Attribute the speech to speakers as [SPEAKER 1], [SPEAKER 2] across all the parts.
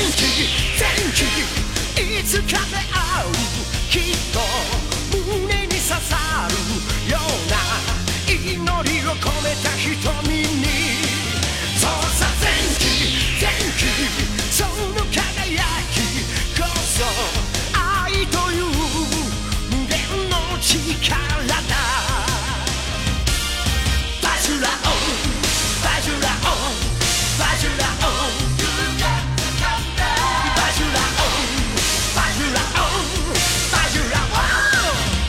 [SPEAKER 1] 全球いつか出会うきっと胸に刺さるような祈りを込めた瞳にそうさ全球全球その輝きこそ愛という無限の力だバジュラオンバジュラオンバジュラオンバジュラオンバジュラオンバジュラオン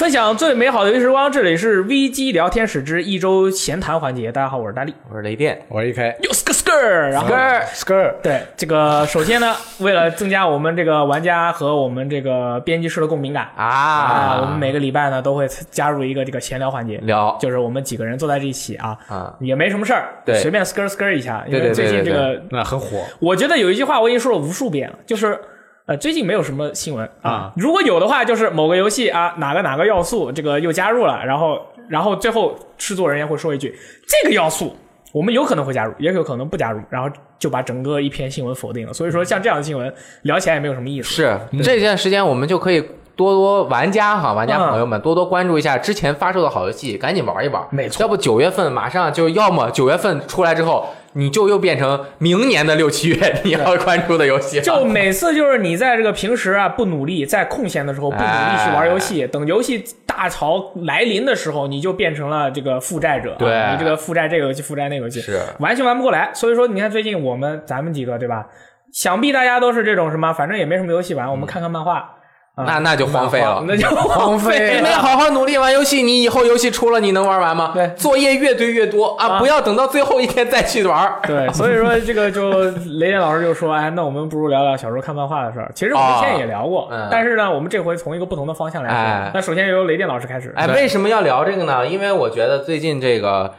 [SPEAKER 2] 分享最美好的游戏时光，这里是 V G 聊天室之一周闲谈环节。大家好，我是大力。
[SPEAKER 3] 我是雷电，
[SPEAKER 4] 我一开
[SPEAKER 2] 哟 skr skr，然后
[SPEAKER 4] skr，
[SPEAKER 2] 对这个，首先呢，为了增加我们这个玩家和我们这个编辑室的共鸣感啊，我们每个礼拜呢都会加入一个这个闲聊环节，
[SPEAKER 3] 聊
[SPEAKER 2] 就是我们几个人坐在这一起啊，
[SPEAKER 3] 啊
[SPEAKER 2] 也没什么事儿，
[SPEAKER 3] 对
[SPEAKER 2] 随便 skr skr 一下，因
[SPEAKER 3] 对
[SPEAKER 2] 为
[SPEAKER 3] 对对
[SPEAKER 2] 最近
[SPEAKER 3] 对
[SPEAKER 2] 这个
[SPEAKER 4] 那很火，
[SPEAKER 2] 我觉得有一句话我已经说了无数遍了，就是。呃，最近没有什么新闻啊
[SPEAKER 4] 啊。
[SPEAKER 2] 如果有的话，就是某个游戏啊，哪个哪个要素这个又加入了，然后，然后最后制作人员会说一句，这个要素我们有可能会加入，也有可能不加入，然后就把整个一篇新闻否定了。所以说，像这样的新闻聊起来也没有什么意思。
[SPEAKER 3] 是这段时间我们就可以多多玩家哈，玩家朋友们多多关注一下之前发售的好游戏，赶紧玩一玩。
[SPEAKER 2] 没错
[SPEAKER 3] 要不九月份马上就要么九月份出来之后，你就又变成明年的六七月你要关注的游戏 了。
[SPEAKER 2] 就每次就是你在这个平时啊不努力，在空闲的时候不努力去玩游
[SPEAKER 3] 哎
[SPEAKER 2] 戏，等游戏大潮来临的时候，你就变成了这个负债者啊、
[SPEAKER 3] 对
[SPEAKER 2] 你这个负债这个游戏，负债那个游戏，
[SPEAKER 3] 是
[SPEAKER 2] 完全玩不过来。所以说，你看最近我们咱们几个对吧？想必大家都是这种什么，反正也没什么游戏玩，我们看看漫画，
[SPEAKER 3] 那那就 荒废 了。
[SPEAKER 2] 那就
[SPEAKER 4] 荒废
[SPEAKER 3] 你
[SPEAKER 2] 了
[SPEAKER 3] 没。好好努力玩游戏，你以后游戏出了，你能玩完吗？
[SPEAKER 2] 对
[SPEAKER 3] 作业越堆越多
[SPEAKER 2] 啊
[SPEAKER 3] 啊！不要等到最后一天再去玩儿。
[SPEAKER 2] 对，所以说这个就雷电老师就说，哎，那我们不如聊聊小时候看漫画的事儿。其实我们之前也聊过，
[SPEAKER 3] 哦嗯
[SPEAKER 2] 但是呢，我们这回从一个不同的方向来说。
[SPEAKER 3] 哎
[SPEAKER 2] 那首先由雷电老师开始。
[SPEAKER 3] 哎，为什么要聊这个呢？因为我觉得最近这个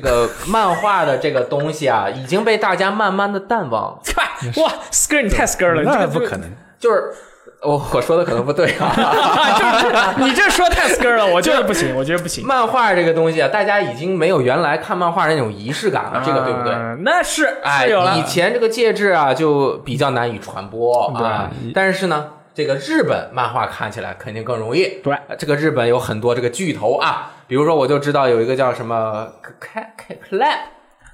[SPEAKER 3] 个漫画的这个东西啊，已经被大家慢慢的淡忘。
[SPEAKER 2] 哇，skr 你太 skr 了，你这
[SPEAKER 4] 那
[SPEAKER 2] 个
[SPEAKER 4] 不
[SPEAKER 2] 就
[SPEAKER 4] 可能，
[SPEAKER 3] 就是我、我说的可能不 对啊。
[SPEAKER 2] 就是你这说太 skr 了，我觉得不行，我觉得不行。
[SPEAKER 3] 漫画这个东西啊，大家已经没有原来看漫画那种仪式感了，这个对不对？
[SPEAKER 2] 啊那是
[SPEAKER 3] 哎
[SPEAKER 2] 是有，
[SPEAKER 3] 以
[SPEAKER 2] 了，
[SPEAKER 3] 前这个介质啊就比较难以传播
[SPEAKER 2] 对
[SPEAKER 3] 啊，但是呢，这个日本漫画看起来肯定更容易。
[SPEAKER 2] 对
[SPEAKER 3] 呃这个日本有很多这个巨头啊，比如说我就知道有一个叫什么 Cla- Cla-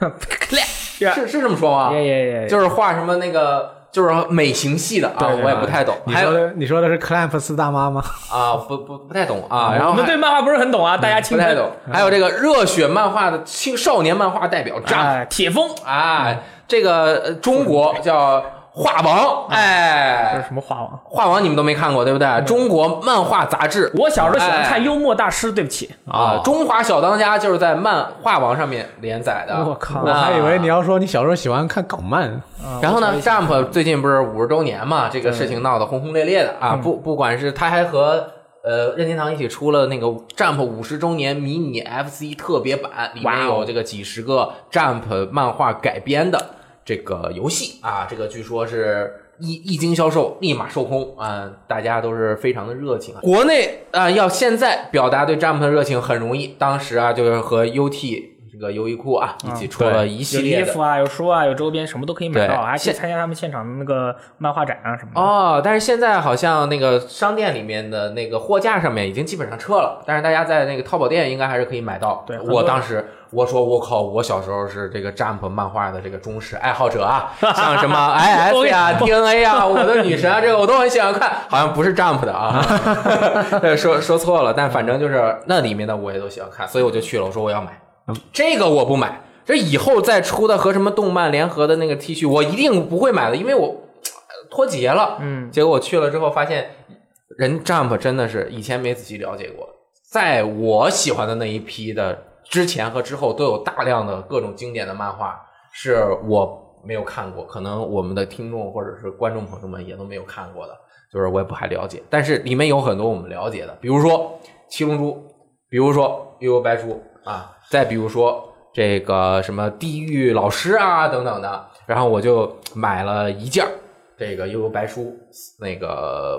[SPEAKER 3] Clap Clap，
[SPEAKER 2] Yeah
[SPEAKER 3] 是是这么说吗？
[SPEAKER 2] 耶耶
[SPEAKER 4] 哎
[SPEAKER 2] 耶，
[SPEAKER 3] 就是画什么那个就是美型系的啊，
[SPEAKER 2] 对对
[SPEAKER 3] 我也不太懂。
[SPEAKER 4] 你
[SPEAKER 3] 还
[SPEAKER 4] 说
[SPEAKER 3] 有
[SPEAKER 4] 的你说的是 clamp 四大妈吗？哦
[SPEAKER 3] 啊，不不不太懂啊。然后
[SPEAKER 2] 我们
[SPEAKER 3] 还
[SPEAKER 2] 对漫画不是很懂啊，大家
[SPEAKER 3] 嗯不
[SPEAKER 2] 听
[SPEAKER 3] 太懂。
[SPEAKER 4] 嗯
[SPEAKER 3] 还有这个热血漫画的青少年漫画代表张
[SPEAKER 4] 哎
[SPEAKER 2] 啊，铁风
[SPEAKER 3] 啊，这个呃中国叫画王，
[SPEAKER 4] 嗯
[SPEAKER 2] 这
[SPEAKER 3] 哎
[SPEAKER 2] 是，什么画王？
[SPEAKER 3] 画王你们都没看过对不对？中国漫画杂志
[SPEAKER 2] 我小时候喜欢看
[SPEAKER 3] 哎
[SPEAKER 2] 幽默大师，对不起，
[SPEAKER 3] 啊，《中华小当家》就是在漫画王上面连载的。
[SPEAKER 2] 我靠
[SPEAKER 4] 我
[SPEAKER 3] 啊
[SPEAKER 4] 还以为你。要说你小时候喜欢看港漫，
[SPEAKER 3] 然后呢，Jump 最近不是五十周年嘛，这个事情闹得轰轰烈烈的啊，不不管是他还和。呃，任天堂一起出了那个 Jump 五十周年迷你 FC 特别版，里
[SPEAKER 2] 哇
[SPEAKER 3] 面
[SPEAKER 2] 哦
[SPEAKER 3] 有这个几十个 Jump 漫画改编的这个游戏啊，这个据说是一一经销售立马售空啊、大家都是非常的热情。国内啊、要现在表达对 Jump 的热情很容易，当时啊就是和 UT 这个优衣库啊
[SPEAKER 2] 嗯
[SPEAKER 3] 一起出了一系
[SPEAKER 2] 有
[SPEAKER 3] 列
[SPEAKER 2] 衣
[SPEAKER 3] 的
[SPEAKER 2] 服啊，有书啊，有周边，什么都可以买到，
[SPEAKER 3] 对
[SPEAKER 2] 还可以
[SPEAKER 3] 现
[SPEAKER 2] 参加他们现场的那个漫画展啊什么的。
[SPEAKER 3] 哦，但是现在好像那个商店里面的那个货架上面已经基本上撤了，但是大家在那个淘宝店应该还是可以买到。
[SPEAKER 2] 对很多
[SPEAKER 3] 我当时我说我靠，我小时候是这个 Jump 漫画的这个忠实爱好者 啊，像什么啊 IS 呀、DNA 呀、我的女神啊，这个我都很喜欢看，好像不是 Jump 的 啊，对说说错了，但反正就是那里面的我也都喜欢看，所以我就去了，我说我要买，这个我不买。这以后再出的和什么动漫联合的那个 T 恤，我一定不会买的，因为我呃脱节了。
[SPEAKER 2] 嗯，
[SPEAKER 3] 结果我去了之后发现，人 Jump 真的是以前没仔细了解过，在我喜欢的那一批的之前和之后，都有大量的各种经典的漫画是我没有看过，可能我们的听众或者是观众朋友们也都没有看过的，就是我也不太了解。但是里面有很多我们了解的，比如说《七龙珠》，比如说《悠悠白书》啊，再比如说这个什么地狱老师啊等等的，然后我就买了一件儿这个悠悠白书那个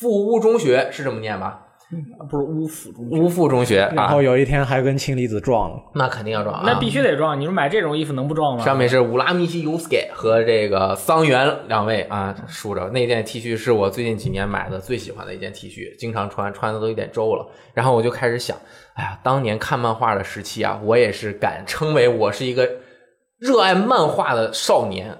[SPEAKER 3] 富屋中学是这么念吧？
[SPEAKER 2] 嗯不是乌府中
[SPEAKER 3] 乌富中学
[SPEAKER 4] 然
[SPEAKER 3] 啊
[SPEAKER 4] 后，有一天还跟氢离子撞 了，
[SPEAKER 3] 那肯定要撞啊，
[SPEAKER 2] 那必须得撞。你说买这种衣服能不撞吗？
[SPEAKER 3] 上面是乌拉米西尤斯给和这个桑原两位啊，数着那件 T 恤是我最近几年买的最喜欢的一件 T 恤，经常穿，穿的都有点皱了。然后我就开始想，哎呀，当年看漫画的时期啊，我也是敢称为我是一个热爱漫画的少年。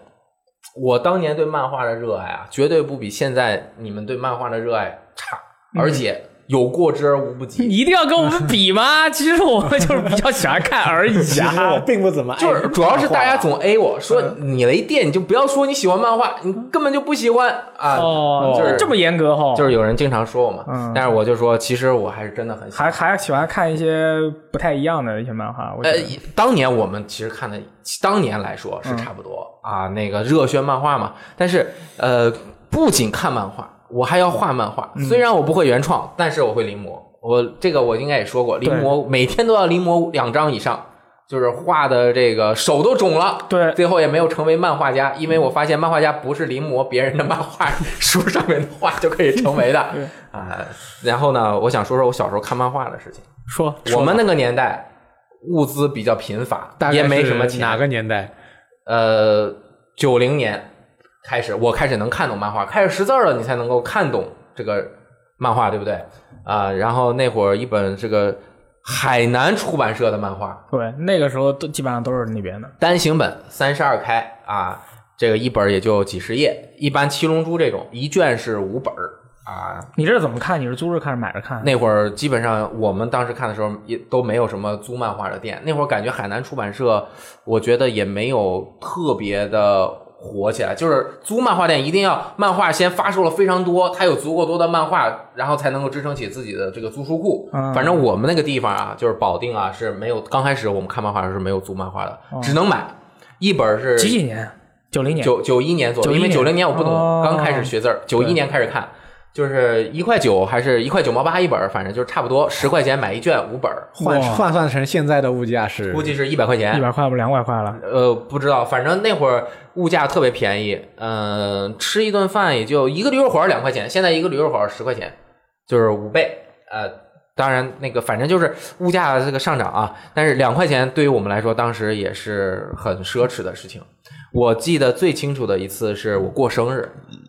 [SPEAKER 3] 我当年对漫画的热爱啊，绝对不比现在你们对漫画的热爱差，而且有过之而无不及。
[SPEAKER 2] 你一定要跟我们比 吗？其实我们就是比较喜欢看而 已
[SPEAKER 4] 其实我
[SPEAKER 2] 啊。
[SPEAKER 4] 并不怎么爱，
[SPEAKER 3] 就是主要是大家总 A 我说你雷电，你就不要说你喜欢漫画，你根本就不喜欢啊。
[SPEAKER 2] 哦，
[SPEAKER 3] 就是
[SPEAKER 2] 这么严格哈，
[SPEAKER 3] 就是有人经常说我嘛，
[SPEAKER 2] 嗯
[SPEAKER 3] 但是我就说，其实我还是真的很喜欢。
[SPEAKER 2] 还还喜欢看一些不太一样的一些漫画。我觉
[SPEAKER 3] 呃
[SPEAKER 2] 得，
[SPEAKER 3] 当年我们其实看的，当年来说
[SPEAKER 2] 嗯
[SPEAKER 3] 是差不多、啊，那个热血漫画嘛。但是呃，不仅看漫画，我还要画漫
[SPEAKER 2] 嗯
[SPEAKER 3] 画。虽然我不会原创，但是我会临摹。我这个我应该也说过，临摹每天都要临摹两张以上，就是画的这个手都肿了。
[SPEAKER 2] 对
[SPEAKER 3] 最后也没有成为漫画家，因为我发现漫画家不是临摹别人的漫画 书上面的画就可以成为的。啊，然后呢，我想说说我小时候看漫画的事情。
[SPEAKER 2] 说
[SPEAKER 3] 我们那个年代物资比较贫乏
[SPEAKER 4] 大，概
[SPEAKER 3] 也没
[SPEAKER 4] 是
[SPEAKER 3] 什么钱。
[SPEAKER 4] 哪个年代？
[SPEAKER 3] 呃，九零年开始，我开始能看懂漫画，开始识字儿了，你才能够看懂这个漫画，对不对？啊、然后那会儿一本这个海南出版社的漫画
[SPEAKER 2] 对那个时候都基本上都是那边的。
[SPEAKER 3] 单行本三十二开啊，这个一本也就几十页，一般《七龙珠》这种一卷是五本儿啊，
[SPEAKER 2] 你这是怎么看？你是租着看，买着看？
[SPEAKER 3] 那会儿基本上我们当时看的时候也都没有什么租漫画的店，那会儿感觉海南出版社，我觉得也没有特别的火起来，就是租漫画店一定要漫画先发售了非常多，它有足够多的漫画，然后才能够支撑起自己的这个租书库。
[SPEAKER 2] 嗯
[SPEAKER 3] 反正我们那个地方啊，就是保定啊是没有，刚开始我们看漫画的时候是没有租漫画的，只能买一本是
[SPEAKER 2] 几几年？九零年。
[SPEAKER 3] 九九一年左右，
[SPEAKER 2] 91
[SPEAKER 3] 因为九零年我不懂，
[SPEAKER 2] 哦
[SPEAKER 3] 刚开始学字儿，九一年开始看，就是一块九还是一块九毛八一本儿，反正就是差不多十块钱买一卷五本儿，
[SPEAKER 4] 换
[SPEAKER 2] 哇
[SPEAKER 4] 换算成现在的物价是
[SPEAKER 3] 估计是一百块
[SPEAKER 2] 一
[SPEAKER 3] 钱。
[SPEAKER 2] 百块不两百块了，
[SPEAKER 3] 呃，不知道，反正那会儿物价特别便宜，嗯、吃一顿饭也就一个驴肉火烧两块钱，现在一个驴肉火烧十块钱，就是五倍。呃，当然那个反正就是物价这个上涨啊，但是两块钱对于我们来说当时也是很奢侈的事情。我记得最清楚的一次是我过生日，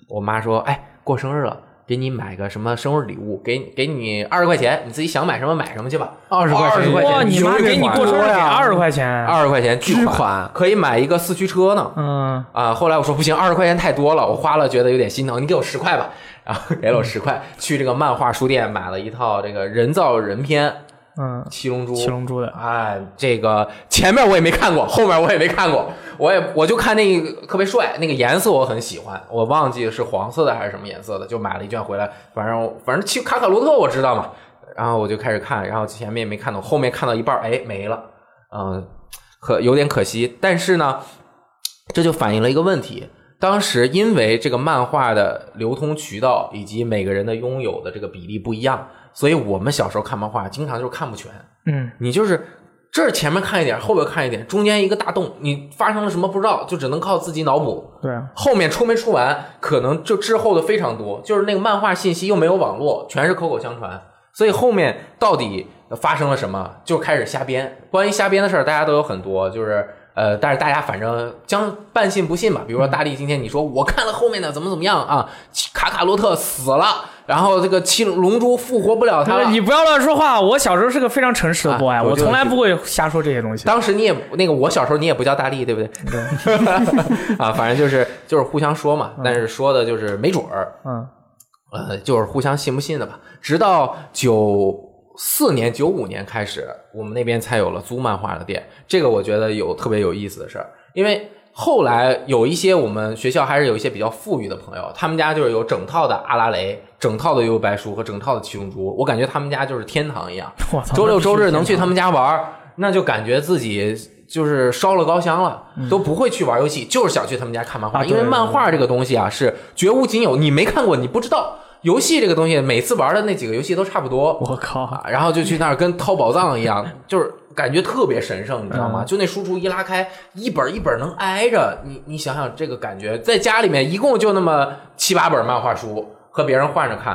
[SPEAKER 3] 我妈说：“哎，过生日了，给你买个什么生日礼物，给给你二十块钱，你自己想买什么买什么去吧。”
[SPEAKER 4] 二十块
[SPEAKER 3] 20
[SPEAKER 4] 钱，
[SPEAKER 3] 块钱
[SPEAKER 2] 哇！你妈给你过生日
[SPEAKER 3] 啊
[SPEAKER 2] 给啊二十块钱，
[SPEAKER 3] 二十块钱巨
[SPEAKER 4] 嗯巨
[SPEAKER 3] 款
[SPEAKER 4] 款
[SPEAKER 3] 可以买一个四驱车呢。
[SPEAKER 2] 嗯，
[SPEAKER 3] 啊，后来我说不行，二十块钱太多了，我花了觉得有点心疼，你给我十块吧。然后给了我十块，去这个漫画书店买了一套这个人造人篇《
[SPEAKER 2] 嗯，
[SPEAKER 3] 七龙珠》。
[SPEAKER 2] 七龙珠的
[SPEAKER 3] 哎，这个前面我也没看过，后面我也没看过，我也我就看那个特别帅，那个颜色我很喜欢，我忘记是黄色的还是什么颜色的，就买了一卷回来，反正反正去卡卡罗特我知道嘛，然后我就开始看，然后前面也没看懂，后面看到一半儿，哎没了，嗯，可有点可惜，但是呢，这就反映了一个问题。当时因为这个漫画的流通渠道以及每个人的拥有的这个比例不一样，所以我们小时候看漫画经常就是看不全。
[SPEAKER 2] 嗯，
[SPEAKER 3] 你就是这儿前面看一点，后边看一点，中间一个大洞，你发生了什么不知道，就只能靠自己脑补。
[SPEAKER 2] 对啊，
[SPEAKER 3] 后面出没出完，可能就滞后的非常多，就是那个漫画信息又没有网络，全是口口相传，所以后面到底发生了什么，就开始瞎编。关于瞎编的事儿，大家都有很多，就是呃，但是大家反正将半信不信吧。比如说大力今天你说我看了后面的怎么怎么样啊，卡卡罗特死了，然后这个七龙珠复活不了他
[SPEAKER 2] 不
[SPEAKER 3] 了
[SPEAKER 2] 是，你不要乱说话。我小时候是个非常诚实的 boy，
[SPEAKER 3] 啊
[SPEAKER 2] 我
[SPEAKER 3] 我就
[SPEAKER 2] 从来不会瞎说这些东西。
[SPEAKER 3] 当时你也那个，我小时候你也不叫大力，对不对？ 啊，反正就是就是互相说嘛，但是说的就是没准儿，
[SPEAKER 2] 嗯，
[SPEAKER 3] 呃，就是互相信不信的吧。直到九四年、九五年开始，我们那边才有了租漫画的店。这个我觉得有特别有意思的事儿，因为后来有一些我们学校还是有一些比较富裕的朋友，他们家就是有整套的阿拉蕾、整套的幽白书和整套的七龙珠。我感觉他们家就是天堂一样。
[SPEAKER 2] 我操，
[SPEAKER 3] 周六周日能
[SPEAKER 2] 啊
[SPEAKER 3] 去他们家玩儿，那就感觉自己就是烧了高香了，都不会去玩游戏，就是想去他们家看漫
[SPEAKER 2] 嗯
[SPEAKER 3] 画，
[SPEAKER 2] 啊对
[SPEAKER 3] 因为漫画这个东西啊是绝无仅有，你没看过你不知道。游戏这个东西，每次玩的那几个游戏都差不多，
[SPEAKER 2] 我靠，
[SPEAKER 3] 啊，然后就去那儿跟掏宝藏一 样，就是感觉特别神圣，你知道
[SPEAKER 2] 嗯
[SPEAKER 3] 吗？就那书橱一拉开，一本一本能挨着，你你想想这个感觉，在家里面一共就那么七八本漫画书，和别人换着看，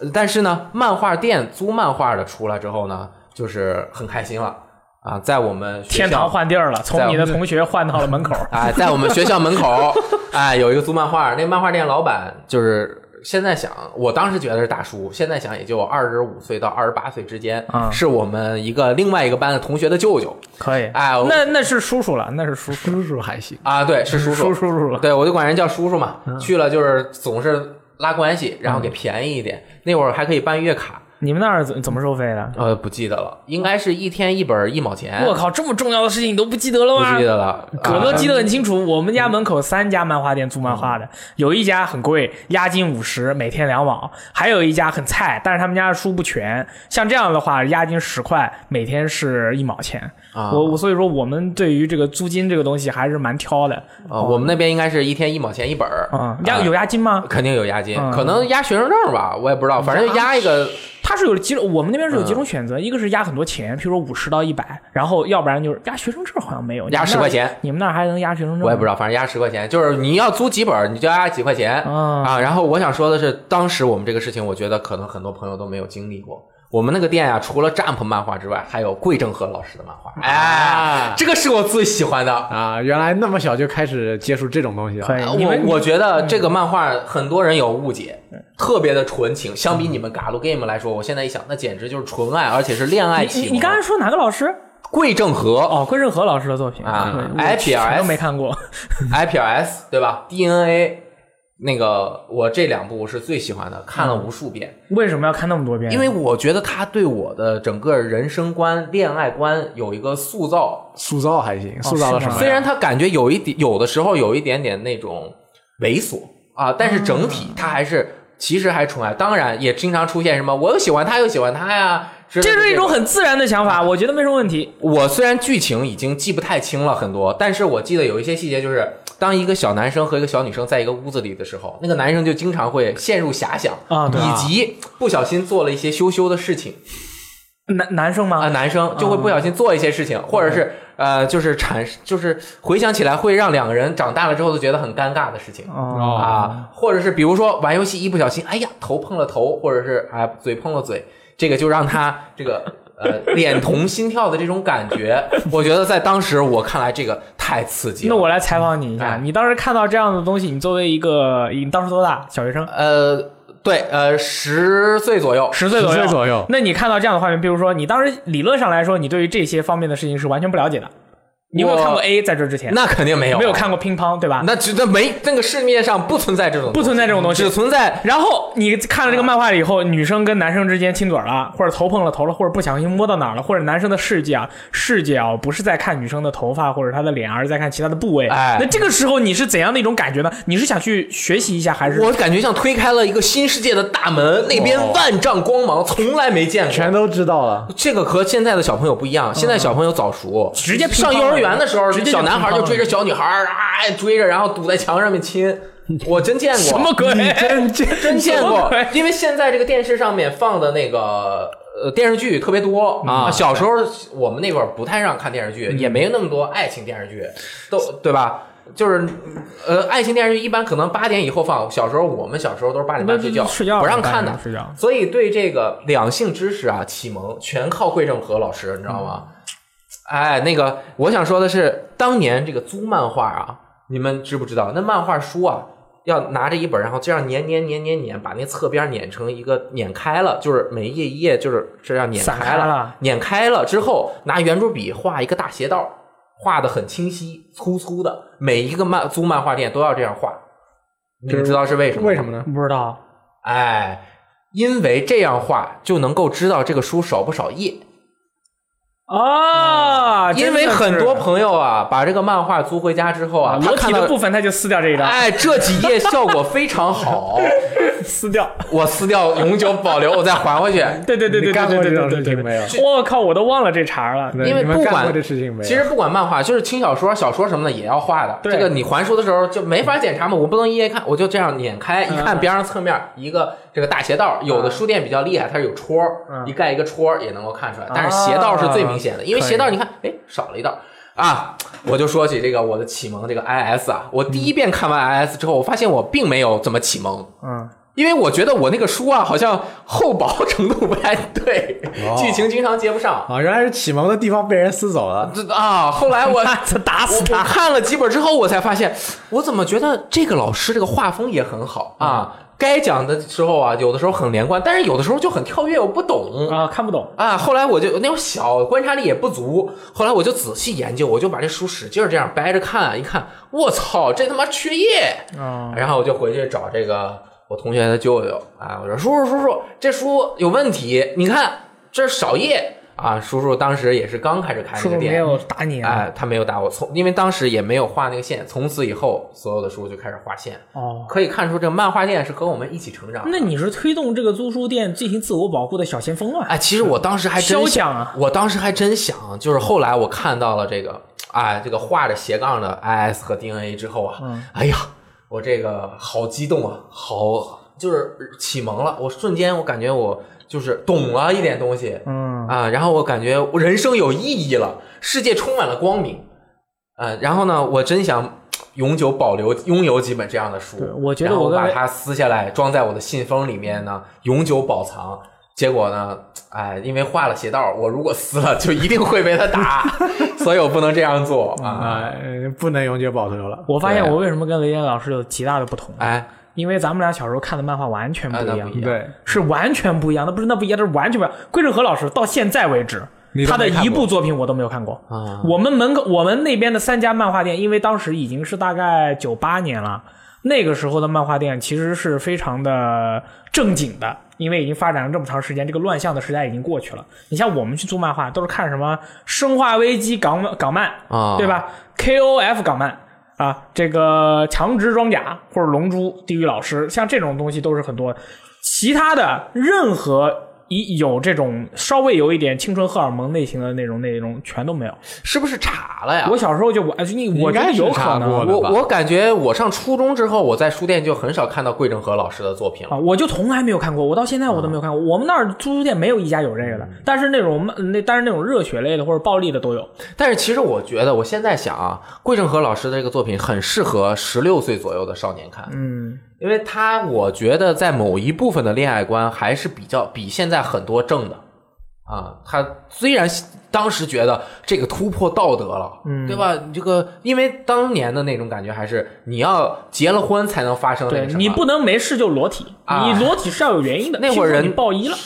[SPEAKER 3] 呃但是呢，漫画店租漫画的出来之后呢，就是很开心了啊，在我们学校
[SPEAKER 2] 天堂换地儿了，从你的同学换到了门口。
[SPEAKER 3] 啊，在我们学校门口， 哎，有一个租漫画，那漫画店老板就是现在想，我当时觉得是大叔，现在想也就二十五岁到二十八岁之间，
[SPEAKER 2] 嗯
[SPEAKER 3] 是我们一个另外一个班的同学的舅舅，
[SPEAKER 2] 可以，
[SPEAKER 3] 哎，我
[SPEAKER 2] 那那是叔叔了，那是叔叔，
[SPEAKER 4] 叔叔还行，
[SPEAKER 3] 啊，对，是 叔
[SPEAKER 2] 叔嗯叔叔了。
[SPEAKER 3] 对，我就管人叫叔叔嘛，去了就是总是拉关系，然后给便宜一点，
[SPEAKER 2] 嗯
[SPEAKER 3] 那会儿还可以办月卡，
[SPEAKER 2] 你们那儿怎怎么收费的？
[SPEAKER 3] 呃，不记得了，应该是一天一本一毛钱，
[SPEAKER 2] 我靠，这么重要的事情你都不记得了
[SPEAKER 3] 哎不
[SPEAKER 2] 吗
[SPEAKER 3] 记？得了，
[SPEAKER 2] 葛
[SPEAKER 3] 啊嗯
[SPEAKER 2] 哥记得很清楚，我们家门口三家漫画店租漫画的，有一家很贵，押金五十，每天两毛；还有一家很菜，但是他们家的书不全。像这样的话，押金十块，每天是一毛钱。
[SPEAKER 3] 啊
[SPEAKER 2] 我我所以说，我们对于这个租金这个东西还是蛮挑的
[SPEAKER 3] 啊，我们那边应该是一天一毛钱一本儿
[SPEAKER 2] 啊。押有押金吗？
[SPEAKER 3] 肯定有押金，
[SPEAKER 2] 嗯
[SPEAKER 3] 可能押学生证吧，我也不知道，反正押一个
[SPEAKER 2] 它是有几种，我们那边是有几种选择，一个是压很多钱，譬如说五十到一百，然后要不然就是压学生证，好像没有
[SPEAKER 3] 压
[SPEAKER 2] 你们那儿
[SPEAKER 3] 10块钱
[SPEAKER 2] 你们那儿还能压学生证？
[SPEAKER 3] 我也不知道，反正押十块钱，就是你要租几本儿，你就押几块钱、
[SPEAKER 2] 嗯
[SPEAKER 3] 啊。然后我想说的是，当时我们这个事情，我觉得可能很多朋友都没有经历过。我们那个店啊，除了 Jump 漫画之外，还有桂正和老师的漫
[SPEAKER 2] 啊
[SPEAKER 3] 画，哎，这个是我最喜欢的。
[SPEAKER 4] 啊，原来那么小就开始接触这种东西了，啊
[SPEAKER 2] 可以，你嗯们
[SPEAKER 3] 我我觉得这个漫画很多人有误解，特别的纯情。相比你们《Galu Game》来说，我现在一想，那简直就是纯爱，而且是恋爱启
[SPEAKER 2] 你
[SPEAKER 3] 蒙。
[SPEAKER 2] 你刚才说哪个老师？
[SPEAKER 3] 桂正和
[SPEAKER 2] 哦，桂正和老师的作品
[SPEAKER 3] 啊
[SPEAKER 2] 对我
[SPEAKER 3] IPRS
[SPEAKER 2] 全都没看过。
[SPEAKER 3] IPRS 对吧？DNA 那个我这两部是最喜欢的，看了无数遍。
[SPEAKER 2] 为什么要看那么多遍？
[SPEAKER 3] 因为我觉得他对我的整个人生观、恋爱观有一个塑造。
[SPEAKER 4] 塑造还
[SPEAKER 3] 哦
[SPEAKER 4] 行，塑造了
[SPEAKER 2] 是
[SPEAKER 4] 什
[SPEAKER 2] 吗
[SPEAKER 4] 么呀？
[SPEAKER 3] 虽然他感觉有一点，有的时候有一点点那种猥琐啊，但是整
[SPEAKER 2] 嗯
[SPEAKER 3] 体他还是其实还纯爱。当然也经常出现什么我又喜欢他又喜欢他呀，这啊
[SPEAKER 2] 这是一种很自然的想法，我觉得没什么问题。
[SPEAKER 3] 我虽然剧情已经记不太清了很多，但是我记得有一些细节，就是当一个小男生和一个小女生在一个屋子里的时候，那个男生就经常会陷入遐想
[SPEAKER 2] 啊对
[SPEAKER 3] 以
[SPEAKER 2] 啊
[SPEAKER 3] 及不小心做了一些羞羞的事情。
[SPEAKER 2] 男男生
[SPEAKER 3] 啊、
[SPEAKER 2] 吗？
[SPEAKER 3] 男生就会不小心做一些事
[SPEAKER 2] 啊
[SPEAKER 3] 情，或者是呃，就是产，就是回想起来会让两个人长大了之后都觉得很尴尬的事情。
[SPEAKER 2] 哦，
[SPEAKER 3] 啊，或者是比如说玩游戏一不小心，哎呀，头碰了头，或者是哎嘴碰了嘴，这个就让他这个呃脸红心跳的这种感觉，我觉得在当时我看来这个太刺激了。
[SPEAKER 2] 那我来采访你一下，
[SPEAKER 3] 哎
[SPEAKER 2] 你当时看到这样的东西，你作为一个你当时多大？小学生？
[SPEAKER 3] 呃对呃十岁左右，
[SPEAKER 2] 十岁左
[SPEAKER 4] 10
[SPEAKER 2] 右，
[SPEAKER 4] 岁左右
[SPEAKER 2] 那你看到这样的画面，比如说你当时理论上来说，你对于这些方面的事情是完全不了解的。你有没有
[SPEAKER 3] 我
[SPEAKER 2] 看过 A 在这之前？
[SPEAKER 3] 那肯定没有啊
[SPEAKER 2] 没有，看过乒乓，对吧？
[SPEAKER 3] 那只那没那个市面上不存在这种
[SPEAKER 2] 不存在这种东西
[SPEAKER 3] 只存在
[SPEAKER 2] 然后你看了这个漫画以后，女生跟男生之间亲嘴了，或者头碰了头了，或者不小心摸到哪儿了，或者男生的视角视角不是在看女生的头发或者她的脸，而是在看其他的部位。
[SPEAKER 3] 哎
[SPEAKER 2] 那这个时候你是怎样的一种感觉呢？你是想去学习一下，还是哦
[SPEAKER 3] 我感觉像推开了一个新世界的大门，那边万丈光芒，从来没见过。
[SPEAKER 4] 全都知道了，
[SPEAKER 3] 这个和现在的小朋友不一样，现在小朋友早熟，
[SPEAKER 2] 嗯直接乒乓
[SPEAKER 3] 上幼儿园的时候，
[SPEAKER 2] 直接就
[SPEAKER 3] 小男孩
[SPEAKER 2] 乒乓
[SPEAKER 3] 就追着小女孩儿啊追着，然后堵在墙上 面亲。我真见过，
[SPEAKER 2] 什么鬼？真真
[SPEAKER 3] 真见
[SPEAKER 2] 什么
[SPEAKER 3] 过
[SPEAKER 2] 鬼，
[SPEAKER 3] 因为现在这个电视上面放的那个呃电视剧特别多
[SPEAKER 2] 嗯
[SPEAKER 3] 啊。小时候我们那会儿不太让看电视剧，也没那么多爱情电视剧，都对吧？就是呃，爱情电视剧一般可能八点以后放。小时候我们小时候都是八点半睡觉，
[SPEAKER 2] 睡觉
[SPEAKER 3] 不让看的
[SPEAKER 2] 八点半睡觉。
[SPEAKER 3] 所以对这个两性知识啊启蒙全靠桂正和老师，你知道
[SPEAKER 4] 嗯
[SPEAKER 3] 吗？哎，那个我想说的是，当年这个租漫画啊，你们知不知道？那漫画书啊，要拿着一本，然后这样碾碾碾碾碾，把那侧边碾成一个碾开了，就是每一页一页就是这样碾
[SPEAKER 2] 散
[SPEAKER 3] 开
[SPEAKER 2] 开了
[SPEAKER 3] 碾开了之后，拿圆珠笔画一个大斜道，画的很清晰，粗粗的。每一个漫租漫画店都要这样画，你们知道是为什么？
[SPEAKER 4] 为什么？呢？
[SPEAKER 2] 不知道。
[SPEAKER 3] 哎，因为这样画就能够知道这个书少不少页。
[SPEAKER 2] 啊，
[SPEAKER 3] 因为很多朋友啊，把这个漫画租回家之后啊，他
[SPEAKER 2] 裸体
[SPEAKER 3] 看
[SPEAKER 2] 的
[SPEAKER 3] 到
[SPEAKER 2] 部分，他就撕掉这一张，
[SPEAKER 3] 哎，这几页效果非 常好，
[SPEAKER 2] 撕掉。
[SPEAKER 3] 我撕掉永久保留，我再还回去。
[SPEAKER 2] 对对对对
[SPEAKER 4] 你
[SPEAKER 2] 对
[SPEAKER 4] 干过
[SPEAKER 2] 对
[SPEAKER 4] 这种
[SPEAKER 2] 对
[SPEAKER 4] 事
[SPEAKER 2] 对
[SPEAKER 4] 情没
[SPEAKER 2] 对
[SPEAKER 4] 有？
[SPEAKER 2] 对，我靠，我都忘了这茬了。
[SPEAKER 4] 对
[SPEAKER 3] 因为
[SPEAKER 4] 你们
[SPEAKER 3] 不
[SPEAKER 4] 干
[SPEAKER 3] 管
[SPEAKER 4] 过这事情没有？
[SPEAKER 3] 其实不管漫画，就是轻小说、小说什么的也要画的。
[SPEAKER 2] 对
[SPEAKER 3] 这个你还书的时候就没法检查嘛，我不能一页看，我就这样碾开，一看
[SPEAKER 2] 嗯
[SPEAKER 3] 边上侧面一个这个大斜道，有的书店比较厉害，它是有戳儿，
[SPEAKER 4] 嗯
[SPEAKER 3] 一盖一个戳儿也能够看出来，但是斜道是最明显
[SPEAKER 4] 啊
[SPEAKER 3] 的，因为斜道你看，哎，少了一道。啊，我就说起这个我 的启蒙这个 IS 啊，我第一遍看完 IS 之后，我发现我并没有怎么启蒙，
[SPEAKER 2] 嗯，
[SPEAKER 3] 因为我觉得我那个书啊，好像厚薄程度不太对，
[SPEAKER 4] 哦
[SPEAKER 3] 剧情经常接不上。
[SPEAKER 4] 啊，原来是启蒙的地方被人撕走了。
[SPEAKER 3] 这啊，后来我
[SPEAKER 2] 打死
[SPEAKER 3] 我我看了几本之后，我才发现，我怎么觉得这个老师这个画风也很好啊？
[SPEAKER 2] 嗯
[SPEAKER 3] 该讲的时候啊，有的时候很连贯，但是有的时候就很跳跃，我不懂。
[SPEAKER 2] 啊，看不懂。
[SPEAKER 3] 啊，后来我就那种小观察力也不足，后来我就仔细研究，我就把这书使劲儿这样掰着看，一看，我操，这他妈缺页！
[SPEAKER 2] 啊
[SPEAKER 3] 然后我就回去找这个我同学的舅舅啊，我说叔叔叔叔，这书有问题，你看这少页啊。叔叔当时也是刚开始开
[SPEAKER 2] 叔
[SPEAKER 3] 那个
[SPEAKER 2] 叔没
[SPEAKER 3] 店，
[SPEAKER 2] 有打你啊？
[SPEAKER 3] 哎，他没有打我，从因为当时也没有画那个线，从此以后所有的书就开始画线，
[SPEAKER 2] 哦，
[SPEAKER 3] 可以看出这个漫画店是和我们一起成长的。
[SPEAKER 2] 那你是推动这个租书店进行自我保护的小先锋啊？
[SPEAKER 3] 哎，其实我当时还真
[SPEAKER 2] 肖
[SPEAKER 3] 想，
[SPEAKER 2] 像啊
[SPEAKER 3] 我当时还真想，就是后来我看到了这个，哎，这个画着斜杠的 IS 和 DNA 之后啊，
[SPEAKER 2] 嗯
[SPEAKER 3] 哎呀，我这个好激动啊，好就是启蒙了，我瞬间我感觉我就是懂了一点东西，
[SPEAKER 2] 嗯
[SPEAKER 3] 啊，然后我感觉我人生有意义了，世界充满了光明，啊，然后呢，我真想。永久保留拥有几本这样的书
[SPEAKER 2] 对，我觉得
[SPEAKER 3] 然后
[SPEAKER 2] 我
[SPEAKER 3] 我
[SPEAKER 2] 跟
[SPEAKER 3] 把它撕下来装在我的信封里面呢，永久保藏。结果呢，哎，因为画了邪道，我如果撕了，就一定会被他打， 所以我不能这样做
[SPEAKER 2] 嗯
[SPEAKER 3] 啊！
[SPEAKER 4] 啊、呃不能永久保留了。
[SPEAKER 2] 我发现
[SPEAKER 3] 对
[SPEAKER 2] 我为什么跟雷电老师有极大的不同，
[SPEAKER 3] 哎，
[SPEAKER 2] 因为咱们俩小时候看的漫画完全不
[SPEAKER 3] 哎那
[SPEAKER 2] 一
[SPEAKER 3] 不
[SPEAKER 2] 样
[SPEAKER 3] 一，样
[SPEAKER 4] 对，
[SPEAKER 2] 是完全不一样，那不是那不一样，这是完全不一样。桂正和老师到现在为止
[SPEAKER 4] 你，都
[SPEAKER 2] 他
[SPEAKER 4] 没
[SPEAKER 2] 的
[SPEAKER 4] 看过
[SPEAKER 2] 一部作品我都没有看过。
[SPEAKER 3] 啊
[SPEAKER 2] 我们门口我们那边的三家漫画店，因为当时已经是大概九八年了，那个时候的漫画店其实是非常的正经的。因为已经发展了这么长时间，这个乱象的时代已经过去了。你像我们去租漫画，都是看什么《生化危机》港漫港漫
[SPEAKER 3] 啊
[SPEAKER 2] 对吧？KOF 港漫啊，这个强直装甲或者龙珠、地狱老师，像这种东西都是很多。其他的任何一有这种稍微有一点青春荷尔蒙类型的内容内容全都没有。
[SPEAKER 3] 是不是查了呀
[SPEAKER 2] 我？小时候就玩，你我觉
[SPEAKER 4] 应该
[SPEAKER 2] 得
[SPEAKER 4] 是
[SPEAKER 2] 有可
[SPEAKER 4] 查过
[SPEAKER 2] 能
[SPEAKER 4] 的
[SPEAKER 3] 我
[SPEAKER 4] 吧
[SPEAKER 3] 我感觉我上初中之后，我在书店就很少看到桂正和老师的作品
[SPEAKER 2] 啊，
[SPEAKER 3] 了。
[SPEAKER 2] 我就从来没有看过，我到现在我都没有看过。我们那儿租书店没有一家有这个的，
[SPEAKER 3] 嗯
[SPEAKER 2] 但是那种嗯那但是那种热血类的或者暴力的都有。
[SPEAKER 3] 但是其实我觉得，我现在想啊，桂正和老师的这个作品很适合十六岁左右的少年看。
[SPEAKER 2] 嗯，
[SPEAKER 3] 因为他我觉得在某一部分的恋爱观还是比较比现在很多正的啊。他虽然当时觉得这个突破道德了，嗯，对吧？你这个因为当年的那种感觉还是你要结了婚才能发生那
[SPEAKER 2] 对
[SPEAKER 3] 个什么
[SPEAKER 2] 你不能没事就裸体，
[SPEAKER 3] 啊
[SPEAKER 2] 你裸体是要有原因的。
[SPEAKER 3] 那会儿
[SPEAKER 2] 譬
[SPEAKER 3] 人
[SPEAKER 2] 如说你暴衣了，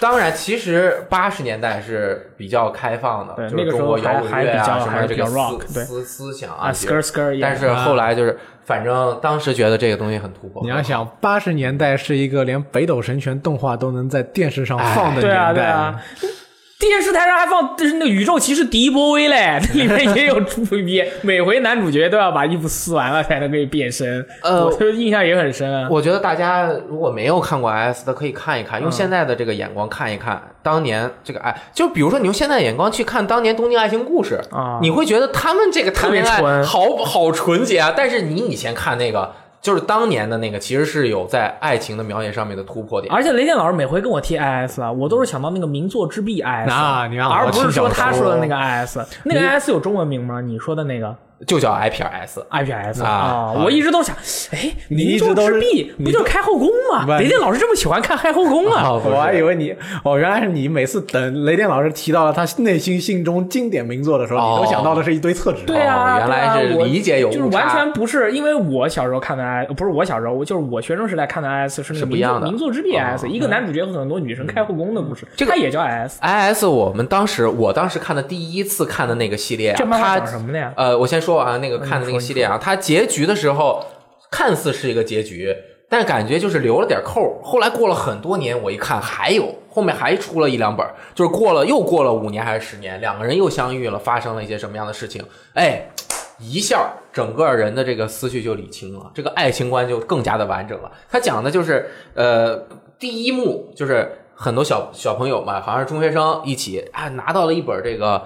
[SPEAKER 3] 当然，其实八十年代是比较开放的，
[SPEAKER 2] 对
[SPEAKER 3] 就是
[SPEAKER 2] 那个时
[SPEAKER 3] 中
[SPEAKER 2] 候
[SPEAKER 3] 国摇滚
[SPEAKER 2] 还还
[SPEAKER 3] 乐
[SPEAKER 2] 比较
[SPEAKER 3] 啊什么
[SPEAKER 2] 还
[SPEAKER 3] 这
[SPEAKER 2] 比
[SPEAKER 3] 个
[SPEAKER 2] 较
[SPEAKER 3] 思
[SPEAKER 2] rock，对
[SPEAKER 3] 思思想
[SPEAKER 2] 啊，skr
[SPEAKER 3] 就
[SPEAKER 2] skr，也
[SPEAKER 3] 但是后来就是，反正当时觉得这个东西很突破。
[SPEAKER 4] 你要想，八十年代是一个连北斗神拳动画都能在电视上放的
[SPEAKER 2] 对
[SPEAKER 4] 年代，
[SPEAKER 2] 啊对啊，电视台上还放就是那个宇宙骑士迪波威 嘞，那里面也有猪逼，每回男主角都要把衣服撕完了才能可以变身。
[SPEAKER 3] 呃
[SPEAKER 2] 我就印象也很深啊。
[SPEAKER 3] 我觉得大家如果没有看过 S 的，可以看一
[SPEAKER 2] 嗯
[SPEAKER 3] 看，用现在的这个眼光看一看当年这个爱，就比如说你用现在的眼光去看当年《东京爱情故事》
[SPEAKER 2] 啊
[SPEAKER 3] 你会觉得他们这个谈恋
[SPEAKER 2] 特别
[SPEAKER 3] 爱
[SPEAKER 2] 纯
[SPEAKER 3] 好好纯洁啊。但是你以前看那个，就是当年的那个，其实是有在爱情的描写上面的突破点。
[SPEAKER 2] 而且雷电老师每回跟我提 IS 啊，我都是想到那个名作之壁 IS，、
[SPEAKER 4] 啊你看我
[SPEAKER 2] 而不是说他
[SPEAKER 4] 听小说
[SPEAKER 2] 说的那个 IS，那个 IS 有中文名吗？你说的那个
[SPEAKER 3] 就叫 I P R S。
[SPEAKER 2] IPS
[SPEAKER 3] 啊
[SPEAKER 2] 啊、
[SPEAKER 4] 啊
[SPEAKER 2] 我一直都想，哎，
[SPEAKER 4] 你一
[SPEAKER 2] 名
[SPEAKER 4] 直
[SPEAKER 2] 作
[SPEAKER 4] 都
[SPEAKER 2] 之
[SPEAKER 4] 是
[SPEAKER 2] 壁
[SPEAKER 4] 你
[SPEAKER 2] 不就是开后宫吗？
[SPEAKER 4] 不
[SPEAKER 2] 雷电老师这么喜欢看开后宫啊？
[SPEAKER 3] 哦不是
[SPEAKER 4] 我还以为你，哦，原来是你每次等雷电老师提到了他内心心中经典名作的时候，
[SPEAKER 3] 哦
[SPEAKER 4] 你都想到的是一堆厕纸。
[SPEAKER 2] 对啊，
[SPEAKER 3] 哦原来
[SPEAKER 2] 对啊
[SPEAKER 3] 是
[SPEAKER 2] 我
[SPEAKER 3] 理解有
[SPEAKER 2] 就是
[SPEAKER 3] 误差
[SPEAKER 2] 完全不是，因为我小时候看的 I 不是我小时候，我就是我学生时代看的 IS 是那
[SPEAKER 3] 是
[SPEAKER 2] 个
[SPEAKER 3] 不一
[SPEAKER 2] 名作
[SPEAKER 3] 样的
[SPEAKER 2] 名作之壁
[SPEAKER 3] 哦
[SPEAKER 2] IS，、一个男主角和很多女生开后宫的故事，
[SPEAKER 3] 这个
[SPEAKER 2] 它也叫 IS。
[SPEAKER 3] I S，我们当时我当时看的第一次看的那个系列、啊，
[SPEAKER 2] 这漫画
[SPEAKER 3] 它
[SPEAKER 2] 讲什么的呀？
[SPEAKER 3] 呃，我先说啊，那个看的那个系列啊，它结局的时候看似是一个结局，但感觉就是留了点扣儿。后来过了很多年，我一看还有，后面还出了一两本儿，就是过了又过了五年还是十年，两个人又相遇了，发生了一些什么样的事情？哎，一下整个人的这个思绪就理清了，这个爱情观就更加的完整了。他讲的就是，呃，第一幕就是很多小小朋友嘛，好像是中学生一起啊，拿到了一本这个，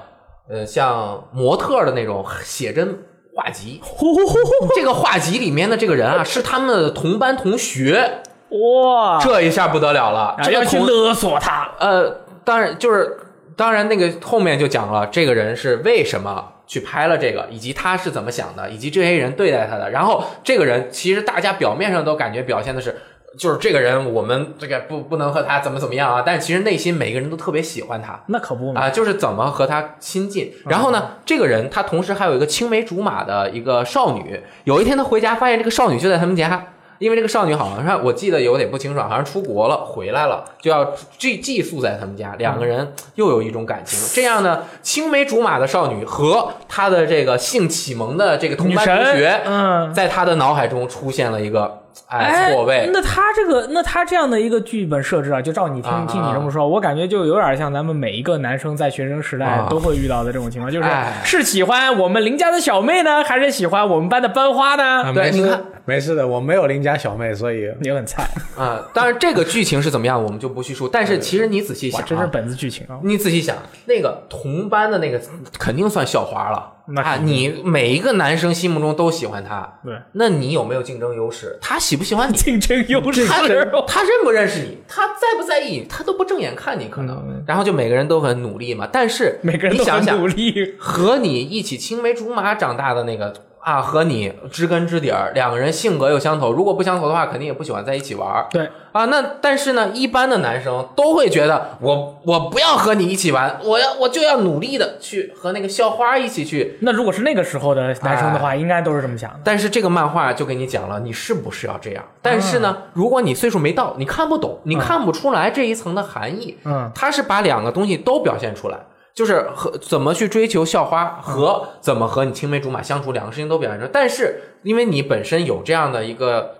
[SPEAKER 3] 呃，像模特的那种写真画集。
[SPEAKER 2] 呼呼呼呼
[SPEAKER 3] 这个画集里面的这个人啊，是他们的同班同学，
[SPEAKER 2] 呼！哇，
[SPEAKER 3] 这一下不得了了，
[SPEAKER 2] 然后
[SPEAKER 3] 这个
[SPEAKER 2] 啊要去
[SPEAKER 3] 同
[SPEAKER 2] 勒索他。
[SPEAKER 3] 呃，当然就是当然那个后面就讲了，这个人是为什么去拍了这个，以及他是怎么想的，以及这些人对待他的。然后这个人其实大家表面上都感觉表现的是就是这个人，我们这个不不能和他怎么怎么样啊，但是其实内心每个人都特别喜欢他，
[SPEAKER 2] 那可不嘛。
[SPEAKER 3] 啊，就是怎么和他亲近。然后
[SPEAKER 2] 嗯
[SPEAKER 3] 呢，这个人他同时还有一个青梅竹马的一个少女。有一天他回家发现这个少女就在他们家，因为这个少女好像我记得有点不清楚，好像出国了回来了，就要寄寄宿在他们家。两个人又有一种感情。这样呢，青梅竹马的少女和他的这个性启蒙的这个同
[SPEAKER 2] 女
[SPEAKER 3] 班
[SPEAKER 2] 神
[SPEAKER 3] 同学，
[SPEAKER 2] 嗯，
[SPEAKER 3] 在他的脑海中出现了一个哎错位。
[SPEAKER 2] 那他这个，那他这样的一个剧本设置啊，就照你
[SPEAKER 3] 啊
[SPEAKER 2] 听听你这么说，我感觉就有点像咱们每一个男生在学生时代
[SPEAKER 3] 啊
[SPEAKER 2] 都会遇到的这种情况，就是
[SPEAKER 3] 哎
[SPEAKER 2] 是喜欢我们邻家的小妹呢，还是喜欢我们班的班花呢？
[SPEAKER 3] 对
[SPEAKER 4] 没
[SPEAKER 3] 你
[SPEAKER 4] 事
[SPEAKER 3] 看，
[SPEAKER 4] 没事的，我没有邻家小妹，所以
[SPEAKER 2] 你很菜，
[SPEAKER 3] 啊、当然这个剧情是怎么样，我们就不叙述。但是其实你仔细想、
[SPEAKER 2] 哇，
[SPEAKER 3] 啊，
[SPEAKER 2] 这是本子剧情啊！
[SPEAKER 3] 你仔细想，那个同班的那个肯定算校花了。
[SPEAKER 2] 那
[SPEAKER 3] 啊，
[SPEAKER 2] 肯
[SPEAKER 3] 你每一个男生心目中都喜欢她，
[SPEAKER 2] 对，
[SPEAKER 3] 那你有没有竞争优势？他喜不喜 欢你？
[SPEAKER 2] 竞争优势，
[SPEAKER 3] 他他认不认识你？他在不在意你？他都不正眼看你，可能。然后就每个人都很努力嘛，但是
[SPEAKER 2] 嗯每个人都
[SPEAKER 3] 你想
[SPEAKER 2] 很
[SPEAKER 3] 想
[SPEAKER 2] 努，力，
[SPEAKER 3] 和你一起青梅竹马长大的那个啊，和你知根知底儿，两个人性格又相投，如果不相投的话，肯定也不喜欢在一起玩儿。
[SPEAKER 2] 对
[SPEAKER 3] 啊，那但是呢，一般的男生都会觉得我我不要和你一起玩，我要我就要努力的去和那个校花一起去。
[SPEAKER 2] 那如果是那个时候的男生的
[SPEAKER 3] 哎
[SPEAKER 2] 话，应该都是这么想的。
[SPEAKER 3] 但是这个漫画就给你讲了，你是不是要这样？但是呢，如果你岁数没到，你看不懂，你看不出来这一层的含义。
[SPEAKER 2] 嗯
[SPEAKER 3] 它是把两个东西都表现出来，就是和怎么去追求校花和怎么和你青梅竹马相处两个事情都表现出来。但是因为你本身有这样的一个。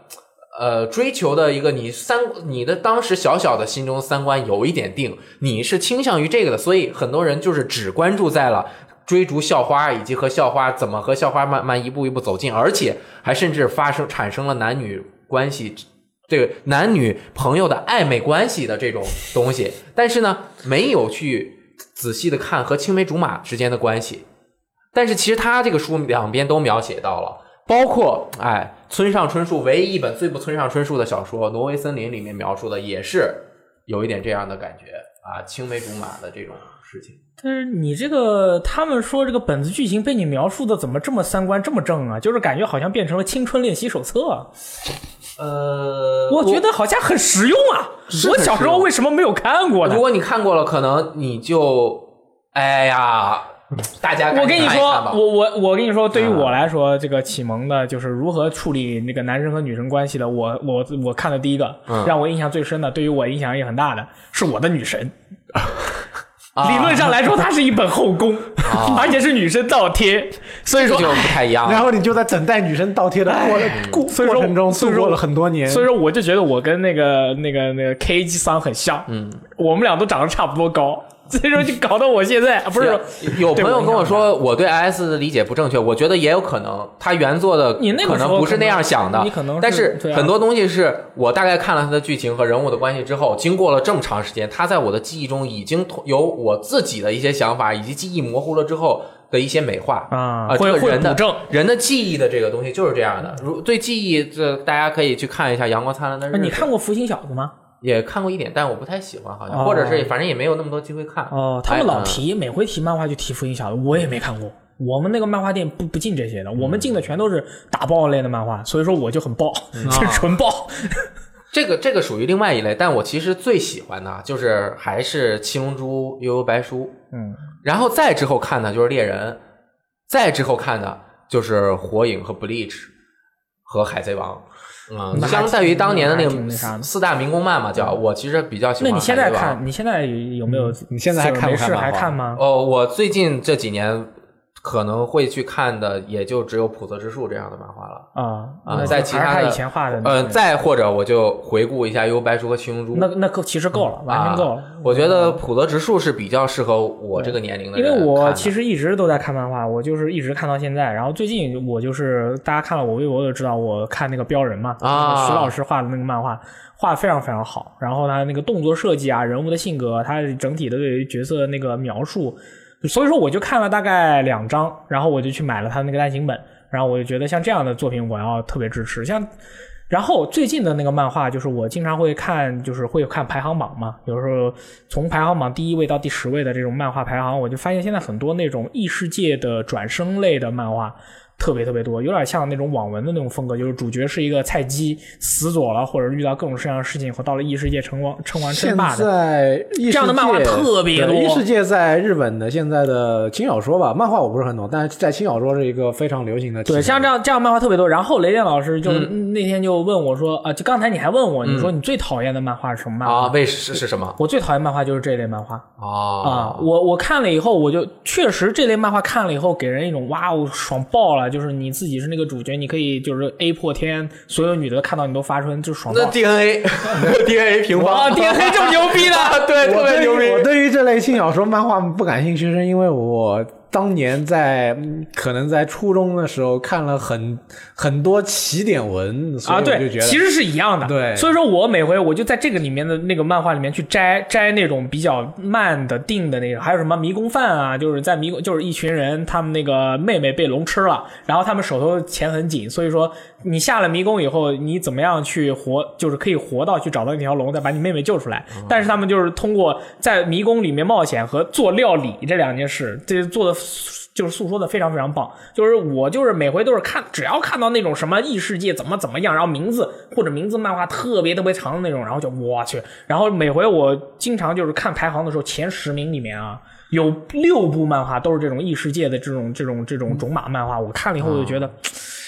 [SPEAKER 3] 呃，追求的一个你三你的当时小小的心中三观有一点定，你是倾向于这个的，所以很多人就是只关注在了追逐校花以及和校花怎么和校花慢慢一步一步走近，而且还甚至发生产生了男女关系这个男女朋友的暧昧关系的这种东西，但是呢，没有去仔细的看和青梅竹马之间的关系。但是其实他这个书两边都描写到了，包括哎村上春树唯一一本最不村上春树的小说《挪威森林》里面描述的也是有一点这样的感觉啊，青梅竹马的这种事情。
[SPEAKER 2] 但是你这个，他们说这个本子剧情被你描述的怎么这么三观这么正啊？就是感觉好像变成了青春练习手册啊。
[SPEAKER 3] 呃，
[SPEAKER 2] 我觉得好像很实用啊
[SPEAKER 3] 是！
[SPEAKER 2] 我
[SPEAKER 3] 很
[SPEAKER 2] 小
[SPEAKER 3] 实
[SPEAKER 2] 时候
[SPEAKER 3] 用
[SPEAKER 2] 为什么没有看过呢
[SPEAKER 3] 如？果你看过了，可能你就哎呀，大家赶
[SPEAKER 2] 我跟
[SPEAKER 3] 紧
[SPEAKER 2] 你
[SPEAKER 3] 看一
[SPEAKER 2] 说
[SPEAKER 3] 看吧，
[SPEAKER 2] 我我我跟你说，对于我来说，这个启蒙的就是如何处理那个男生和女生关系的。我我我看的第一个
[SPEAKER 3] 嗯
[SPEAKER 2] 让我印象最深的，对于我影响也很大的是我的女神。
[SPEAKER 3] 啊
[SPEAKER 2] 理论上来说，它是一本后宫， 而且是女生倒贴，所以
[SPEAKER 3] 这
[SPEAKER 2] 说
[SPEAKER 3] 就不太一
[SPEAKER 2] 啊
[SPEAKER 3] 样了。
[SPEAKER 4] 然后你就在等待女生倒贴的过过
[SPEAKER 2] 所以哎说
[SPEAKER 4] 过程中度过了很多年。
[SPEAKER 2] 所以说我就觉得我跟那个那个那个 K G 桑很像，嗯，我们俩都长得差不多高，所以说就搞到我现在不是
[SPEAKER 3] 有
[SPEAKER 2] 对
[SPEAKER 3] 朋友
[SPEAKER 2] 我
[SPEAKER 3] 跟我
[SPEAKER 2] 影响
[SPEAKER 3] 说，我对 S 的理解不正确，我觉得也有可能，他原作的
[SPEAKER 2] 你那个
[SPEAKER 3] 可
[SPEAKER 2] 时
[SPEAKER 3] 能
[SPEAKER 2] 候
[SPEAKER 3] 不是
[SPEAKER 2] 可能
[SPEAKER 3] 那样想的，
[SPEAKER 2] 你可能是
[SPEAKER 3] 但是
[SPEAKER 2] 对啊
[SPEAKER 3] 很多东西是我大概看了他的剧情和人物的关系之后，经过了这么长时间，他在我的记忆中已经同有我自己的一些想法以及记忆模糊了之后的一些美化
[SPEAKER 2] 啊
[SPEAKER 3] 啊，这
[SPEAKER 2] 会
[SPEAKER 3] 个
[SPEAKER 2] 会
[SPEAKER 3] 人的
[SPEAKER 2] 补正
[SPEAKER 3] 人的记忆的这个东西就是这样的。如对记忆，这大家可以去看一下《阳光灿烂的日
[SPEAKER 2] 那
[SPEAKER 3] 子》，
[SPEAKER 2] 你看过《福星小子》吗？
[SPEAKER 3] 也看过一点，但我不太喜欢，好像
[SPEAKER 2] 哦
[SPEAKER 3] 或者是反正也没有那么多机会看
[SPEAKER 2] 哦，他们老
[SPEAKER 3] 哎嗯
[SPEAKER 2] 提，每回提漫画就提《福音小子》，我也没看过。我们那个漫画店不不进这些的，我们进的全都是打爆类的漫画，所以说我就很爆， 就是纯爆。
[SPEAKER 3] 这个这个属于另外一类，但我其实最喜欢的啊就是还是《七龙珠》《悠悠白书》，
[SPEAKER 2] 嗯，
[SPEAKER 3] 然后再之后看的就是《猎人》，再之后看的就是《火影》和《Bleach》和《海贼王》。嗯，
[SPEAKER 2] 那还
[SPEAKER 3] 相对于当年的那
[SPEAKER 2] 挺那挺
[SPEAKER 3] 个
[SPEAKER 2] 那啥的嗯
[SPEAKER 3] 四四大民工漫嘛，叫我其实比较喜
[SPEAKER 2] 那
[SPEAKER 3] 欢。
[SPEAKER 2] 你现在看，？你现在有没有？
[SPEAKER 4] 你现在还看不
[SPEAKER 2] 没
[SPEAKER 4] 看
[SPEAKER 2] 事
[SPEAKER 4] 漫画
[SPEAKER 2] 还看吗？
[SPEAKER 3] 哦，我最近这几年可能会去看的，也就只有《普泽之树》这样的漫画了。
[SPEAKER 2] 啊
[SPEAKER 3] 啊
[SPEAKER 2] 那
[SPEAKER 3] 在
[SPEAKER 2] 就
[SPEAKER 3] 其
[SPEAKER 2] 还
[SPEAKER 3] 他
[SPEAKER 2] 是
[SPEAKER 3] 的
[SPEAKER 2] 他以前画的那
[SPEAKER 3] 嗯，
[SPEAKER 2] 些
[SPEAKER 3] 再或者我就回顾一下《幽游白书》和《七龙珠》
[SPEAKER 2] 那那够，其实够了，完全够了
[SPEAKER 3] 啊。我觉得普泽直树是比较适合我这个年龄的
[SPEAKER 2] 因
[SPEAKER 3] 人看
[SPEAKER 2] 为
[SPEAKER 3] 的，
[SPEAKER 2] 我其实一直都在看漫画，我就是一直看到现在。然后最近我就是大家看了我微博就知道，我看那个标人嘛，呃
[SPEAKER 3] 啊
[SPEAKER 2] 徐老师画的那个漫画，画的非常非常好。然后他那个动作设计啊，人物的性格，他整体的对于角色的那个描述，所以说我就看了大概两章，然后我就去买了他那个单行本。然后我就觉得像这样的作品，我要特别支持。像然后最近的那个漫画，就是我经常会看，就是会看排行榜嘛。有时候从排行榜第一位到第十位的这种漫画排行，我就发现现在很多那种异世界的转生类的漫画，特别特别多，有点像那种网文的那种风格，就是主角是一个菜鸡，死左了，或者遇到各种各样的事情，或到了异世界称王称王称
[SPEAKER 4] 现
[SPEAKER 2] 霸的。
[SPEAKER 4] 在异世界
[SPEAKER 2] 这样的漫画特别多
[SPEAKER 4] 对异世界在日本的现在的轻小说吧，漫画我不是很懂，但是在轻小说是一个非常流行的题材。
[SPEAKER 2] 对，像这样这样漫画特别多。然后雷电老师就、那天就问我说，啊，就刚才你还问我，你说你最讨厌的漫画是什么漫画？
[SPEAKER 3] 啊，为是是什么
[SPEAKER 2] 我最讨厌漫画就是这类漫画啊、
[SPEAKER 3] 啊？
[SPEAKER 2] 我我看了以后，我就确实这类漫画看了以后，给人一种哇哦爽爆了，就是你自己是那个主角，你可以就是 A 破天，所有女的看到你都发春，就爽爆
[SPEAKER 3] 那
[SPEAKER 2] 了。
[SPEAKER 3] DNA DNA 平
[SPEAKER 2] 哇
[SPEAKER 3] 方
[SPEAKER 2] DNA 这么牛逼的
[SPEAKER 3] 对，特
[SPEAKER 4] 我
[SPEAKER 3] 别
[SPEAKER 4] 对于
[SPEAKER 3] 牛
[SPEAKER 4] 我
[SPEAKER 3] 逼。
[SPEAKER 4] 对于这类轻小说漫画不感兴趣，是因为我当年在嗯可能在初中的时候看了很很多起点文，所以
[SPEAKER 2] 啊，
[SPEAKER 4] 我
[SPEAKER 2] 对
[SPEAKER 4] 就，觉得
[SPEAKER 2] 其实是一样的。
[SPEAKER 4] 对
[SPEAKER 2] 所以说我每回我就在这个里面的那个漫画里面去摘摘那种比较慢的定的那个，还有什么迷宫饭啊，就是在迷宫，就是一群人，他们那个妹妹被龙吃了，然后他们手头钱很紧，所以说你下了迷宫以后，你怎么样去活，就是可以活到去找到那条龙，再把你妹妹救出来。
[SPEAKER 4] 嗯
[SPEAKER 2] 但是他们就是通过在迷宫里面冒险和做料理这两件事，这做的就是诉说的非常非常棒。就是我就是每回都是看，只要看到那种什么异世界怎么怎么样，然后名字或者名字漫画特别特别长的那种，然后就我去，然后每回我经常就是看排行的时候，前十名里面啊。有六部漫画都是这种异世界的这种这种这种种马漫画，我看了以后我就觉得，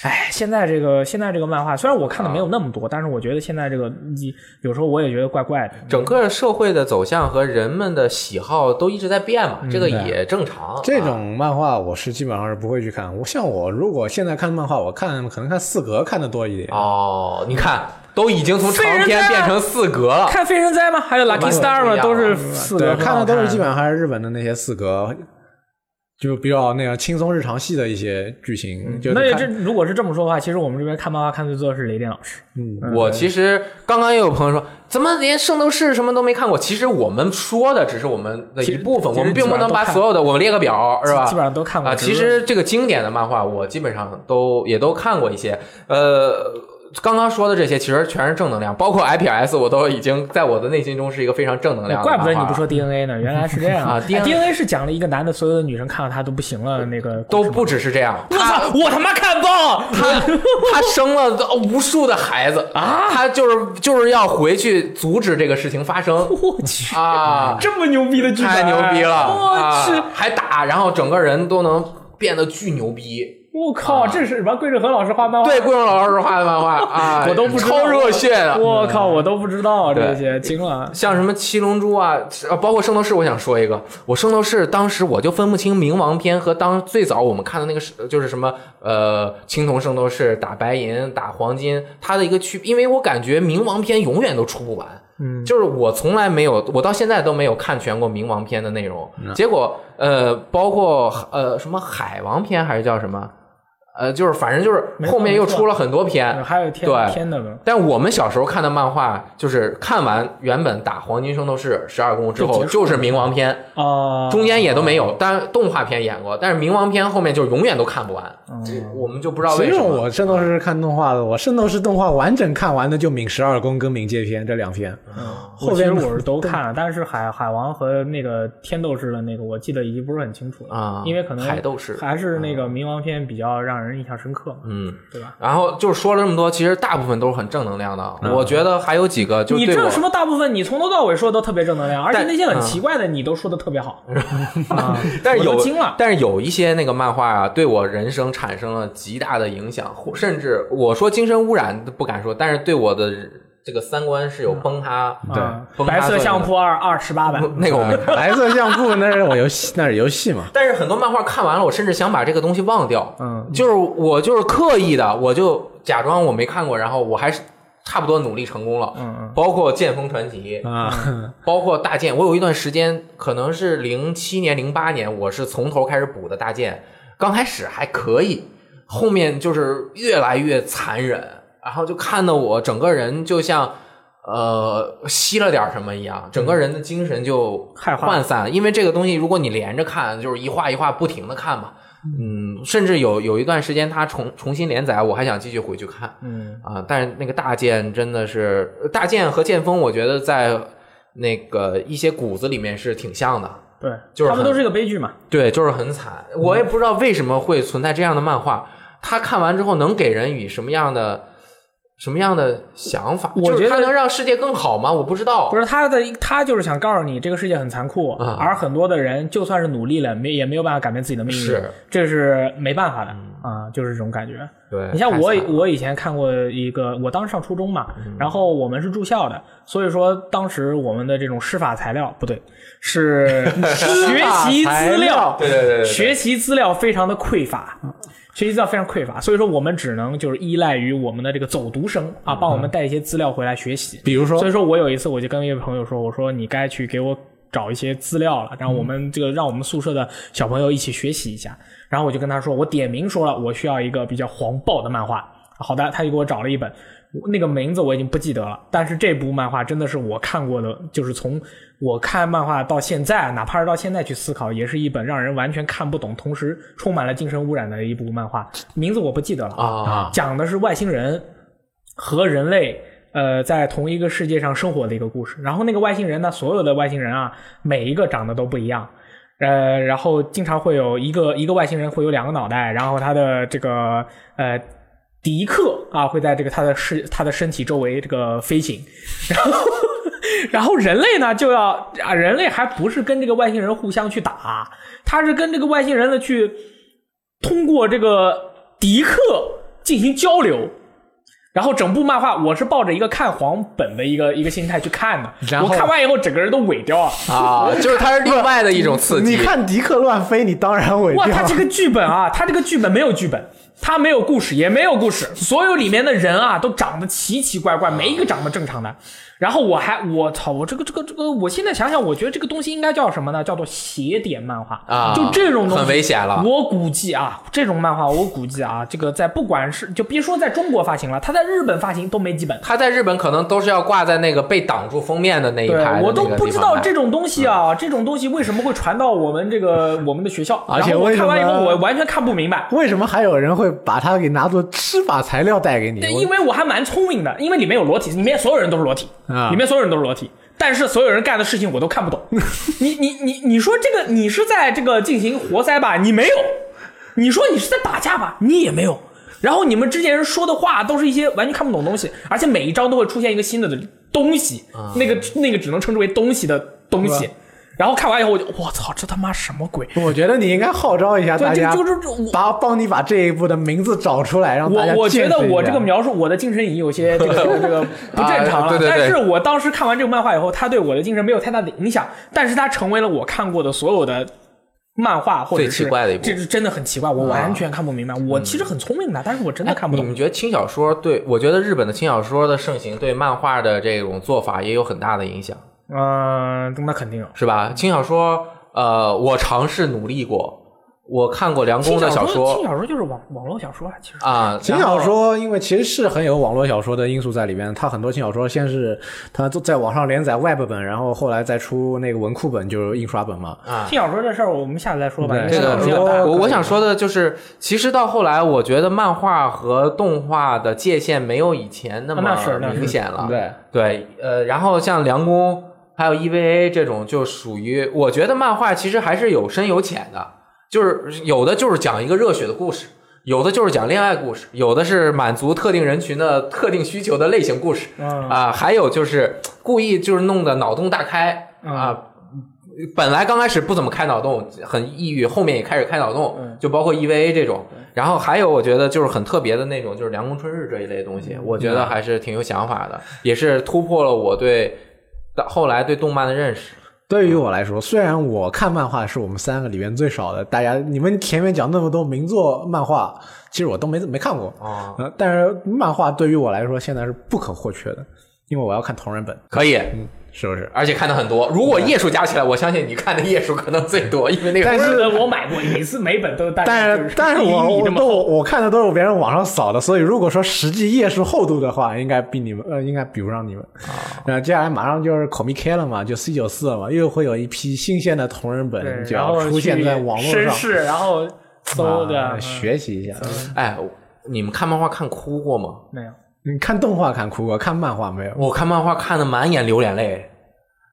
[SPEAKER 2] 哎，现在这个现在这个漫画，虽然我看的没有那么多，但是我觉得现在这个你有时候我也觉得怪怪的。
[SPEAKER 3] 整个社会的走向和人们的喜好都一直在变
[SPEAKER 2] 嗯
[SPEAKER 3] 嘛，这个也正常。
[SPEAKER 4] 这
[SPEAKER 3] 啊
[SPEAKER 4] 种漫画我是基本上是不会去看。我像我如果现在看漫画，我看可能看四格看的多一点。
[SPEAKER 3] 哦，你看，都已经从长
[SPEAKER 2] 非人哉
[SPEAKER 3] 篇
[SPEAKER 2] 啊
[SPEAKER 3] 变成四格了。
[SPEAKER 2] 看《非人哉》吗？还有《Lucky
[SPEAKER 3] 完全
[SPEAKER 2] Star》
[SPEAKER 3] 不一
[SPEAKER 2] 吗？
[SPEAKER 3] 样
[SPEAKER 2] 都是
[SPEAKER 3] 嗯
[SPEAKER 2] 四
[SPEAKER 4] 对
[SPEAKER 2] 个，，
[SPEAKER 4] 看的都是基本
[SPEAKER 2] 上。
[SPEAKER 4] 上还是日本的那些四格，就比较那个轻松日常系的一些剧情。就
[SPEAKER 2] 那
[SPEAKER 4] 是
[SPEAKER 2] 这
[SPEAKER 4] 看
[SPEAKER 2] 如果是这么说的话，其实我们这边看漫画看最多的是雷电老师。嗯
[SPEAKER 3] 我其实刚刚也有朋友说，怎么连《圣斗士》什么都没看过？其实我们说的只是我们的一部分，
[SPEAKER 2] 其实
[SPEAKER 3] 我们并不能把
[SPEAKER 2] 基本上都看
[SPEAKER 3] 所有的我们列个表，是吧？
[SPEAKER 2] 基本上都看过
[SPEAKER 3] 啊。
[SPEAKER 2] 只是
[SPEAKER 3] 其实这个经典的漫画，我基本上都也都看过一些。呃，刚刚说的这些其实全是正能量，包括 IPS，我都已经在我的内心中是一个非常正能量的
[SPEAKER 2] 怪不得
[SPEAKER 3] 漫
[SPEAKER 2] 你
[SPEAKER 3] 画
[SPEAKER 2] 不说 DNA 呢，原来是这样
[SPEAKER 3] 啊
[SPEAKER 2] 哎
[SPEAKER 3] DNA
[SPEAKER 2] DNA 是讲了一个男的，所有的女生看到他都不行了，那个
[SPEAKER 3] 都不只是这样，
[SPEAKER 2] 我操，我他妈看爆了！
[SPEAKER 3] 他他生了无数的孩子啊，他就是就是要回去阻止这个事情发生
[SPEAKER 2] 我 去，
[SPEAKER 3] 啊，
[SPEAKER 2] 这么牛逼的剧本，
[SPEAKER 3] 太牛逼了！
[SPEAKER 2] 我去
[SPEAKER 3] 啊，还打，然后整个人都能变得巨牛逼。
[SPEAKER 2] 我靠，这是什么？桂正和老师画漫画，
[SPEAKER 3] 对，桂正老师画的漫画啊，
[SPEAKER 2] 我都不知道
[SPEAKER 3] 超热血啊的。嗯
[SPEAKER 2] 我靠，我都不知道这
[SPEAKER 3] 对
[SPEAKER 2] 些，惊了。
[SPEAKER 3] 像什么七龙珠啊，啊包括圣斗士，我想说一个，我圣斗士当时我就分不清冥王篇和当最早我们看的那个是就是什么呃青铜圣斗士打白银打黄金它的一个区别，因为我感觉冥王篇永远都出不完，嗯，就是我从来没有，我到现在都没有看全过冥王篇的内容，结果呃包括呃什么海王篇还是叫什么，呃就是反正就是后面又出了很多篇，
[SPEAKER 2] 还有天
[SPEAKER 3] 对
[SPEAKER 2] 天的呢，
[SPEAKER 3] 但我们小时候看的漫画，就是看完原本打黄金圣斗士十二宫之
[SPEAKER 2] 就
[SPEAKER 3] 后，
[SPEAKER 2] 结束
[SPEAKER 3] 就是冥王篇，
[SPEAKER 2] 啊，
[SPEAKER 3] 中间也都没有，但动画片演过，但是冥王篇后面就永远都看不完，
[SPEAKER 2] 哦
[SPEAKER 3] 我们就不知道
[SPEAKER 4] 其
[SPEAKER 3] 为
[SPEAKER 4] 实
[SPEAKER 3] 什么。
[SPEAKER 4] 我圣斗士是看动画的，我圣斗士动画完整看完的就《冥十二宫》跟《冥界篇》这两篇，
[SPEAKER 2] 我
[SPEAKER 4] 后
[SPEAKER 2] 其实
[SPEAKER 4] 边
[SPEAKER 2] 我是都看了，但是海海王和那个天斗士的那个，我记得已经不是很清楚了
[SPEAKER 3] 啊
[SPEAKER 2] 因为可能
[SPEAKER 3] 海斗士啊
[SPEAKER 2] 还是那个冥王篇比较让人印象深刻嘛，
[SPEAKER 3] 嗯，
[SPEAKER 2] 对吧？嗯
[SPEAKER 3] 然后就是说了这么多，其实大部分都是很正能量的。啊我觉得还有几个就
[SPEAKER 2] 你
[SPEAKER 3] 对
[SPEAKER 2] 这
[SPEAKER 3] 我
[SPEAKER 2] 什么大部分你从头到尾说的都特别正能量，而且
[SPEAKER 3] 但
[SPEAKER 2] 那些很
[SPEAKER 3] 嗯
[SPEAKER 2] 奇怪的你都说的特别 好，啊
[SPEAKER 3] 但是
[SPEAKER 2] 我
[SPEAKER 3] 有
[SPEAKER 2] 都惊了。
[SPEAKER 3] 但是有一些那个漫画啊，对我人生产生了极大的影响，或甚至我说精神污染都不敢说，但是对我的这个三观是有崩塌，
[SPEAKER 2] 啊
[SPEAKER 3] 崩塌
[SPEAKER 2] 白色
[SPEAKER 3] 作用
[SPEAKER 2] 相
[SPEAKER 3] 的
[SPEAKER 2] 扑二二十八版，
[SPEAKER 3] 那个我没看。
[SPEAKER 4] 白色相簿那是我游戏，那是游戏嘛。
[SPEAKER 3] 但是很多漫画看完了，我甚至想把这个东西忘掉。
[SPEAKER 2] 嗯，
[SPEAKER 3] 就是我就是刻意的，我就假装我没看过，然后我还是差不多努力成功了。
[SPEAKER 2] 嗯嗯，
[SPEAKER 3] 包括《剑锋传奇》，
[SPEAKER 4] 啊，
[SPEAKER 3] 包括《大剑》，我有一段时间可能是零七年、零八年，我是从头开始补的《大剑》，刚开始还可以，后面就是越来越残忍，然后就看得我整个人就像。呃，吸了点什么一样，整个人的精神就
[SPEAKER 2] 害怕
[SPEAKER 3] 涣散了。因为这个东西，如果你连着看，就是一话一话不停的看嘛。嗯，甚至有有一段时间，它重重新连载，我还想继续回去看。
[SPEAKER 2] 嗯
[SPEAKER 3] 啊，但是那个大剑真的是大剑和剑锋，我觉得在那个一些骨子里面是挺像的。
[SPEAKER 2] 对，
[SPEAKER 3] 就是
[SPEAKER 2] 他们
[SPEAKER 3] 很
[SPEAKER 2] 都是一个悲剧嘛，
[SPEAKER 3] 对，就是很惨。我也不知道为什么会存在这样的漫画，他看完之后能给人以什么样的什么样的想法？
[SPEAKER 2] 我
[SPEAKER 3] 就是
[SPEAKER 2] 觉得
[SPEAKER 3] 他能让世界更好吗？我不知道。
[SPEAKER 2] 不是他的，他就是想告诉你这个世界很残酷，
[SPEAKER 3] 啊
[SPEAKER 2] 而很多的人就算是努力了，没也没有办法改变自己的命运，
[SPEAKER 3] 是嗯
[SPEAKER 2] 这是没办法的啊、就是这种感觉。
[SPEAKER 3] 对，
[SPEAKER 2] 你像
[SPEAKER 3] 太
[SPEAKER 2] 我
[SPEAKER 3] 惨
[SPEAKER 2] 以，
[SPEAKER 3] 了嗯
[SPEAKER 2] 我以前看过一个，我当时上初中嘛，然后我们是住校的，所以说当时我们的这种师法材料不对， 是学习资料，
[SPEAKER 3] 对对对对对
[SPEAKER 2] 学习资料非常的匮乏。学习资料非常匮乏，所以说我们只能就是依赖于我们的这个走读生啊，帮我
[SPEAKER 3] 嗯
[SPEAKER 2] 们带一些资料回来学习。
[SPEAKER 4] 比如说
[SPEAKER 2] 所以说我有一次我就跟一个朋友说，我说你该去给我找一些资料了，然
[SPEAKER 3] 嗯
[SPEAKER 2] 后我们这个让我们宿舍的小朋友一起学习一下。然后我就跟他说，我点名说了，我需要一个比较黄暴的漫画。好的，他就给我找了一本，那个名字我已经不记得了，但是这部漫画真的是我看过的，就是从我看漫画到现在，哪怕是到现在去思考，也是一本让人完全看不懂，同时充满了精神污染的一部漫画。名字我不记得了
[SPEAKER 3] 啊
[SPEAKER 2] 讲的是外星人和人类呃在同一个世界上生活的一个故事。然后那个外星人呢，所有的外星人啊，每一个长得都不一样。呃，然后经常会有一个一个外星人会有两个脑袋，然后他的这个呃迪克啊会在这个他的身他的身体周围这个飞行，然后然后人类呢就要啊人类还不是跟这个外星人互相去打，他是跟这个外星人呢去通过这个迪克进行交流。然后整部漫画我是抱着一个看黄本的一个一个心态去看的，
[SPEAKER 4] 然后
[SPEAKER 2] 我看完以后整个人都萎掉啊！
[SPEAKER 3] 啊， 就是它是另外的一种刺激。
[SPEAKER 4] 你看迪克乱飞，你当然萎
[SPEAKER 2] 哇，
[SPEAKER 4] 掉
[SPEAKER 2] 他这
[SPEAKER 4] 了。
[SPEAKER 2] 个剧本啊， 他这个剧本没有剧本，他没有故事，也没有故事，所有里面的人啊都长得奇奇怪怪，没一个长得正常的。然后我还我操，我这个这个这个，我现在想想，我觉得这个东西应该叫什么呢？叫做邪典漫画
[SPEAKER 3] 啊
[SPEAKER 2] 就这种东西
[SPEAKER 3] 很危险了
[SPEAKER 2] 我估计啊，这种漫画我估计啊，这个在不管是就别说在中国发行了，他在日本发行都没几本。
[SPEAKER 3] 它在日本可能都是要挂在那个被挡住封面的那一
[SPEAKER 2] 对
[SPEAKER 3] 排，的
[SPEAKER 2] 我都
[SPEAKER 3] 那个
[SPEAKER 2] 不
[SPEAKER 3] 地
[SPEAKER 2] 知
[SPEAKER 3] 方
[SPEAKER 2] 道
[SPEAKER 3] 卖
[SPEAKER 2] 这种东西啊，这种东西为什么会传到我们这个我们的学校？
[SPEAKER 4] 而且
[SPEAKER 2] 然后我
[SPEAKER 4] 为什
[SPEAKER 2] 看完以后，
[SPEAKER 4] 么
[SPEAKER 2] 我完全看不明白。
[SPEAKER 4] 为什么还有人会把它给拿做施法材料带给你？
[SPEAKER 2] 对，
[SPEAKER 4] 我
[SPEAKER 2] 因为我还蛮聪明的，因为里面有裸体，里面所有人都是裸体，
[SPEAKER 4] 啊
[SPEAKER 2] 里面所有人都是裸体，但是所有人干的事情我都 看不懂。你你你你说这个你是在这个进行活塞吧？你没有，你说你是在打架吧？你也没有。然后你们之前说的话都是一些完全看不懂的东西，而且每一章都会出现一个新的东西，那个那个只能称之为东西的东西
[SPEAKER 4] 啊是。
[SPEAKER 2] 然后看完以后我就我操，这他妈什么鬼？
[SPEAKER 4] 我觉得你应该号召一下
[SPEAKER 2] 对
[SPEAKER 4] 大家，
[SPEAKER 2] 就就是我
[SPEAKER 4] 把帮你把这一部的名字找出来，让大家
[SPEAKER 2] 我我觉
[SPEAKER 4] 见识
[SPEAKER 2] 得
[SPEAKER 4] 一下
[SPEAKER 2] 我这个描述我的精神已经有些这个这个不正常了、
[SPEAKER 3] 啊对对对
[SPEAKER 2] 但是我当时看完这个漫画以后，它对我的精神没有太大的影响，但是它成为了我看过的所有的。漫画或者是
[SPEAKER 3] 最奇怪的一部
[SPEAKER 2] 这是真的很奇怪，我完全看不明白。我其实很聪明的，但是我真的看不
[SPEAKER 3] 你
[SPEAKER 2] 懂。
[SPEAKER 3] 们觉得轻小说对？我觉得日本的轻小说的盛行对漫画的这种做法也有很大的影响，
[SPEAKER 2] 嗯、那肯定。
[SPEAKER 3] 是吧？轻小说，呃，我尝试努力过，我看过梁
[SPEAKER 2] 轻
[SPEAKER 3] 公的
[SPEAKER 2] 小
[SPEAKER 3] 说
[SPEAKER 2] 轻小说就是网网络小说啊，其实。
[SPEAKER 3] 啊，
[SPEAKER 4] 轻小说，因为其实是很有网络小说的因素在里边。它很多轻小说先是它都在网上连载 Web 本，然后后来再出那个文库本，就是印刷本嘛。
[SPEAKER 3] 啊，
[SPEAKER 2] 轻小说这事儿我们下次再说吧。
[SPEAKER 4] 对
[SPEAKER 2] 因为
[SPEAKER 3] 这个
[SPEAKER 2] 比较大
[SPEAKER 4] 这个
[SPEAKER 3] 我我想说的就是，其实到后来，我觉得漫画和动画的界限没有以前那
[SPEAKER 2] 啊那是那
[SPEAKER 3] 么
[SPEAKER 2] 是
[SPEAKER 3] 明显了。
[SPEAKER 4] 对
[SPEAKER 3] 对，呃，然后像梁工还有 EVA 这种，就属于我觉得漫画其实还是有深有浅的，就是有的就是讲一个热血的故事。有的就是讲恋爱故事，有的是满足特定人群的特定需求的类型故事，啊、
[SPEAKER 2] 嗯
[SPEAKER 3] 还有就是故意就是弄得脑洞大开啊、本来刚开始不怎么开脑洞，很抑郁，后面也开始开脑洞，
[SPEAKER 4] 嗯
[SPEAKER 3] 就包括 EVA 这种。然后还有我觉得就是很特别的那种，就是《凉宫春日》这一类的东
[SPEAKER 4] 嗯
[SPEAKER 3] 西，我觉得还是挺有想法的，也是突破了我对到后来对动漫的认识。
[SPEAKER 4] 对于我来说，虽然我看漫画是我们三个里边最少的，大家你们前面讲那么多名作漫画，其实我都没没看过
[SPEAKER 2] 啊
[SPEAKER 3] 哦
[SPEAKER 4] 呃但是漫画对于我来说现在是不可或缺的，因为我要看同人本，
[SPEAKER 3] 可以，
[SPEAKER 4] 是不是？
[SPEAKER 3] 而且看的很多。如果页数加起来，我相信你看的页数可能最多，因为那个
[SPEAKER 4] 但是
[SPEAKER 2] 我买过，每次每本都大概
[SPEAKER 4] 但
[SPEAKER 2] 就是
[SPEAKER 4] 但是我
[SPEAKER 2] 一厘米
[SPEAKER 4] 我
[SPEAKER 2] 那么
[SPEAKER 4] 都我看的都是别人网上扫的，所以如果说实际页数厚度的话，应该比你们呃应该比不上你们。
[SPEAKER 2] 啊
[SPEAKER 4] 然后接下来马上就是 Comic Con 了嘛，就 C 九四了嘛，又会有一批新鲜的同人
[SPEAKER 2] 对
[SPEAKER 4] 本就
[SPEAKER 2] 然
[SPEAKER 4] 要
[SPEAKER 2] 后
[SPEAKER 4] 出现
[SPEAKER 2] 去
[SPEAKER 4] 在网络
[SPEAKER 2] 绅
[SPEAKER 4] 上，
[SPEAKER 2] 士，然后搜的、
[SPEAKER 4] 啊
[SPEAKER 2] 嗯
[SPEAKER 4] 学习一下。
[SPEAKER 3] 哎，你们看漫画看哭过吗？
[SPEAKER 2] 没有。
[SPEAKER 4] 啊你看动画看哭过，看漫画没有？
[SPEAKER 3] 我看漫画看的满眼流眼泪，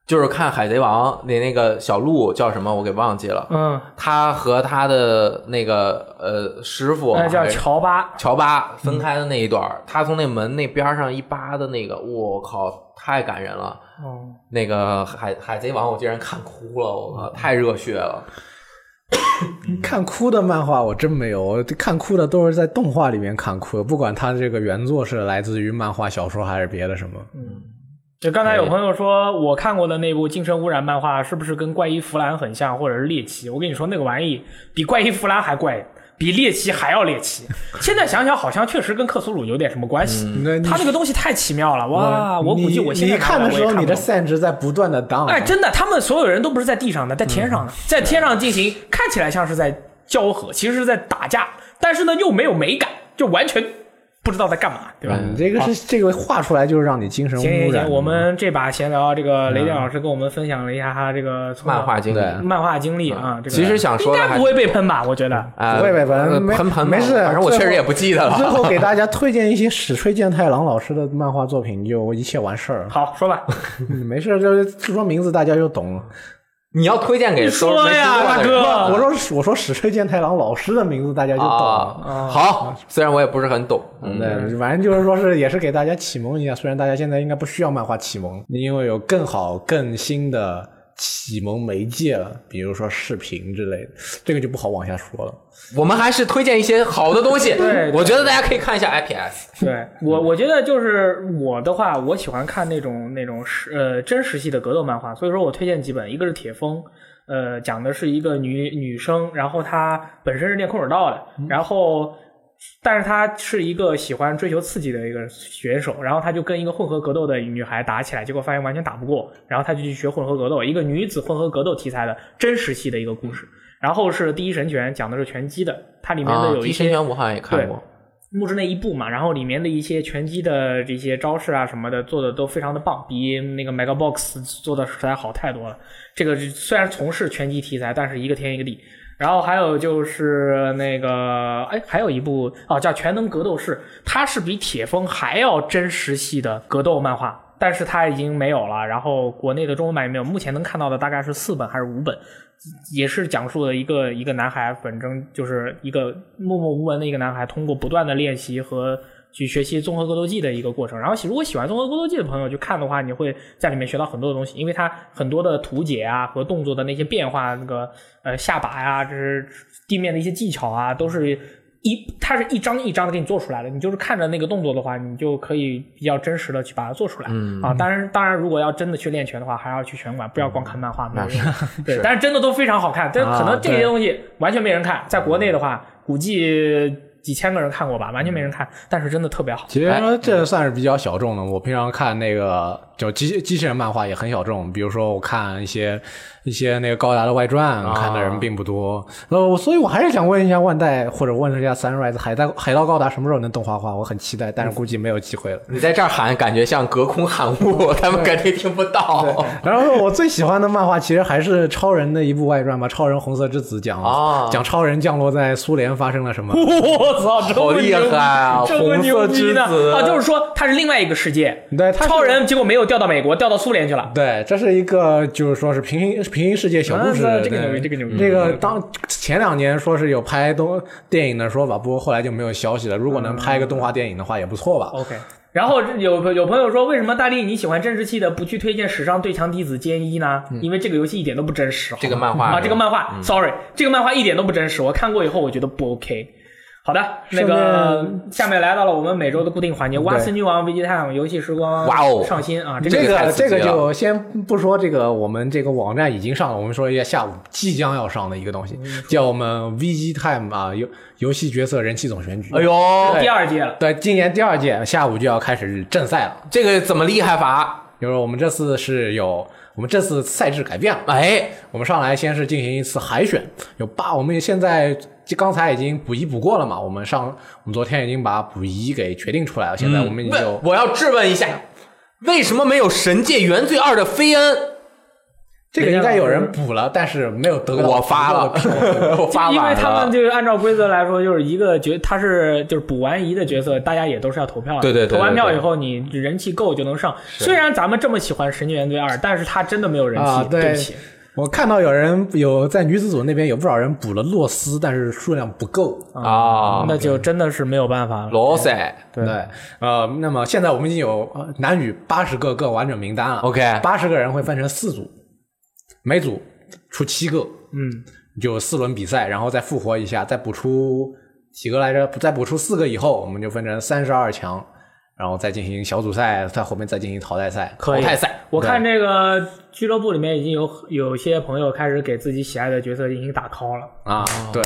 [SPEAKER 3] 就是看《海贼王》那那个小鹿叫什么，我给忘记了。
[SPEAKER 2] 嗯，
[SPEAKER 3] 他和他的那个呃师傅
[SPEAKER 2] 那哎叫
[SPEAKER 3] 还是
[SPEAKER 2] 乔巴，嗯
[SPEAKER 3] 乔巴分开的那一段儿，他从那门那边儿上一扒的那个，我靠，太感人了！
[SPEAKER 2] 哦，
[SPEAKER 3] 那个海海贼王，我竟然看哭了，我
[SPEAKER 2] 嗯
[SPEAKER 3] 靠，太热血了！
[SPEAKER 4] 看哭的漫画我真没有，我看哭的都是在动画里面看哭的，不管它这个原作是来自于漫画、小说还是别的什么。
[SPEAKER 2] 就刚才有朋友说我看过的那部《精神污染》漫画是不是跟《怪医弗兰》很像，或者是猎奇？我跟你说，那个玩意比《怪医弗兰》还怪，比猎奇还要猎奇。现在想想，好像确实跟克苏鲁有点什么关系。
[SPEAKER 4] 那你
[SPEAKER 2] 他那个东西太奇妙了，哇！我估计我现在
[SPEAKER 4] 嗯你看
[SPEAKER 2] 拿
[SPEAKER 4] 的
[SPEAKER 2] 过来
[SPEAKER 4] 时
[SPEAKER 2] 我
[SPEAKER 4] 候，
[SPEAKER 2] 也
[SPEAKER 4] 你
[SPEAKER 2] 看不
[SPEAKER 4] 的
[SPEAKER 2] 懂
[SPEAKER 4] 散值在不断的 down。啊
[SPEAKER 2] 哎，真的，他们所有人都不是在地上的，在天上
[SPEAKER 3] 嗯
[SPEAKER 2] 的，在天上进行看起来像是在交合，其实是在打架，但是呢又没有美感，就完全不知道在干嘛，对
[SPEAKER 3] 嗯
[SPEAKER 2] 吧？
[SPEAKER 4] 嗯你这个是这个画出来就是让你精神污
[SPEAKER 2] 行
[SPEAKER 4] 染
[SPEAKER 2] 行
[SPEAKER 4] 的嘛。
[SPEAKER 2] 行，我们这把闲聊，这个雷电老师跟我们分享了一下他这个从小
[SPEAKER 3] 漫画经历，
[SPEAKER 4] 对
[SPEAKER 2] 漫画经历啊，这个
[SPEAKER 3] 其实想
[SPEAKER 2] 应
[SPEAKER 3] 说的
[SPEAKER 2] 该
[SPEAKER 3] 还
[SPEAKER 2] 不会被喷吧？我觉得，
[SPEAKER 3] 啊，
[SPEAKER 4] 不会被喷
[SPEAKER 3] 呃
[SPEAKER 4] 没
[SPEAKER 3] 喷喷吧
[SPEAKER 4] 没事
[SPEAKER 3] 反正我
[SPEAKER 4] 最
[SPEAKER 3] 确实
[SPEAKER 4] 后
[SPEAKER 3] 也不记 得了。
[SPEAKER 4] 嗯最后给大家推荐一些史吹健太郎老师的漫画作品，就一切完事儿了。
[SPEAKER 2] 好说吧，
[SPEAKER 4] 嗯没事，就是说名字大家就懂了。
[SPEAKER 3] 你要推荐给
[SPEAKER 2] 你
[SPEAKER 3] 说啊
[SPEAKER 2] 说呀，大哥，
[SPEAKER 4] 我说我说史吹健太郎老师的名字大家就懂了。
[SPEAKER 3] 啊，好，虽然我也不是很懂，嗯，
[SPEAKER 4] 对，反正就是说是也是给大家启蒙一下，虽然大家现在应该不需要漫画启蒙，因为有更好更新的启蒙媒介了，比如说视频之类的，这个就不好往下说了。
[SPEAKER 3] 我们还是推荐一些好的东西。
[SPEAKER 2] 对
[SPEAKER 3] 我觉得大家可以看一下 IPS。
[SPEAKER 2] 对我，我觉得就是我的话，我喜欢看那种那种实呃真实系的格斗漫画，所以说我推荐几本，一个是《铁风》，呃，讲的是一个女女生，然后她本身是练空手道的，然后但是她是一个喜欢追求刺激的一个选手，然后她就跟一个混合格斗的女孩打起来，结果发现完全打不过，然后她就去学混合格斗，一个女子混合格斗题材的真实系的一个故事。然后是《第一神拳》，讲的是拳击的，它里面
[SPEAKER 3] 啊
[SPEAKER 2] 的，有
[SPEAKER 3] 第
[SPEAKER 2] 一
[SPEAKER 3] 一神
[SPEAKER 2] 些
[SPEAKER 3] 拳我好像也看过，
[SPEAKER 2] 木之内一部嘛，然后里面的一些拳击的这些招式啊什么的做的都非常的棒，比那个 Mega Box 做的实在好太多了。这个虽然从事拳击题材，但是一个天一个地。然后还有就是那个，哎，还有一部哦，叫《全能格斗士》，它是比《铁风》还要真实系的格斗漫画，但是它已经没有了。然后国内的中文版也没有，目前能看到的大概是四本还是五本，也是讲述了一个一个男孩，反正就是一个默默无闻的一个男孩，通过不断的练习和去学习综合格斗技的一个过程。然后，如果喜欢综合格斗技的朋友去看的话，你会在里面学到很多的东西，因为它很多的图解啊和动作的那些变化，那个呃下把呀、这是地面的一些技巧啊，都是一它是一张一张的给你做出来的。你就是看着那个动作的话，你就可以比较真实的去把它做出来、
[SPEAKER 3] 嗯
[SPEAKER 2] 啊。当然，当然，如果要真的去练拳的话，还要去拳馆，不要光看漫画。没有
[SPEAKER 3] 那是
[SPEAKER 2] 用对，但是真的都非常好看，但是可能这些东西完全没人看，在国内的话，估计几千个人看过吧，完全没人看，但是真的特别好。
[SPEAKER 4] 其实这算是比较小众的。我平常看那个就机机器人漫画也很小众，比如说我看一些一些那个高达的外传，看的人并不多。那我所以，我还是想问一下万代，或者问一下 Sunrise 海盗海盗高达什么时候能动画化？我很期待，但是估计没有机会了。
[SPEAKER 3] 你在这儿喊，感觉像隔空喊物，他们肯定听不到。
[SPEAKER 4] 然后我最喜欢的漫画其实还是超人的一部外传吧，《超人红色之子》讲、
[SPEAKER 3] 啊
[SPEAKER 4] 讲超人降落在苏联发生了什么。
[SPEAKER 2] 我操，这
[SPEAKER 3] 好
[SPEAKER 2] 么
[SPEAKER 3] 厉
[SPEAKER 2] 牛
[SPEAKER 3] 害啊！
[SPEAKER 2] 这么
[SPEAKER 3] 红
[SPEAKER 2] 牛
[SPEAKER 3] 色
[SPEAKER 2] 逼
[SPEAKER 3] 之
[SPEAKER 2] 呢
[SPEAKER 3] 子
[SPEAKER 2] 啊！就是说他是另外一个世界，
[SPEAKER 4] 对他是
[SPEAKER 2] 超人结果没有调到美国，调到苏联去了。
[SPEAKER 4] 对，这是一个就是说是平行平行世界小故事。
[SPEAKER 2] 啊这个
[SPEAKER 4] 对
[SPEAKER 2] 牛逼这个牛逼
[SPEAKER 4] 这
[SPEAKER 3] 嗯
[SPEAKER 4] 个当前两年说是有拍动电影的说法，不过后来就没有消息了。如果能拍一个动画电影的话，也不错吧。
[SPEAKER 2] OK。然后有有朋友说，为什么大力你喜欢真实系的，不去推荐史上最强弟子歼一呢？因为这个游戏一点都不真实。好吗
[SPEAKER 3] 这个漫画嗯
[SPEAKER 2] 啊，这个漫画，sorry，这个漫画一点都不真实。我看过以后，我觉得不 OK。好的，那个下面来到了我们每周的固定环节，哇森女王、危机探访、游戏时光、
[SPEAKER 3] 哇哦
[SPEAKER 2] 上新啊，这
[SPEAKER 4] 这
[SPEAKER 2] 个
[SPEAKER 3] 这个太
[SPEAKER 4] 个
[SPEAKER 3] 刺
[SPEAKER 4] 这
[SPEAKER 3] 激了
[SPEAKER 4] 个就先不说这个，我们这个网站已经上了，我们说一下下午即将要上的一个东西，
[SPEAKER 2] 嗯
[SPEAKER 4] 叫我们 VG Time 啊游游戏角色人气总选举。
[SPEAKER 3] 哎呦，
[SPEAKER 2] 第二季了。
[SPEAKER 4] 对，今年第二届下午就要开始正赛了。
[SPEAKER 3] 这个怎么厉害法？
[SPEAKER 4] 就是我们这次是有，我们这次赛制改变了。
[SPEAKER 3] 哎，
[SPEAKER 4] 我们上来先是进行一次海选，有八，我们现在就刚才已经补一补过了嘛，我们上我们昨天已经把补一给决定出来了，现在
[SPEAKER 3] 嗯
[SPEAKER 4] 我们已经有、
[SPEAKER 3] 问我要质问一下，为什么没有《神界原罪二》的菲恩？
[SPEAKER 4] 这个应该有人补了，但是没有得到
[SPEAKER 3] 嗯我发 了，我发
[SPEAKER 2] 因为
[SPEAKER 3] 晚
[SPEAKER 2] 他们
[SPEAKER 3] 了。
[SPEAKER 2] 就是按照规则来说，就是一个角，他是就是补完一的角色，大家也都是要投票的。
[SPEAKER 3] 对对对对
[SPEAKER 2] 投完票以后，你人气够就能上。虽然咱们这么喜欢《神经元罪二》，但是他真的没有人气，
[SPEAKER 4] 啊
[SPEAKER 2] 对
[SPEAKER 4] 对
[SPEAKER 2] 不起。
[SPEAKER 4] 我看到有人有在女子组那边有不少人补了洛斯，但是数量不够。
[SPEAKER 3] 啊，
[SPEAKER 2] 那就真的是没有办法了。
[SPEAKER 3] 罗塞
[SPEAKER 4] 对，呃，那么现在我们已经有呃男女八十个各完整名单了。
[SPEAKER 2] 哎
[SPEAKER 3] OK
[SPEAKER 4] 八十个人会分成四组，每组出七个，
[SPEAKER 2] 嗯，
[SPEAKER 4] 有四轮比赛，然后再复活一下，再补出几个来着？再补出四个以后，我们就分成三十二强，然后再进行小组赛，在后面再进行淘汰赛。
[SPEAKER 2] 可以
[SPEAKER 3] 淘汰赛
[SPEAKER 2] 我看这个俱乐部里面已经有有些朋友开始给自己喜爱的角色进行打 call 了，
[SPEAKER 4] 啊，对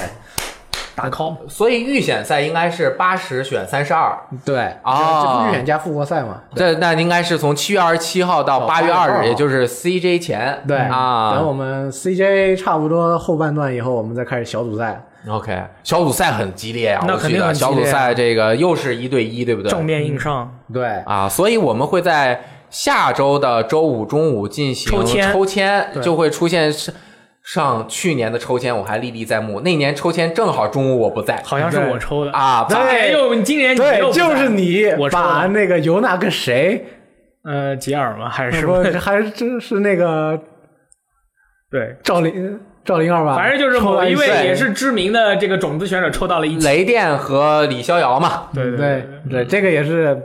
[SPEAKER 2] 打 call。
[SPEAKER 3] 所以预选赛应该是八十选三十二，
[SPEAKER 4] 对
[SPEAKER 3] 哦
[SPEAKER 2] 啊
[SPEAKER 4] 这不是预选加复活赛嘛？
[SPEAKER 2] 嗯
[SPEAKER 3] 这那应该是从七月二十七号到八月二
[SPEAKER 4] 哦
[SPEAKER 3] 日，也就是 CJ 前。
[SPEAKER 4] 对等
[SPEAKER 3] 啊
[SPEAKER 4] 我们 CJ 差不多后半段以后，我们再开始小组赛。
[SPEAKER 3] ，OK，小组赛很激烈啊，
[SPEAKER 2] 那
[SPEAKER 3] 我
[SPEAKER 2] 肯
[SPEAKER 3] 记
[SPEAKER 2] 定
[SPEAKER 3] 得
[SPEAKER 2] 很激烈
[SPEAKER 3] 小
[SPEAKER 2] 啊
[SPEAKER 3] 组赛这个又是一对一，对不对？
[SPEAKER 2] 正面硬上，
[SPEAKER 4] 对，
[SPEAKER 3] 啊，所以我们会在下周的周五中午进行
[SPEAKER 2] 抽签
[SPEAKER 3] 抽签就会出现上上去年的抽签，我还历历在目。那年抽签正好中午我不在
[SPEAKER 2] 好像是
[SPEAKER 4] 对
[SPEAKER 2] 我抽的。
[SPEAKER 3] 啊，
[SPEAKER 4] 对
[SPEAKER 3] 把
[SPEAKER 2] 哎呦，你今年你又
[SPEAKER 4] 对，
[SPEAKER 2] 不在
[SPEAKER 4] 就是你
[SPEAKER 2] 我抽
[SPEAKER 4] 把
[SPEAKER 2] 的，
[SPEAKER 4] 那个尤娜跟谁，
[SPEAKER 2] 呃，吉尔吗？还是什
[SPEAKER 4] 什
[SPEAKER 2] 么
[SPEAKER 4] 么？还是这是那个
[SPEAKER 2] 对，
[SPEAKER 4] 赵灵赵灵儿吧？
[SPEAKER 2] 反正就是
[SPEAKER 4] 啊抽
[SPEAKER 2] 某
[SPEAKER 4] 完
[SPEAKER 2] 一位
[SPEAKER 4] 赛
[SPEAKER 2] 也是知名的这个种子选手抽到了一起，
[SPEAKER 3] 雷电和李逍遥嘛。
[SPEAKER 2] 对对
[SPEAKER 4] 对
[SPEAKER 2] 对，
[SPEAKER 4] 对，这个也是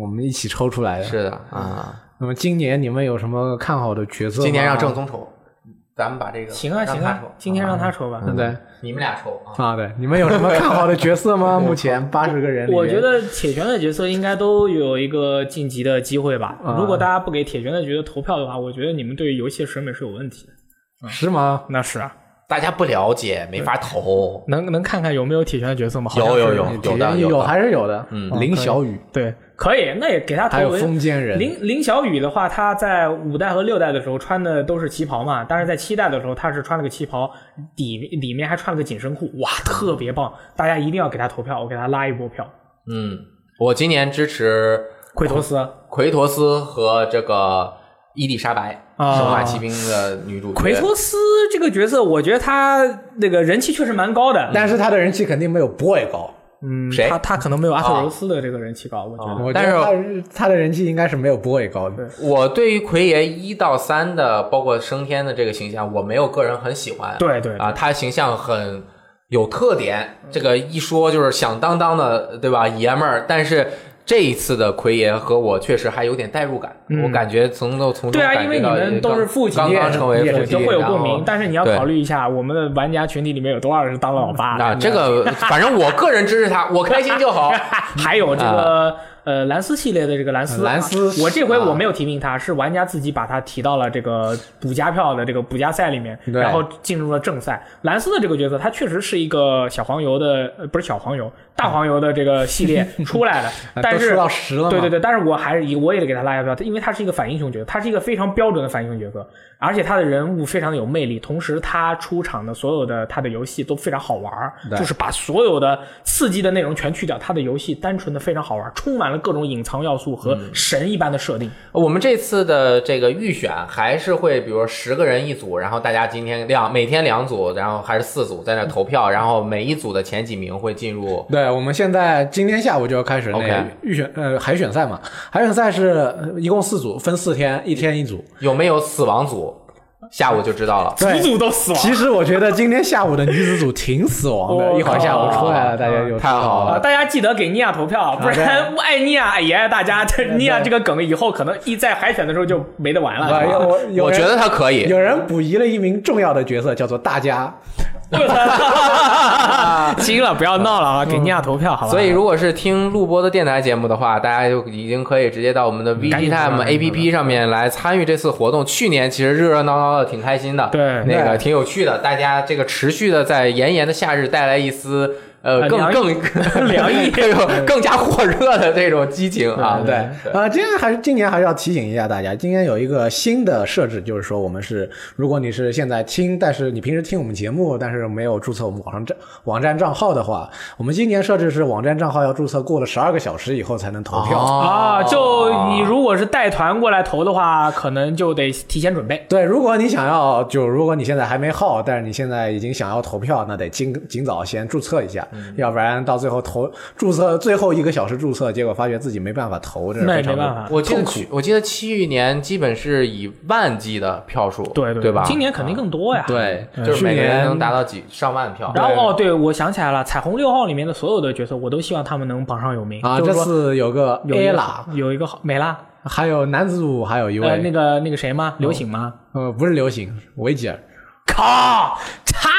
[SPEAKER 4] 我们一起抽出来的。
[SPEAKER 3] 是的啊，
[SPEAKER 4] 那么今年你们有什么看好的角色吗？
[SPEAKER 3] 今年让郑聪抽，咱们把这个
[SPEAKER 2] 行啊
[SPEAKER 3] 让
[SPEAKER 2] 行
[SPEAKER 3] 他
[SPEAKER 2] 啊
[SPEAKER 3] 抽，
[SPEAKER 2] 今天让他抽吧。
[SPEAKER 4] 嗯对
[SPEAKER 3] 你们俩抽啊。
[SPEAKER 4] 啊，对，你们有什么看好的角色 吗？目前八十个人里面，
[SPEAKER 2] 我觉得铁拳的角色应该都有一个晋级的机会吧。
[SPEAKER 4] 啊
[SPEAKER 2] 如果大家不给铁拳的角色投票的话，我觉得你们对游戏的审美是有问题的。
[SPEAKER 4] 是吗？
[SPEAKER 2] 那是啊，
[SPEAKER 3] 大家不了解，没法投。
[SPEAKER 2] 能能看看有没有铁拳的角色吗？好像
[SPEAKER 3] 有有
[SPEAKER 2] 是
[SPEAKER 3] 有有的
[SPEAKER 4] 有
[SPEAKER 3] 的，
[SPEAKER 4] 还是有的。
[SPEAKER 3] 嗯
[SPEAKER 4] 林小雨
[SPEAKER 2] 对，可以，那也给他投
[SPEAKER 4] 还有
[SPEAKER 2] 为
[SPEAKER 4] 风间人
[SPEAKER 2] 林林小雨的话，他在五代和六代的时候穿的都是旗袍嘛，但是在七代的时候，他是穿了个旗袍，底里面还穿了个紧身裤，哇，特别棒！大家一定要给他投票，我给他拉一波票。
[SPEAKER 3] 嗯，我今年支持
[SPEAKER 2] 奎托斯，
[SPEAKER 3] 奎托斯和这个伊丽莎白，
[SPEAKER 2] 啊
[SPEAKER 3] 生化奇兵的女主角。
[SPEAKER 2] 奎托斯这个角色，我觉得他那个人气确实蛮高的，
[SPEAKER 4] 但是他的人气肯定没有 boy 高，
[SPEAKER 2] 嗯，
[SPEAKER 3] 谁哦
[SPEAKER 2] 他他可能没有阿特柔斯的这个人气高，我觉得。
[SPEAKER 3] 啊
[SPEAKER 4] 我觉
[SPEAKER 3] 但是
[SPEAKER 4] 得他是他的人气应该是没有 boy 高的。
[SPEAKER 3] 我对于奎爷一到三的，包括升天的这个形象，我没有个人很喜欢。
[SPEAKER 2] 对对
[SPEAKER 3] 啊，他形象很有特点，这个一说就是响当当的，对吧？爷们儿。但是这一次的奎爷和我确实还有点代入感，我感觉从都从
[SPEAKER 2] 嗯
[SPEAKER 3] 中
[SPEAKER 2] 对啊，
[SPEAKER 3] 感
[SPEAKER 2] 因为
[SPEAKER 3] 觉
[SPEAKER 2] 你
[SPEAKER 3] 到
[SPEAKER 2] 们都是父亲，
[SPEAKER 3] 刚刚成为
[SPEAKER 2] 也
[SPEAKER 3] 父
[SPEAKER 2] 是
[SPEAKER 3] 亲，
[SPEAKER 2] 都会有共
[SPEAKER 3] 然
[SPEAKER 2] 鸣
[SPEAKER 3] 后。
[SPEAKER 2] 但是你要
[SPEAKER 3] 对
[SPEAKER 2] 考虑一下，我们的玩家群体里面有多少人是当老爸的
[SPEAKER 3] 啊，这个反正我个人支持他，我开心就 好。
[SPEAKER 2] 还有这个呃蓝斯系列的这个蓝斯，
[SPEAKER 4] 啊蓝斯
[SPEAKER 2] 啊我这回我没有提名他，是玩家自己把他提到了这个补加票的这个补加赛里面，
[SPEAKER 4] 对
[SPEAKER 2] 然后进入了正赛。蓝斯的这个角色，他确实是一个小黄油的，呃不是小黄油，大黄油的这个系 列出来的，但
[SPEAKER 4] 都
[SPEAKER 2] 是
[SPEAKER 4] 出到十了嘛
[SPEAKER 2] 对对对，但是我还是以我也得给他拉一票，因为他是一个反英雄角色，他是一个非常标准的反英雄角色，而且他的人物非常的有魅力，同时他出场的所有的他的游戏都非常好玩儿，就是把所有的刺激的内容全去掉，他的游戏单纯的非常好玩儿，充满了各种隐藏要素
[SPEAKER 4] 嗯
[SPEAKER 2] 和神一般的设定。
[SPEAKER 3] 我们这次的这个预选还是会，比如说十个人一组，然后大家今天两每天两组，然后还是四组在那投票，然后每一组的前几名会进入
[SPEAKER 4] 对，我们现在今天下午就要开始那
[SPEAKER 3] OK
[SPEAKER 4] 个预选呃海选赛嘛，海选赛是呃一共四组，分四天，一天一组。
[SPEAKER 3] 有没有死亡组，下午就知道了。
[SPEAKER 4] 对
[SPEAKER 2] 组组都死亡
[SPEAKER 4] 其实我觉得今天下午的女子组挺死亡
[SPEAKER 2] 我
[SPEAKER 4] 的，
[SPEAKER 2] 靠
[SPEAKER 4] 一会儿下午出来了，大家就
[SPEAKER 3] 太好
[SPEAKER 2] 啊！
[SPEAKER 3] 了，
[SPEAKER 2] 大家记得给妮亚投票啊，不然爱妮亚也爱大家。 这妮亚这个梗以后可能一在海选的时候就没得玩
[SPEAKER 4] 啊，
[SPEAKER 2] 了。
[SPEAKER 4] 有我有
[SPEAKER 3] 我
[SPEAKER 4] 人
[SPEAKER 3] 觉得他可以
[SPEAKER 4] 有人补遗了一名重要的角色，叫做大家。
[SPEAKER 2] 行了，不要闹了啊！给妮亚投票好吧？
[SPEAKER 3] 所以，如果是听录播的电台节目的话，大家就已经可以直接到我们的 VG
[SPEAKER 2] 嗯紧上
[SPEAKER 3] Time
[SPEAKER 2] 来
[SPEAKER 3] APP 上面来参与这次活动。去年其实热热闹闹的，挺开心的，
[SPEAKER 2] 对
[SPEAKER 3] 那个
[SPEAKER 4] 对
[SPEAKER 3] 挺有趣的。大家这个持续的在炎炎的夏日带来一丝呃
[SPEAKER 2] 啊
[SPEAKER 3] 更
[SPEAKER 2] 凉
[SPEAKER 3] 更
[SPEAKER 2] 凉 意
[SPEAKER 3] 更更加火热的这种激情啊，
[SPEAKER 4] 对，啊，今天还是今年还是要提醒一下大家，今年有一个新的设置，就是说我们是，如果你是现在听，但是你平时听我们节目，但是没有注册我们网上账网站账号的话，我们今年设置是网站账号要注册过了十二个小时以后才能投票。
[SPEAKER 2] 啊，就
[SPEAKER 3] 哦
[SPEAKER 2] 你如果是带团过来投的话，可能就得提前准备。
[SPEAKER 4] 对，如果你想要，就如果你现在还没号，但是你现在已经想要投票，那得尽尽早先注册一下，
[SPEAKER 2] 嗯
[SPEAKER 4] 要不然到最后投注册最后一个小时注册，结果发觉自己没办法投，这是
[SPEAKER 2] 那
[SPEAKER 4] 非
[SPEAKER 2] 也
[SPEAKER 4] 常
[SPEAKER 2] 没
[SPEAKER 4] 的
[SPEAKER 2] 办法
[SPEAKER 3] 我记得
[SPEAKER 4] 痛苦
[SPEAKER 3] 去，我记得去年基本是以万计的票数，
[SPEAKER 2] 对
[SPEAKER 3] 对
[SPEAKER 2] 对
[SPEAKER 3] 吧？
[SPEAKER 2] 今年肯定更多呀。。
[SPEAKER 3] 对，就是每个
[SPEAKER 4] 去
[SPEAKER 3] 人
[SPEAKER 4] 年
[SPEAKER 3] 能达到几上万票。
[SPEAKER 2] 然后哦，对，我想起来了，《彩虹六号》里面的所有的角色，我都希望他们能榜上有名
[SPEAKER 4] 啊！
[SPEAKER 2] 就
[SPEAKER 4] 这
[SPEAKER 2] 是说
[SPEAKER 4] 次有个
[SPEAKER 2] 有一
[SPEAKER 4] A
[SPEAKER 2] 个
[SPEAKER 4] 啦，
[SPEAKER 2] 有一个好美拉，
[SPEAKER 4] 还有男子组，还有一位、
[SPEAKER 2] 呃，那个那个谁吗？刘醒吗？
[SPEAKER 4] 呃不是刘行，维吉尔，
[SPEAKER 2] 靠，他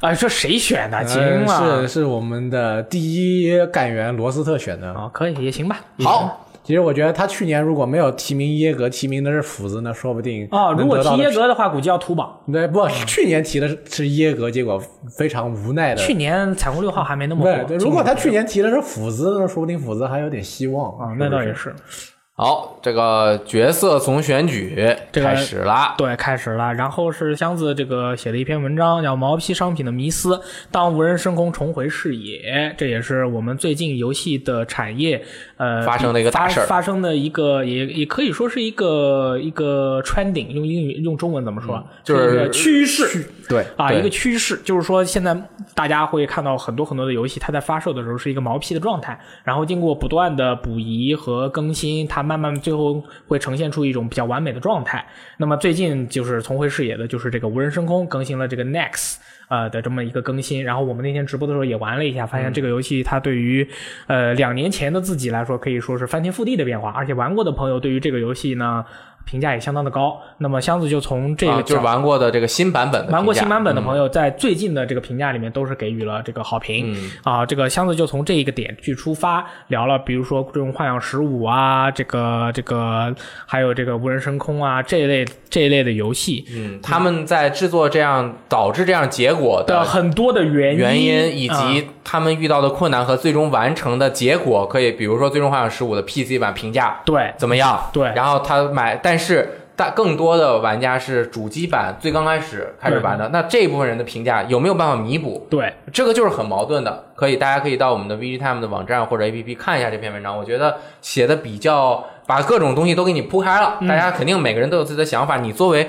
[SPEAKER 2] 啊，说谁选的？惊
[SPEAKER 4] 呃
[SPEAKER 2] 了
[SPEAKER 4] 是是我们的第一干员罗斯特选的。
[SPEAKER 2] 啊，可以也行吧。
[SPEAKER 3] 好，
[SPEAKER 4] 其实我觉得他去年如果没有提名耶格，提名的是斧子呢，说不定
[SPEAKER 2] 哦，如果
[SPEAKER 4] 能
[SPEAKER 2] 提
[SPEAKER 4] 得到的
[SPEAKER 2] 耶格的话，估计要秃榜。
[SPEAKER 4] 对不？ 去年提的是是耶格，结果非常无奈的。
[SPEAKER 2] 去年彩虹六号还哦没那么
[SPEAKER 4] 对
[SPEAKER 2] 火，
[SPEAKER 4] 呃对，
[SPEAKER 2] 今
[SPEAKER 4] 如果
[SPEAKER 2] 年
[SPEAKER 4] 他去年提的是斧子，那说不定斧子还有点希望
[SPEAKER 2] 啊，那倒也
[SPEAKER 4] 是
[SPEAKER 2] 是。
[SPEAKER 3] 好，这个角色从选举
[SPEAKER 2] 这个
[SPEAKER 3] 开始啦。
[SPEAKER 2] 对，开始了。然后是箱子这个写了一篇文章，叫《毛坯商品的迷思：当无人升空重回视野》，这也是我们最近游戏的产业呃
[SPEAKER 3] 发生的一个大事儿
[SPEAKER 2] 发发生的一个也也可以说是一个一个 trending，用英语用中文怎么说啊？
[SPEAKER 3] 嗯就是
[SPEAKER 2] 一个趋势。
[SPEAKER 4] 不是。对，
[SPEAKER 2] 啊，
[SPEAKER 3] 对
[SPEAKER 2] 一个趋势就是说，现在大家会看到很多很多的游戏，它在发售的时候是一个毛坯的状态，然后经过不断的补遗和更新，它慢慢最后会呈现出一种比较完美的状态。那么最近就是重回视野的，就是这个无人升空更新了这个 Next。呃的这么一个更新，然后我们那天直播的时候也玩了一下，
[SPEAKER 3] 嗯
[SPEAKER 2] 发现这个游戏它对于呃两年前的自己来说，可以说是翻天覆地的变化，而且玩过的朋友对于这个游戏呢评价也相当的高。那么箱子就从这个
[SPEAKER 3] 啊，就是
[SPEAKER 2] 角
[SPEAKER 3] 玩过的这个新版本的
[SPEAKER 2] 玩过
[SPEAKER 3] 呃评价嗯
[SPEAKER 2] 新版本的朋友，在最近的这个评价里面都是给予了这个好评、啊。这个箱子就从这一个点去出发，聊了比如说这种幻想十五啊，这个这个还有这个无人升空啊这一类这一类的游戏
[SPEAKER 3] 嗯他们在制作这样导致这样结果
[SPEAKER 2] 的
[SPEAKER 3] 的
[SPEAKER 2] 很多的原因
[SPEAKER 3] 原因，以
[SPEAKER 2] 啊
[SPEAKER 3] 及他们遇到的困难和最终完成的结果，可以比如说《最终幻想十五》的 PC 版评价
[SPEAKER 2] 对
[SPEAKER 3] 怎么样？
[SPEAKER 2] 对
[SPEAKER 3] 然后他买，但是大更多的玩家是主机版最刚开始开始玩的，那这一部分人的评价有没有办法弥补？
[SPEAKER 2] 对
[SPEAKER 3] 这个就是很矛盾的，可以大家可以到我们的 VG Time 的网站或者 APP 看一下这篇文章，我觉得写的比较把各种东西都给你铺开了，
[SPEAKER 2] 嗯
[SPEAKER 3] 大家肯定每个人都有自己的想法，你作为。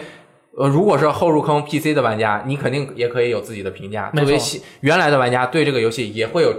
[SPEAKER 3] 呃，如果是后入坑 PC 的玩家，你肯定也可以有自己的评价。
[SPEAKER 2] 没
[SPEAKER 3] 作
[SPEAKER 2] 错
[SPEAKER 3] 为新原来的玩家，对这个游戏也会有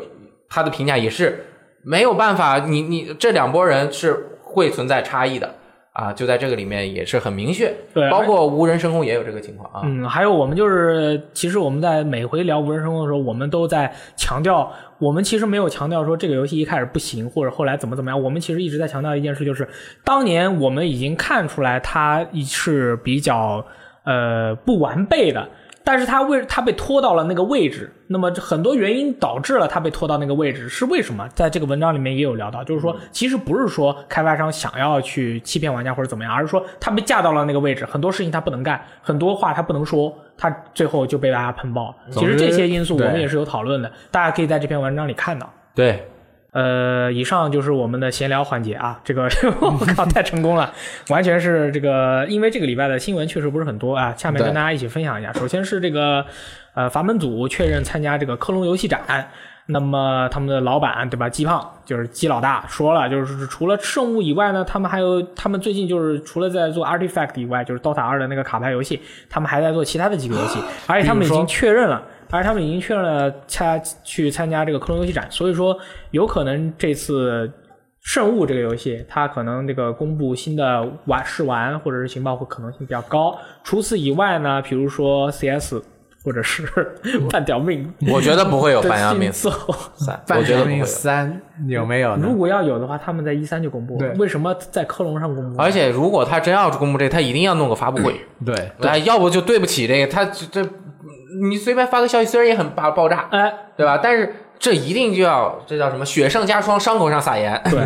[SPEAKER 3] 他的评价，也是没有办法。你你这两拨人是会存在差异的啊，就在这个里面也是很明确。
[SPEAKER 2] 对
[SPEAKER 3] 包括无人升空也有这个情况啊。
[SPEAKER 2] 嗯，还有我们就是，其实我们在每回聊无人升空的时候，我们都在强调，我们其实没有强调说这个游戏一开始不行，或者后来怎么怎么样。我们其实一直在强调一件事，就是当年我们已经看出来它是比较呃不完备的，但是它为它被拖到了那个位置，那么这很多原因导致了它被拖到那个位置，是为什么？在这个文章里面也有聊到，就是说，其实不是说开发商想要去欺骗玩家或者怎么样，而是说他被架到了那个位置，很多事情他不能干，很多话他不能说，他最后就被大家喷爆。
[SPEAKER 4] 总
[SPEAKER 2] 其
[SPEAKER 4] 之
[SPEAKER 2] 实这些因素我们
[SPEAKER 4] 对
[SPEAKER 2] 也是有讨论的，大家可以在这篇文章里看到。
[SPEAKER 3] 对，
[SPEAKER 2] 呃，以上就是我们的闲聊环节啊。这个 我靠，太成功了，完全是这个，因为这个礼拜的新闻确实不是很多啊。下面
[SPEAKER 3] 对
[SPEAKER 2] 跟大家一起分享一下。首先是这个，呃，阀门组确认参加这个科隆游戏展。那么他们的老板对吧，鸡胖就是鸡老大说了，就是除了圣物以外呢，他们还有他们最近就是除了在做 Artifact 以外，就是 DOTA 二的那个卡牌游戏，他们还在做其他的几个游 戏，而且他们已
[SPEAKER 4] 比如
[SPEAKER 2] 经
[SPEAKER 4] 说
[SPEAKER 2] 确认了，而且他们已经确认了参去参加这个克隆游戏展，所以说有可能这次《圣物》这个游戏，它可能这个公布新的玩试玩或者是情报会可能性比较高。除此以外呢，比如说 CS 或者是 半条命
[SPEAKER 3] 我觉得 不会有
[SPEAKER 2] 的
[SPEAKER 3] 半阳
[SPEAKER 2] 新
[SPEAKER 3] 明
[SPEAKER 2] 作，
[SPEAKER 3] 散，
[SPEAKER 4] 半
[SPEAKER 3] 我觉得不会
[SPEAKER 4] 命
[SPEAKER 3] 有。
[SPEAKER 4] 三有没有呢
[SPEAKER 2] 如？果要有的话，他们在一三就公布了
[SPEAKER 4] 对，
[SPEAKER 2] 为什么在科隆上公布？
[SPEAKER 3] 而且如果他真要公布这，他一定要弄个发布会，
[SPEAKER 4] 嗯对，
[SPEAKER 3] 哎，要不就
[SPEAKER 4] 嗯
[SPEAKER 3] 对不起这个，他这这你随便发个消息，虽然也很爆爆炸，
[SPEAKER 2] 哎，
[SPEAKER 3] 对吧？但是这一定就要这叫什么雪上加霜，伤口上撒 盐，
[SPEAKER 2] 对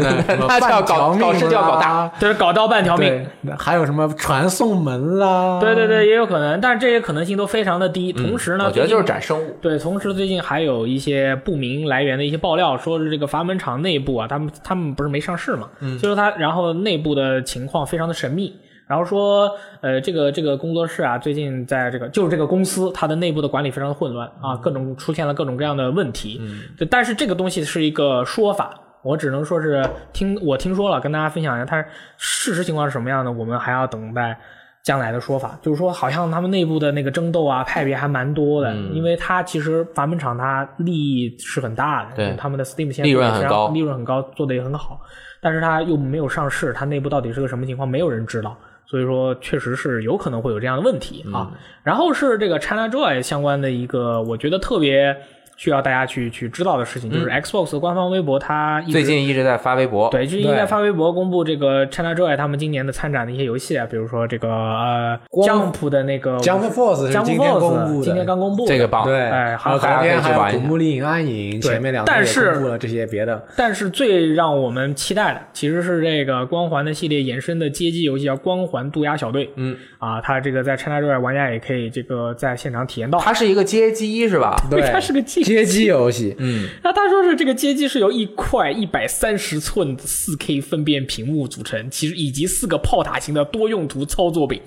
[SPEAKER 3] 那就要搞搞事就要搞大。
[SPEAKER 4] 大，
[SPEAKER 2] 就是搞到半条命
[SPEAKER 4] 对。，还有什么传送门啦？
[SPEAKER 2] 对对对，也有可能，但是这些可能性都非常的低。同时呢，
[SPEAKER 3] 嗯我觉得就
[SPEAKER 2] 最
[SPEAKER 3] 是
[SPEAKER 2] 近
[SPEAKER 3] 展生物，
[SPEAKER 2] 对，同时最近还有一些不明来源的一些爆料，说是这个阀门厂内部啊，他们他们不是没上市嘛，嗯，就说他，然后内部的情况非常的神秘，然后说，呃，这个这个工作室啊，最近在这个就是这个公司，它的内部的管理非常的混乱啊，
[SPEAKER 3] 嗯
[SPEAKER 2] 各种出现了各种各样的问题，嗯，对，但是这个东西是一个说法。我只能说是听我听说了，跟大家分享一下，它是事实情况是什么样的，我们还要等待将来的说法，就是说好像他们内部的那个争斗啊，派别还蛮多的，
[SPEAKER 3] 嗯
[SPEAKER 2] 因为它其实阀门厂它利益是很大的，
[SPEAKER 3] 对
[SPEAKER 2] 因为他们的 Steam 现在
[SPEAKER 3] 利润很高
[SPEAKER 2] 利润很高，做的也很好，但是它又没有上市，它内部到底是个什么情况，没有人知道。所以说，确实是有可能会有这样的问题
[SPEAKER 3] 嗯
[SPEAKER 2] 啊。然后是这个 ChinaJoy 相关的一个，我觉得特别需要大家去去知道的事情，就是
[SPEAKER 4] 嗯
[SPEAKER 2] Xbox 的官方微博它一直
[SPEAKER 3] 最近一直在发微博，
[SPEAKER 2] 对，就是应该发微博公布这个 ChinaJoy 他们今年的参展的一些游戏啊，比如说这个呃 Jump 的那个
[SPEAKER 4] Jump Force 是
[SPEAKER 2] Jump
[SPEAKER 4] 今天公
[SPEAKER 2] Force
[SPEAKER 4] 布的
[SPEAKER 2] 今天刚公布的
[SPEAKER 3] 这个棒，
[SPEAKER 4] 对，
[SPEAKER 2] 哎
[SPEAKER 4] 还有昨
[SPEAKER 3] 还还
[SPEAKER 4] 天
[SPEAKER 3] 还
[SPEAKER 4] 还
[SPEAKER 3] 玩
[SPEAKER 4] 有
[SPEAKER 3] 一
[SPEAKER 4] 古墓丽影暗影，前面两
[SPEAKER 2] 但
[SPEAKER 4] 天也
[SPEAKER 2] 是
[SPEAKER 4] 公布了这些别的，
[SPEAKER 2] 但是最让我们期待的其实是这个光环的系列衍生的街机游戏叫《光环渡鸦小队》。
[SPEAKER 3] 嗯，
[SPEAKER 2] 啊，它这个在 ChinaJoy 玩家也可以这个在现场体验 到。
[SPEAKER 3] 它是一个街机是吧？
[SPEAKER 4] 对，
[SPEAKER 2] 它是个街
[SPEAKER 4] 街机游戏，
[SPEAKER 3] 嗯，
[SPEAKER 2] 那他说是这个街机是由一块一百三十寸四 K 分辨屏幕组成，其实以及四个炮塔型的多用途操作柄。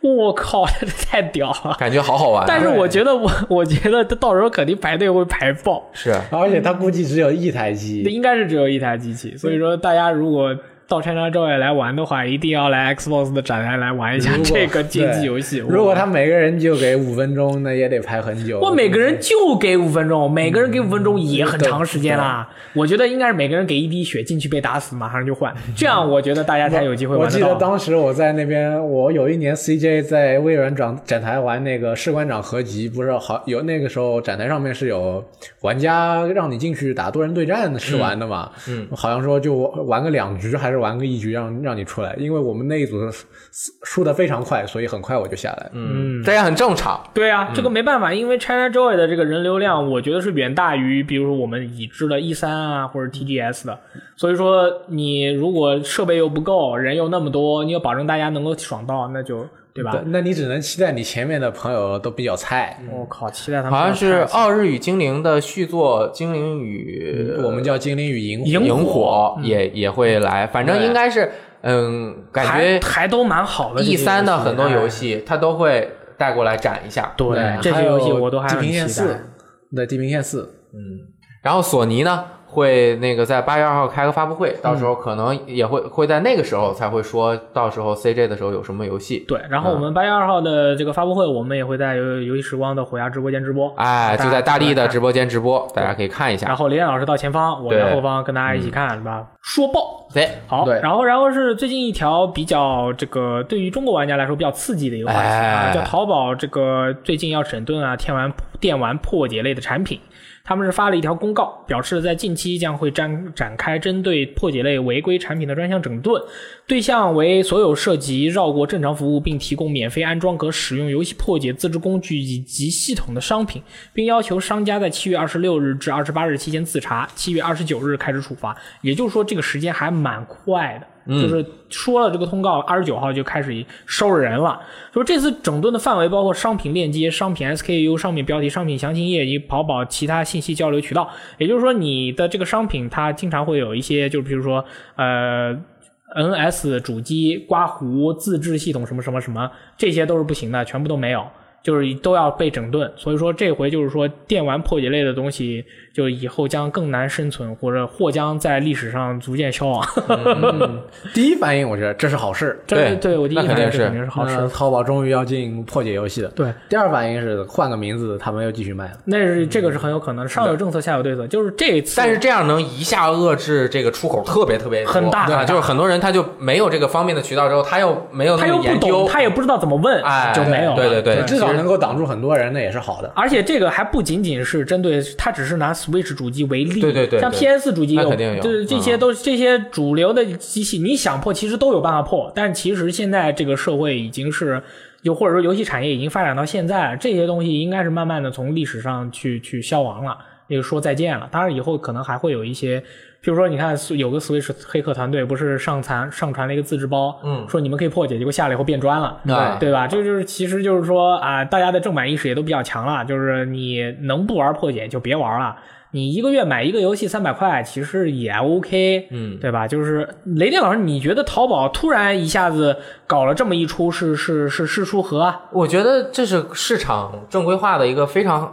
[SPEAKER 2] 我靠， 这太屌了！
[SPEAKER 3] 感觉好好玩啊。
[SPEAKER 2] 但是我觉得我我觉得到时候肯定排队会排爆，
[SPEAKER 3] 是啊
[SPEAKER 4] 而且它估计只有一台机，
[SPEAKER 2] 应该是只有一台机器。所以说大家如果到 ChinaJoy 来玩的话，一定要来 Xbox 的展台来玩一下
[SPEAKER 4] 如果
[SPEAKER 2] 这个街机游戏。
[SPEAKER 4] 对如果他每个人就给五分钟，那也得排很久。
[SPEAKER 2] 我每个人就给五分
[SPEAKER 4] 嗯
[SPEAKER 2] 钟，每个人给五分钟也很长时间啦。我觉得应该是每个人给一滴血进去被打死，马上就换，这样我觉得大家才有机会
[SPEAKER 4] 嗯我
[SPEAKER 2] 玩
[SPEAKER 4] 记得
[SPEAKER 2] 到。
[SPEAKER 4] 当时我在那边，我有一年 CJ 在微软展展台玩那个士官长合集，不是好有那个时候展台上面是有玩家让你进去打多人对战试玩的嘛，嗯，好像说就玩个两局还是玩个一局让让你出来，因为我们那一组输输的非常快，所以很快我就下来，嗯，
[SPEAKER 3] 嗯，这也很正常。
[SPEAKER 2] 对啊，这个没办法，因为 ChinaJoy 的这个人流量，我觉得是远大于比如说我们已知的 E 三啊或者 TGS 的。
[SPEAKER 4] 嗯
[SPEAKER 2] 所以说，你如果设备又不够，人又那么多，你要保证大家能够爽到，那就对吧？
[SPEAKER 4] 那你只能期待你前面的朋友都比较菜，
[SPEAKER 2] 我靠，期待他们
[SPEAKER 3] 好像是
[SPEAKER 2] 看
[SPEAKER 3] 《奥日与精灵》的续作《精灵与
[SPEAKER 4] 嗯我们叫精灵与萤火，
[SPEAKER 2] 嗯萤嗯
[SPEAKER 3] 萤火》也也会来，反正
[SPEAKER 4] 对
[SPEAKER 3] 应该是嗯，感
[SPEAKER 2] 还
[SPEAKER 3] 觉
[SPEAKER 2] 还都蛮好的。
[SPEAKER 3] E 三的
[SPEAKER 2] 的
[SPEAKER 3] 很多游
[SPEAKER 2] 戏
[SPEAKER 3] 戏它都会带过来展一下。嗯
[SPEAKER 2] 哎，对
[SPEAKER 4] 对，
[SPEAKER 2] 这些游戏我都还
[SPEAKER 4] 哦地
[SPEAKER 2] 很
[SPEAKER 4] 平
[SPEAKER 2] 期
[SPEAKER 4] 线
[SPEAKER 2] 待
[SPEAKER 4] 四。，对，地平线四，
[SPEAKER 3] 然后索尼呢会那个在八月二号开个发布会，到时
[SPEAKER 2] 嗯
[SPEAKER 3] 候可能也会会在那个时候才会说，到时候 CJ 的时候有什么游戏。
[SPEAKER 2] 对，然后我们八月二号的这个发布会，我们也会在游游戏时光的虎牙直播间直播，
[SPEAKER 3] 哎，
[SPEAKER 2] 大家
[SPEAKER 3] 就在大力的直
[SPEAKER 2] 播。
[SPEAKER 3] 播间直播，大家可以看一
[SPEAKER 2] 然
[SPEAKER 3] 下。
[SPEAKER 2] 后林燕老师到前方，我在
[SPEAKER 3] 对嗯
[SPEAKER 2] 后方跟大家一起看，是吧？说爆。
[SPEAKER 3] 对，
[SPEAKER 2] 好，
[SPEAKER 4] 对
[SPEAKER 2] 然后然后是最近一条比较这个对于中国玩家来说比较刺激的一个话题啊，
[SPEAKER 3] 哎
[SPEAKER 2] 叫淘宝这个最近要整顿啊电玩电玩破解类的产品，他们是发了一条公告，表示在近期将会展展开针对破解类违规产品的专项整顿，对象为所有涉及绕过正常服务并提供免费安装和使用游戏破解自制工具以及系统的商品，并要求商家在七月二十六日至二十八日期间自查，七月二十九日开始处罚。也就是说，这个时间还蛮快的。就是说了这个通告，二十九号就开始收拾人了。就是这次整顿的范围包括商品链接、商品 SKU、商品标题、商品详情页以及淘宝其他信息交流渠道。也就是说，你的这个商品它经常会有一些，就比如说呃 NS 主机、刮胡、自制系统什么什么什么，这些都是不行的，全部都没有，就是都要被整顿。所以说这回就是说电玩破解类的东西，就以后将更难生存，或者或将在历史上逐渐消亡。
[SPEAKER 4] 第一反应我觉得这是好事，
[SPEAKER 2] 这
[SPEAKER 3] 对
[SPEAKER 2] 对我第一
[SPEAKER 3] 那肯
[SPEAKER 2] 反应
[SPEAKER 3] 定
[SPEAKER 2] 这
[SPEAKER 3] 是嗯
[SPEAKER 2] 肯定是好
[SPEAKER 4] 那
[SPEAKER 2] 事。
[SPEAKER 4] 淘宝终于要进破解游戏了。
[SPEAKER 2] 对，
[SPEAKER 4] 第二反应是换个名字，他们又继续卖了。
[SPEAKER 2] 那是这个是很有可能的，上有政策，下有对策，就是这一次。
[SPEAKER 3] 但是这样能一下遏制这个出口特别特别多
[SPEAKER 2] 很大
[SPEAKER 3] 对
[SPEAKER 2] 很大
[SPEAKER 3] 就是很多人他就没有这个方面的渠道，之后他又没有
[SPEAKER 2] 他
[SPEAKER 3] 那
[SPEAKER 2] 又
[SPEAKER 3] 么
[SPEAKER 2] 不
[SPEAKER 3] 研
[SPEAKER 2] 懂，
[SPEAKER 3] 究，
[SPEAKER 2] 他也不知道怎么问，
[SPEAKER 3] 哎
[SPEAKER 2] 就没有了。
[SPEAKER 3] 对对对，
[SPEAKER 4] 至
[SPEAKER 3] 其
[SPEAKER 4] 少
[SPEAKER 3] 实
[SPEAKER 4] 能够挡住很多人，那也是好的。
[SPEAKER 2] 而且这个还不仅仅是针对，它只是拿 Switch 主机为例，
[SPEAKER 3] 对对对
[SPEAKER 2] 像
[SPEAKER 3] 对
[SPEAKER 2] PS 主机
[SPEAKER 3] 那
[SPEAKER 2] 有，
[SPEAKER 3] 肯定有嗯
[SPEAKER 2] 就是这些都是、这些主流的机器，你想破其实都有办法破，但其实现在这个社会已经是。又或者说，游戏产业已经发展到现在，这些东西应该是慢慢的从历史上去去消亡了。也说再见了。当然以后可能还会有一些，譬如说你看有个 Switch 黑客团队不是上传上传了一个自制包，
[SPEAKER 3] 嗯
[SPEAKER 2] 说你们可以破解，结果下来以后变砖了，
[SPEAKER 3] 啊
[SPEAKER 2] 对吧？这就是其实就是说啊、大家的正版意识也都比较强了，就是你能不玩破解就别玩了。你一个月买一个游戏三百块，其实也 OK，
[SPEAKER 3] 嗯
[SPEAKER 2] 对吧？就是雷电老师，你觉得淘宝突然一下子搞了这么一出是，是是是出何啊？
[SPEAKER 3] 我觉得这是市场正规化的一个非常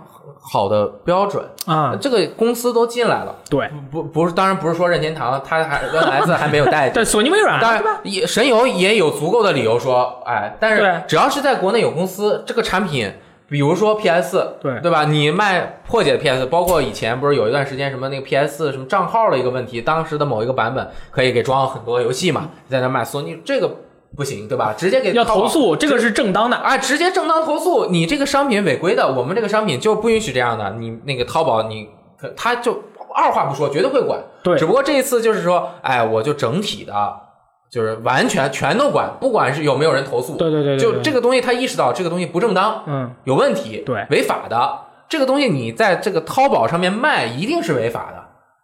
[SPEAKER 3] 好的标准。
[SPEAKER 2] 啊，
[SPEAKER 3] 这个公司都进来了，
[SPEAKER 2] 对，
[SPEAKER 3] 嗯不不是，当然不是说任天堂它还 NS 还没有 带进
[SPEAKER 2] 对，索尼、微软，
[SPEAKER 3] 当然，也神游也有足够的理由说，哎，但
[SPEAKER 2] 对
[SPEAKER 3] 是只要是在国内有公司，这个产品，比如说 PS，
[SPEAKER 2] 对
[SPEAKER 3] 对吧？你卖破解 PS，包括以前不是有一段时间什么那个 PS 什么账号的一个问题，当时的某一个版本可以给装很多游戏嘛，在那卖，索尼这个不行，对吧？直接给
[SPEAKER 2] 要
[SPEAKER 3] 淘宝
[SPEAKER 2] 投诉，这个是正当的。
[SPEAKER 3] 啊，直接正当投诉，你这个商品违规的，我们这个商品就不允许这样的。你那个淘宝，你可他就二话不说，绝对会管。
[SPEAKER 2] 对
[SPEAKER 3] 只不过这一次就是说，哎，我就整体的，就是完全全都管，不管是有没有人投诉。
[SPEAKER 2] 对对对对
[SPEAKER 3] 就
[SPEAKER 2] 对
[SPEAKER 3] 这个东西，他意识到这个东西不正当，
[SPEAKER 2] 嗯，
[SPEAKER 3] 有问题，
[SPEAKER 2] 对
[SPEAKER 3] 违法的这个东西，你在这个淘宝上面卖，一定是违法的，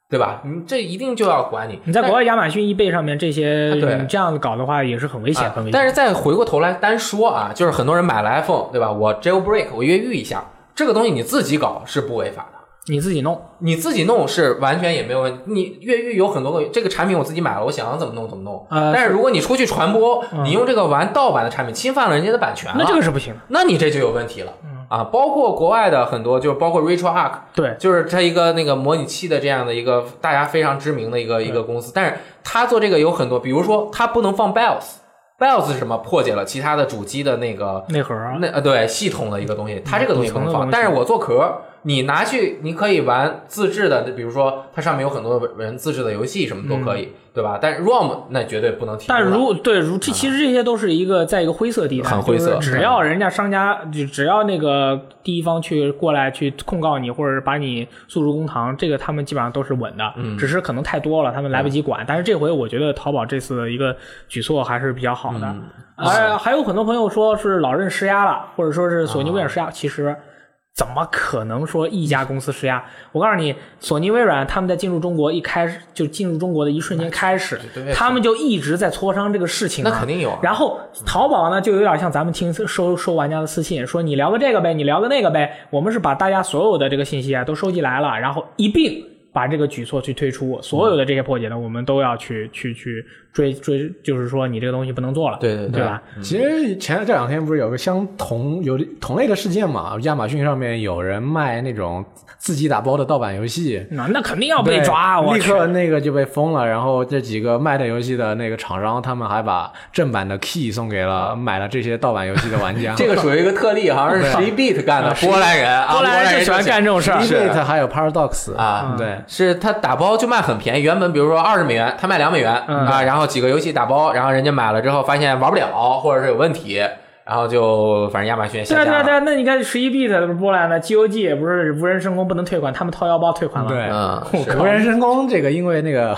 [SPEAKER 3] 对吧？你这一定就要管你。
[SPEAKER 2] 你在
[SPEAKER 3] 但
[SPEAKER 2] 国外亚马逊、易贝上面这些，
[SPEAKER 3] 啊对
[SPEAKER 2] 你这样子搞的话也是很危险，
[SPEAKER 3] 啊
[SPEAKER 2] 很危险。
[SPEAKER 3] 但是再回过头来单说啊，就是很多人买了 iPhone，对吧？我 jailbreak，我越狱一下，这个东西你自己搞是不违法的，
[SPEAKER 2] 你自己弄，
[SPEAKER 3] 你自己弄是完全也没有问题。你越狱有很多个，这个产品我自己买了，我想怎么弄怎么弄。
[SPEAKER 2] 呃嗯
[SPEAKER 3] 但是如果你出去传播，你用这个玩盗版的产品，侵犯了人家的版权了，
[SPEAKER 2] 那这嗯个是不行的。
[SPEAKER 3] 那你这就有问题了。啊，包括国外的很多，就是包括 RetroArch，
[SPEAKER 2] 对，
[SPEAKER 3] 就是它一个那个模拟器的这样的一个大家非常知名的一个一个公司，但是它做这个有很多，比如说它不能放 BIOS。BIOS 是什么？破解了其他的主机的那个
[SPEAKER 2] 内核啊
[SPEAKER 3] 那呃对系统的一个东西，它这个东西不
[SPEAKER 2] 嗯
[SPEAKER 3] 能
[SPEAKER 2] 底层的东西
[SPEAKER 3] 放。但是我做壳，你拿去你可以玩自制的，比如说它上面有很多人自制的游戏，什么都可以，对吧？但是 ROM 那绝对不能提
[SPEAKER 2] 嗯
[SPEAKER 3] 供
[SPEAKER 2] 但
[SPEAKER 3] 了。
[SPEAKER 2] 如对如这其实这些都是一个在一个灰色地带，
[SPEAKER 3] 很灰色嗯
[SPEAKER 2] 就是只要人家商家只只要那个第一方去过来去控告你，或者把你诉诸公堂，这个他们基本上都是稳的，嗯，只是可能太多了，他们
[SPEAKER 3] 嗯
[SPEAKER 2] 来不及管。但是这回我觉得淘宝这次的一个举措还是比较好的，
[SPEAKER 3] 嗯啊
[SPEAKER 2] 而还有很多朋友说是老任施压了，或者说是索尼微
[SPEAKER 3] 啊
[SPEAKER 2] 软施压，其实。怎么可能说一家公司施压？我告诉你，索尼、微软他们在进入中国一开始就进入中国的一瞬间开始
[SPEAKER 3] 对对，
[SPEAKER 2] 他们就一直在磋商这个事情、啊。
[SPEAKER 3] 那肯定有啊
[SPEAKER 2] 然后淘宝呢，就有点像咱们听收收玩家的私信，说你聊个这个呗，你聊个那个呗。我们是把大家所有的这个信息啊都收集来了，然后一并把这个举措去推出，所有的这些破解呢，我们都要去去去追追，就是说你这个东西不能做了，
[SPEAKER 3] 对对
[SPEAKER 2] 对
[SPEAKER 3] 对
[SPEAKER 2] 吧？
[SPEAKER 4] 其实前这两天不是有个相同有同类的事件嘛？亚马逊上面有人卖那种自己打包的盗版游戏，
[SPEAKER 2] 那那肯定要被抓，
[SPEAKER 4] 对
[SPEAKER 2] 我
[SPEAKER 4] 立
[SPEAKER 2] 去
[SPEAKER 4] 刻那个就被封了。然后这几个卖的游戏的那个厂商，他们还把正版的 key 送给了买了这些盗版游戏的玩家。
[SPEAKER 3] 这个属于一个特例，好像是十一 bit 干的波兰人啊，
[SPEAKER 2] 波兰人就喜欢干这种事儿。
[SPEAKER 3] 是
[SPEAKER 4] Elite 还有 Paradox
[SPEAKER 3] 啊
[SPEAKER 4] 对，
[SPEAKER 3] 是他打包就卖很便宜，原本比如说二十美元，他卖两美元、
[SPEAKER 2] 嗯
[SPEAKER 3] 啊，然后几个游戏打包，然后人家买了之后发现玩不了，或者是有问题，然后就反正亚马逊也
[SPEAKER 2] 对
[SPEAKER 3] 下
[SPEAKER 2] 啊对
[SPEAKER 3] 架
[SPEAKER 2] 啊
[SPEAKER 3] 了。
[SPEAKER 2] 对啊，那你看十一 bit 的波兰的 GOG 也不是无人深空不能退款，他们掏腰包退款了。
[SPEAKER 4] 对
[SPEAKER 3] 嗯， 是
[SPEAKER 4] 无人深空这个因为那个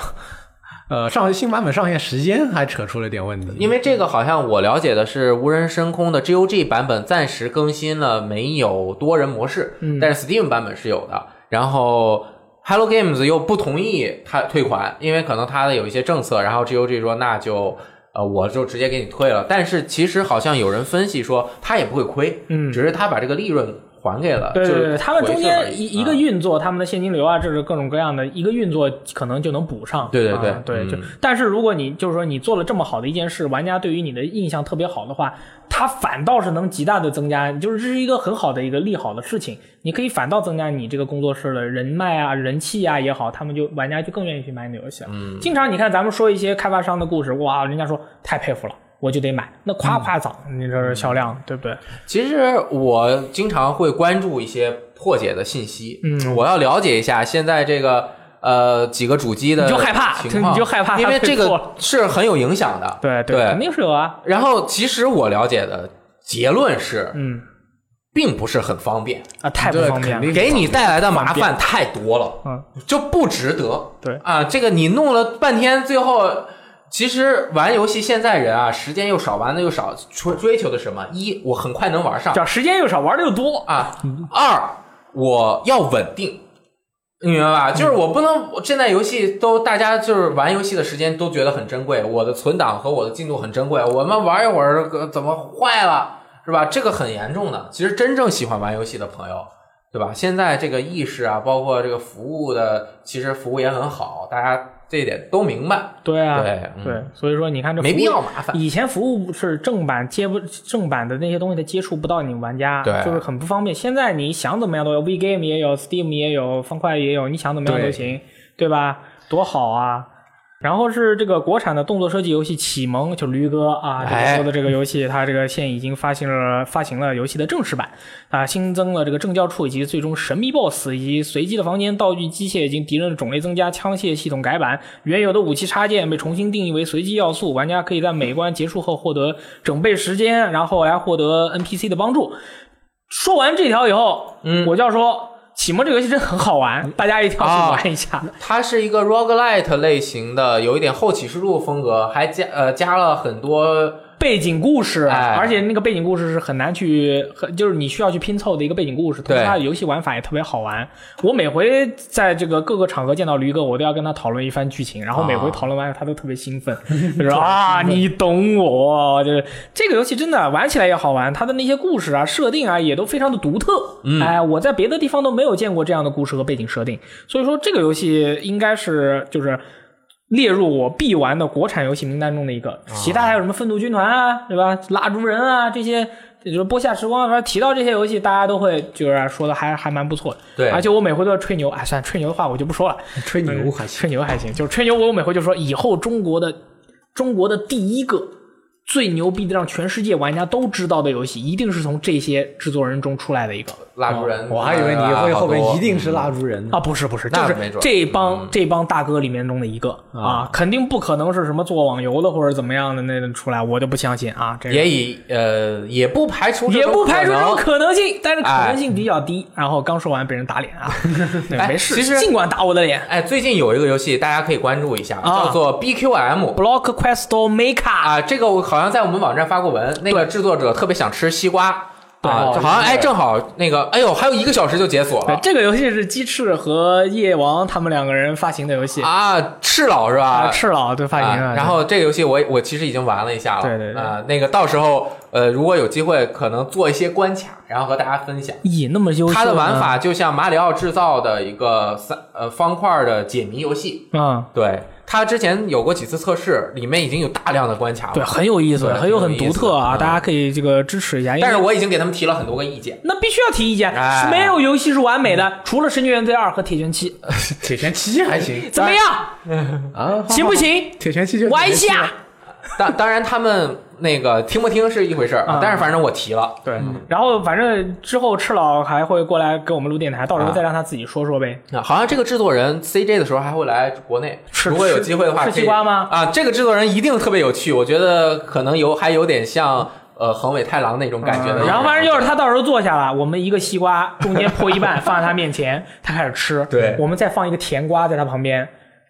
[SPEAKER 4] 呃上新版本上线时间还扯出了点问题，
[SPEAKER 3] 因为这个好像我了解的是，无人深空的 GOG 版本暂时更新了没有多人模式，
[SPEAKER 2] 嗯
[SPEAKER 3] 但是 Steam 版本是有的。然后 Hello Games 又不同意他退款，因为可能他的有一些政策，然后 GOG 说那就。呃，我就直接给你退了。但是其实好像有人分析说，他也不会亏，
[SPEAKER 2] 嗯
[SPEAKER 3] 只是他把这个利润还给了，
[SPEAKER 2] 对
[SPEAKER 3] 就
[SPEAKER 2] 对
[SPEAKER 3] 是
[SPEAKER 2] 对，他们中
[SPEAKER 3] 回事而
[SPEAKER 2] 间
[SPEAKER 3] 已
[SPEAKER 2] 一一个
[SPEAKER 3] 嗯
[SPEAKER 2] 运作，他们的现金流啊，这是各种各样的一个运作，可能就能补上。
[SPEAKER 3] 对对对
[SPEAKER 2] 啊对，
[SPEAKER 3] 嗯
[SPEAKER 2] 就但是如果你就是说你做了这么好的一件事，玩家对于你的印象特别好的话，他反倒是能极大的增加，就是这是一个很好的一个利好的事情，你可以反倒增加你这个工作室的人脉啊、人气啊也好，他们就玩家就更愿意去买你的游戏了。嗯，经常你看咱们说一些开发商的故事，哇，人家说太佩服了。我就得买，那
[SPEAKER 3] 嗯
[SPEAKER 2] 夸夸涨，你这是销量，对不对？
[SPEAKER 3] 其实我经常会关注一些破解的信息，
[SPEAKER 2] 嗯
[SPEAKER 3] 我要了解一下现在这个呃几个主机的
[SPEAKER 2] 你就害怕
[SPEAKER 3] 情况，
[SPEAKER 2] 你就害怕它
[SPEAKER 3] 因为这
[SPEAKER 2] 被破
[SPEAKER 3] 个
[SPEAKER 2] 了
[SPEAKER 3] 是很有影响的，
[SPEAKER 2] 对
[SPEAKER 3] 对。
[SPEAKER 2] 肯定是有啊。
[SPEAKER 3] 然后其实我了解的结论是，
[SPEAKER 2] 嗯
[SPEAKER 3] 并不是很方便，
[SPEAKER 2] 啊，太不
[SPEAKER 4] 对
[SPEAKER 2] 方便
[SPEAKER 4] 肯
[SPEAKER 2] 了
[SPEAKER 4] 定。
[SPEAKER 3] 给你带来的麻烦太多了，
[SPEAKER 2] 嗯，
[SPEAKER 3] 就不值得。
[SPEAKER 2] 对
[SPEAKER 3] 啊，这个你弄了半天，最后其实玩游戏现在人啊，时间又少，玩的又少，追追求的是什么？一，我很快能玩上啊
[SPEAKER 2] 只，要时间又少，玩的又多，
[SPEAKER 3] 啊，二我要稳定。你明白吧？就是我不能我现在游戏都大家就是玩游戏的时间都觉得很珍贵，我的存档和我的进度很珍贵，我们玩一会儿呃怎么坏了是吧？这个很严重的。其实真正喜欢玩游戏的朋友，对吧？现在这个意识啊，包括这个服务的，其实服务也很好，大家这一点都明白，
[SPEAKER 2] 对啊，
[SPEAKER 3] 对嗯
[SPEAKER 2] 对，所以说你看这服务
[SPEAKER 3] 没必要麻烦。
[SPEAKER 2] 以前服务是正版接不正版的那些东西，它接触不到你玩家，
[SPEAKER 3] 对
[SPEAKER 2] 就是很不方便。现在你想怎么样都有，V Game 也有，Steam 也有，方块也有，你想怎么样都
[SPEAKER 3] 对
[SPEAKER 2] 行，对吧？多好啊！然后是这个国产的动作射击游戏启蒙，就驴哥啊，这个
[SPEAKER 3] 哎
[SPEAKER 2] 说的这个游戏，它这个现已经发行了发行了游戏的正式版啊，新增了这个政教处以及最终神秘 BOSS 以及随机的房间、道具、机械以及敌人的种类增加，枪械系统改版，原有的武器插件被重新定义为随机要素，玩家可以在每关结束后获得整备时间，然后来获得 NPC 的帮助。说完这条以后，嗯，我就要说。启蒙这个游戏真的很好玩，大家一定要
[SPEAKER 3] 啊
[SPEAKER 2] 去玩一下。
[SPEAKER 3] 它是一个 roguelite 类型的，有一点后启示录风格，还加呃加了很多
[SPEAKER 2] 背景故事，
[SPEAKER 3] 哎
[SPEAKER 2] 而且那个背景故事是很难去，很就是你需要去拼凑的一个背景故事。同时，
[SPEAKER 3] 对
[SPEAKER 2] 它的游戏玩法也特别好玩。我每回在这个各个场合见到驴哥，我都要跟他讨论一番剧情，然后每回
[SPEAKER 3] 啊
[SPEAKER 2] 讨论完，他都特别兴 奋，就说啊，你懂我。就是这个游戏真的玩起来也好玩，它的那些故事啊、设定啊也都非常的独特。
[SPEAKER 3] 嗯
[SPEAKER 2] 哎，我在别的地方都没有见过这样的故事和背景设定，所以说这个游戏应该是就是。列入我必玩的国产游戏名单中的一个。
[SPEAKER 4] 啊
[SPEAKER 2] 其他还有什么《愤怒军团》啊，对吧？《蜡烛人》啊，这些就是《播下时光》，啊反正提到这些游戏，大家都会就是说的还还蛮不错的。
[SPEAKER 3] 对
[SPEAKER 2] 而且我每回都要吹牛，哎，算了吹牛的话我就不说了，
[SPEAKER 4] 吹牛还行。
[SPEAKER 2] 吹牛还行，就是吹牛，我每回就说以后中国的中国的第一个。最牛逼的，让全世界玩家都知道的游戏，一定是从这些制作人中出来的一个
[SPEAKER 3] 蜡烛
[SPEAKER 2] 哦
[SPEAKER 3] 人、
[SPEAKER 4] 我还以为你
[SPEAKER 3] 啊
[SPEAKER 4] 会后面一。
[SPEAKER 3] 好多
[SPEAKER 4] 定是蜡烛人呢
[SPEAKER 2] 啊！，不是不是，就
[SPEAKER 3] 那
[SPEAKER 2] 是
[SPEAKER 3] 没准儿嗯
[SPEAKER 2] 这帮这帮大哥里面中的一个啊，肯定不可能是什么做网游的或者怎么样的那种出来，我就不相信啊。这个
[SPEAKER 3] 嗯也以呃，也不排除这
[SPEAKER 2] 也
[SPEAKER 3] 种
[SPEAKER 2] 不排除
[SPEAKER 3] 可
[SPEAKER 2] 这
[SPEAKER 3] 能
[SPEAKER 2] 种可能性，但是可能性比较低。然后刚说完被人打 脸啊，对
[SPEAKER 3] 哎
[SPEAKER 2] 没事，
[SPEAKER 3] 其实
[SPEAKER 2] 尽管打我的脸。
[SPEAKER 3] 哎，最近有一个游戏大家可以关注一下，
[SPEAKER 2] 啊
[SPEAKER 3] 叫做 BQM。
[SPEAKER 2] Block Questo Maker
[SPEAKER 3] 啊，这个我好像在我们网站发过文，那个制作者特别想吃西瓜，啊，
[SPEAKER 2] 对哦
[SPEAKER 3] 这好像哎，正好那个，哎呦，还有一个小时就解锁
[SPEAKER 2] 对
[SPEAKER 3] 了
[SPEAKER 2] 这个游戏是鸡翅和夜王他们两个人发行的游戏
[SPEAKER 3] 啊，赤佬是吧？
[SPEAKER 2] 啊，赤佬对发行的
[SPEAKER 3] 啊。然后这个游戏我我其实已经玩了一下了，
[SPEAKER 2] 对对对
[SPEAKER 3] 啊、那个到时候呃，如果有机会，可能做一些关卡，然后和大家分享。
[SPEAKER 2] 咦，那么优秀呢，
[SPEAKER 3] 它的玩法就像马里奥制造的一个三呃方块的解谜游戏，
[SPEAKER 2] 嗯，
[SPEAKER 3] 对它之前有过几次测试，里面已经有大量的关卡了，
[SPEAKER 2] 对，很有意思，
[SPEAKER 3] 对
[SPEAKER 2] 很有很
[SPEAKER 3] 挺有
[SPEAKER 2] 独
[SPEAKER 3] 意思
[SPEAKER 2] 特啊，
[SPEAKER 3] 嗯
[SPEAKER 2] 大家可以这个支持一下。因为
[SPEAKER 3] 但是我已经给他们提了很多个意见。
[SPEAKER 2] 那必须要提意见，
[SPEAKER 3] 哎
[SPEAKER 2] 是没有游戏是完美的，除了《神经元罪二》和《铁拳
[SPEAKER 3] 哎
[SPEAKER 2] 七》，
[SPEAKER 4] 铁拳七还行，
[SPEAKER 2] 怎么样？
[SPEAKER 4] 啊？
[SPEAKER 2] 行不行？
[SPEAKER 4] 铁拳七就
[SPEAKER 2] 玩一
[SPEAKER 4] 铁拳七
[SPEAKER 2] 下
[SPEAKER 4] 吧。。
[SPEAKER 3] 当当然，他们那个听不听是一回事儿，
[SPEAKER 2] 啊
[SPEAKER 3] 但是反正我提了。
[SPEAKER 2] 对，然后反正之后赤佬还会过来给我们录电台，到时
[SPEAKER 3] 哎
[SPEAKER 2] 候再让他自己说说呗。
[SPEAKER 3] 啊好像这个制作人 CJ 的时候还会来国内，
[SPEAKER 2] 吃
[SPEAKER 3] 如果有机会的话，
[SPEAKER 2] 吃
[SPEAKER 3] 可以
[SPEAKER 2] 西瓜吗
[SPEAKER 3] 啊，这个制作人一定特别有趣，我觉得可能有还有点像呃横尾太郎那种感觉的。
[SPEAKER 2] 嗯然后反正就是他到时候坐下了，我们一个西瓜中间破一半放在他面前，他开始吃。
[SPEAKER 3] 对
[SPEAKER 2] 我们再放一个甜瓜在他旁边，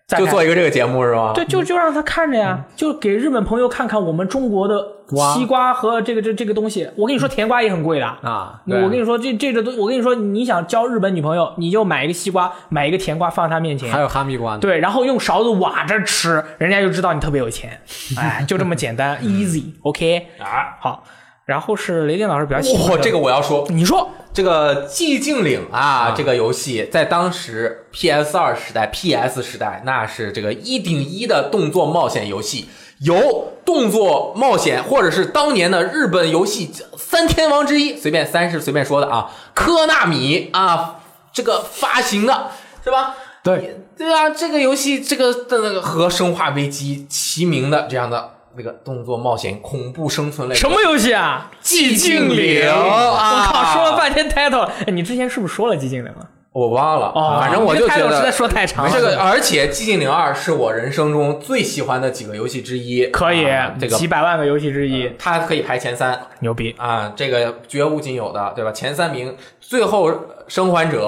[SPEAKER 2] 再
[SPEAKER 3] 就
[SPEAKER 2] 看
[SPEAKER 3] 做一个嗯这个节目是吗？
[SPEAKER 2] 对，就就让他看着呀，就给日本朋友看看我们中国的
[SPEAKER 4] 哇
[SPEAKER 2] 西瓜和这个这这个东西。我
[SPEAKER 3] 嗯
[SPEAKER 2] 跟你说，甜瓜也很贵的啊
[SPEAKER 4] 啊，
[SPEAKER 3] 对
[SPEAKER 2] 我跟你说，这这个东，我跟你说，你想交日本女朋友，你就买一个西瓜，买一个甜瓜放在她面
[SPEAKER 4] 还
[SPEAKER 2] 前，
[SPEAKER 4] 有哈密瓜呢。
[SPEAKER 2] 对，然后用勺子挖着吃，人家就知道你特别有钱，哎，就这么简单，easy，OK，、
[SPEAKER 3] 啊，
[SPEAKER 2] 好，然后是雷电老师比较喜欢
[SPEAKER 3] 哇，
[SPEAKER 2] 的
[SPEAKER 3] 这个我要说，
[SPEAKER 2] 你说
[SPEAKER 3] 这个寂静岭啊，这个游戏在当时 PS 二时代、PS 时代，那是这个一顶一的动作冒险游戏，由动作冒险或者是当年的日本游戏三天王之一，随便三是随便说的啊，科纳米啊这个发行的，是吧？
[SPEAKER 4] 对，
[SPEAKER 3] 对啊，这个游戏这个的那个和《生化危机》齐名的这样的那个动作冒险恐怖生存类
[SPEAKER 2] 什么游戏啊？
[SPEAKER 3] 寂静岭
[SPEAKER 2] 我
[SPEAKER 3] 啊
[SPEAKER 2] 靠，说了半天 title，哎你之前是不是说了寂静岭了？啊
[SPEAKER 3] 我忘了，
[SPEAKER 2] 哦，
[SPEAKER 3] 反正我就觉
[SPEAKER 2] 你这 title 实在
[SPEAKER 3] 得。
[SPEAKER 2] 说太长了。
[SPEAKER 3] 这个，而且《寂静岭二》是我人生中最喜欢的几个游戏之一，
[SPEAKER 2] 可以
[SPEAKER 3] 啊，这个啊
[SPEAKER 2] 几百万个游戏之一，
[SPEAKER 3] 它可以排前三
[SPEAKER 2] 牛逼。
[SPEAKER 3] 啊，这个绝无仅有的，对吧？前三名，最后《生还者》、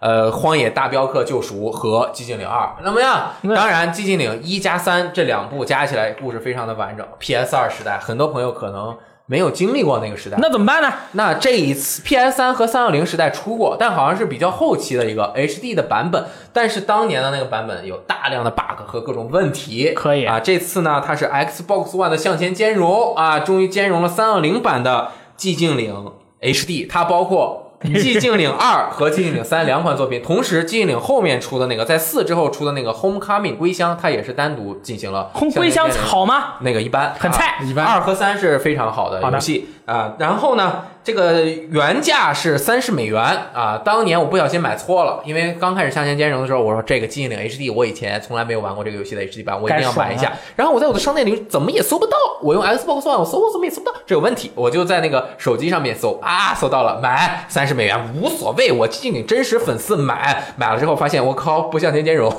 [SPEAKER 3] 呃，《荒野大镖客：救赎》和《寂静岭二》，怎么样？
[SPEAKER 2] 那
[SPEAKER 3] 当然，《寂静岭一》加三这两部加起来故事非常的完整。PS 二时代，很多朋友可能没有经历过那个时代。
[SPEAKER 2] 那怎么办呢？
[SPEAKER 3] 那这一次 PS 三和三六零时代出过，但好像是比较后期的一个 HD 的版本。但是当年的那个版本有大量的 bug 和各种问题。
[SPEAKER 2] 可以
[SPEAKER 3] 啊，这次呢，它是 Xbox One 的向前兼容啊，终于兼容了三六零版的寂静岭 HD，它包括。寂静岭二和寂静岭三两款作品，同时寂静岭后面出的那个，在四之后出的那个 Homecoming 归乡，它也是单独进行了
[SPEAKER 2] 红归乡
[SPEAKER 3] 向前兼容
[SPEAKER 2] 好吗？
[SPEAKER 3] 那个一般，
[SPEAKER 2] 很菜
[SPEAKER 3] 啊
[SPEAKER 4] 一般
[SPEAKER 3] 二和三是非常好的
[SPEAKER 2] 好的
[SPEAKER 3] 游戏啊。然后呢，这个原价是三十美元啊。当年我不小心买错了，因为刚开始向前兼容的时候，我说这个《寂静岭 HD》我以前从来没有玩过这个游戏的 HD 版，我一定要买一
[SPEAKER 2] 该爽
[SPEAKER 3] 下。然后我在我的商店里怎么也搜不到，我用 Xbox One 我搜我怎么也搜不到，这有问题。我就在那个手机上面搜啊，搜到了，买三十美元无所谓，我寂静岭真实粉丝买买了之后发现我靠不向前兼容。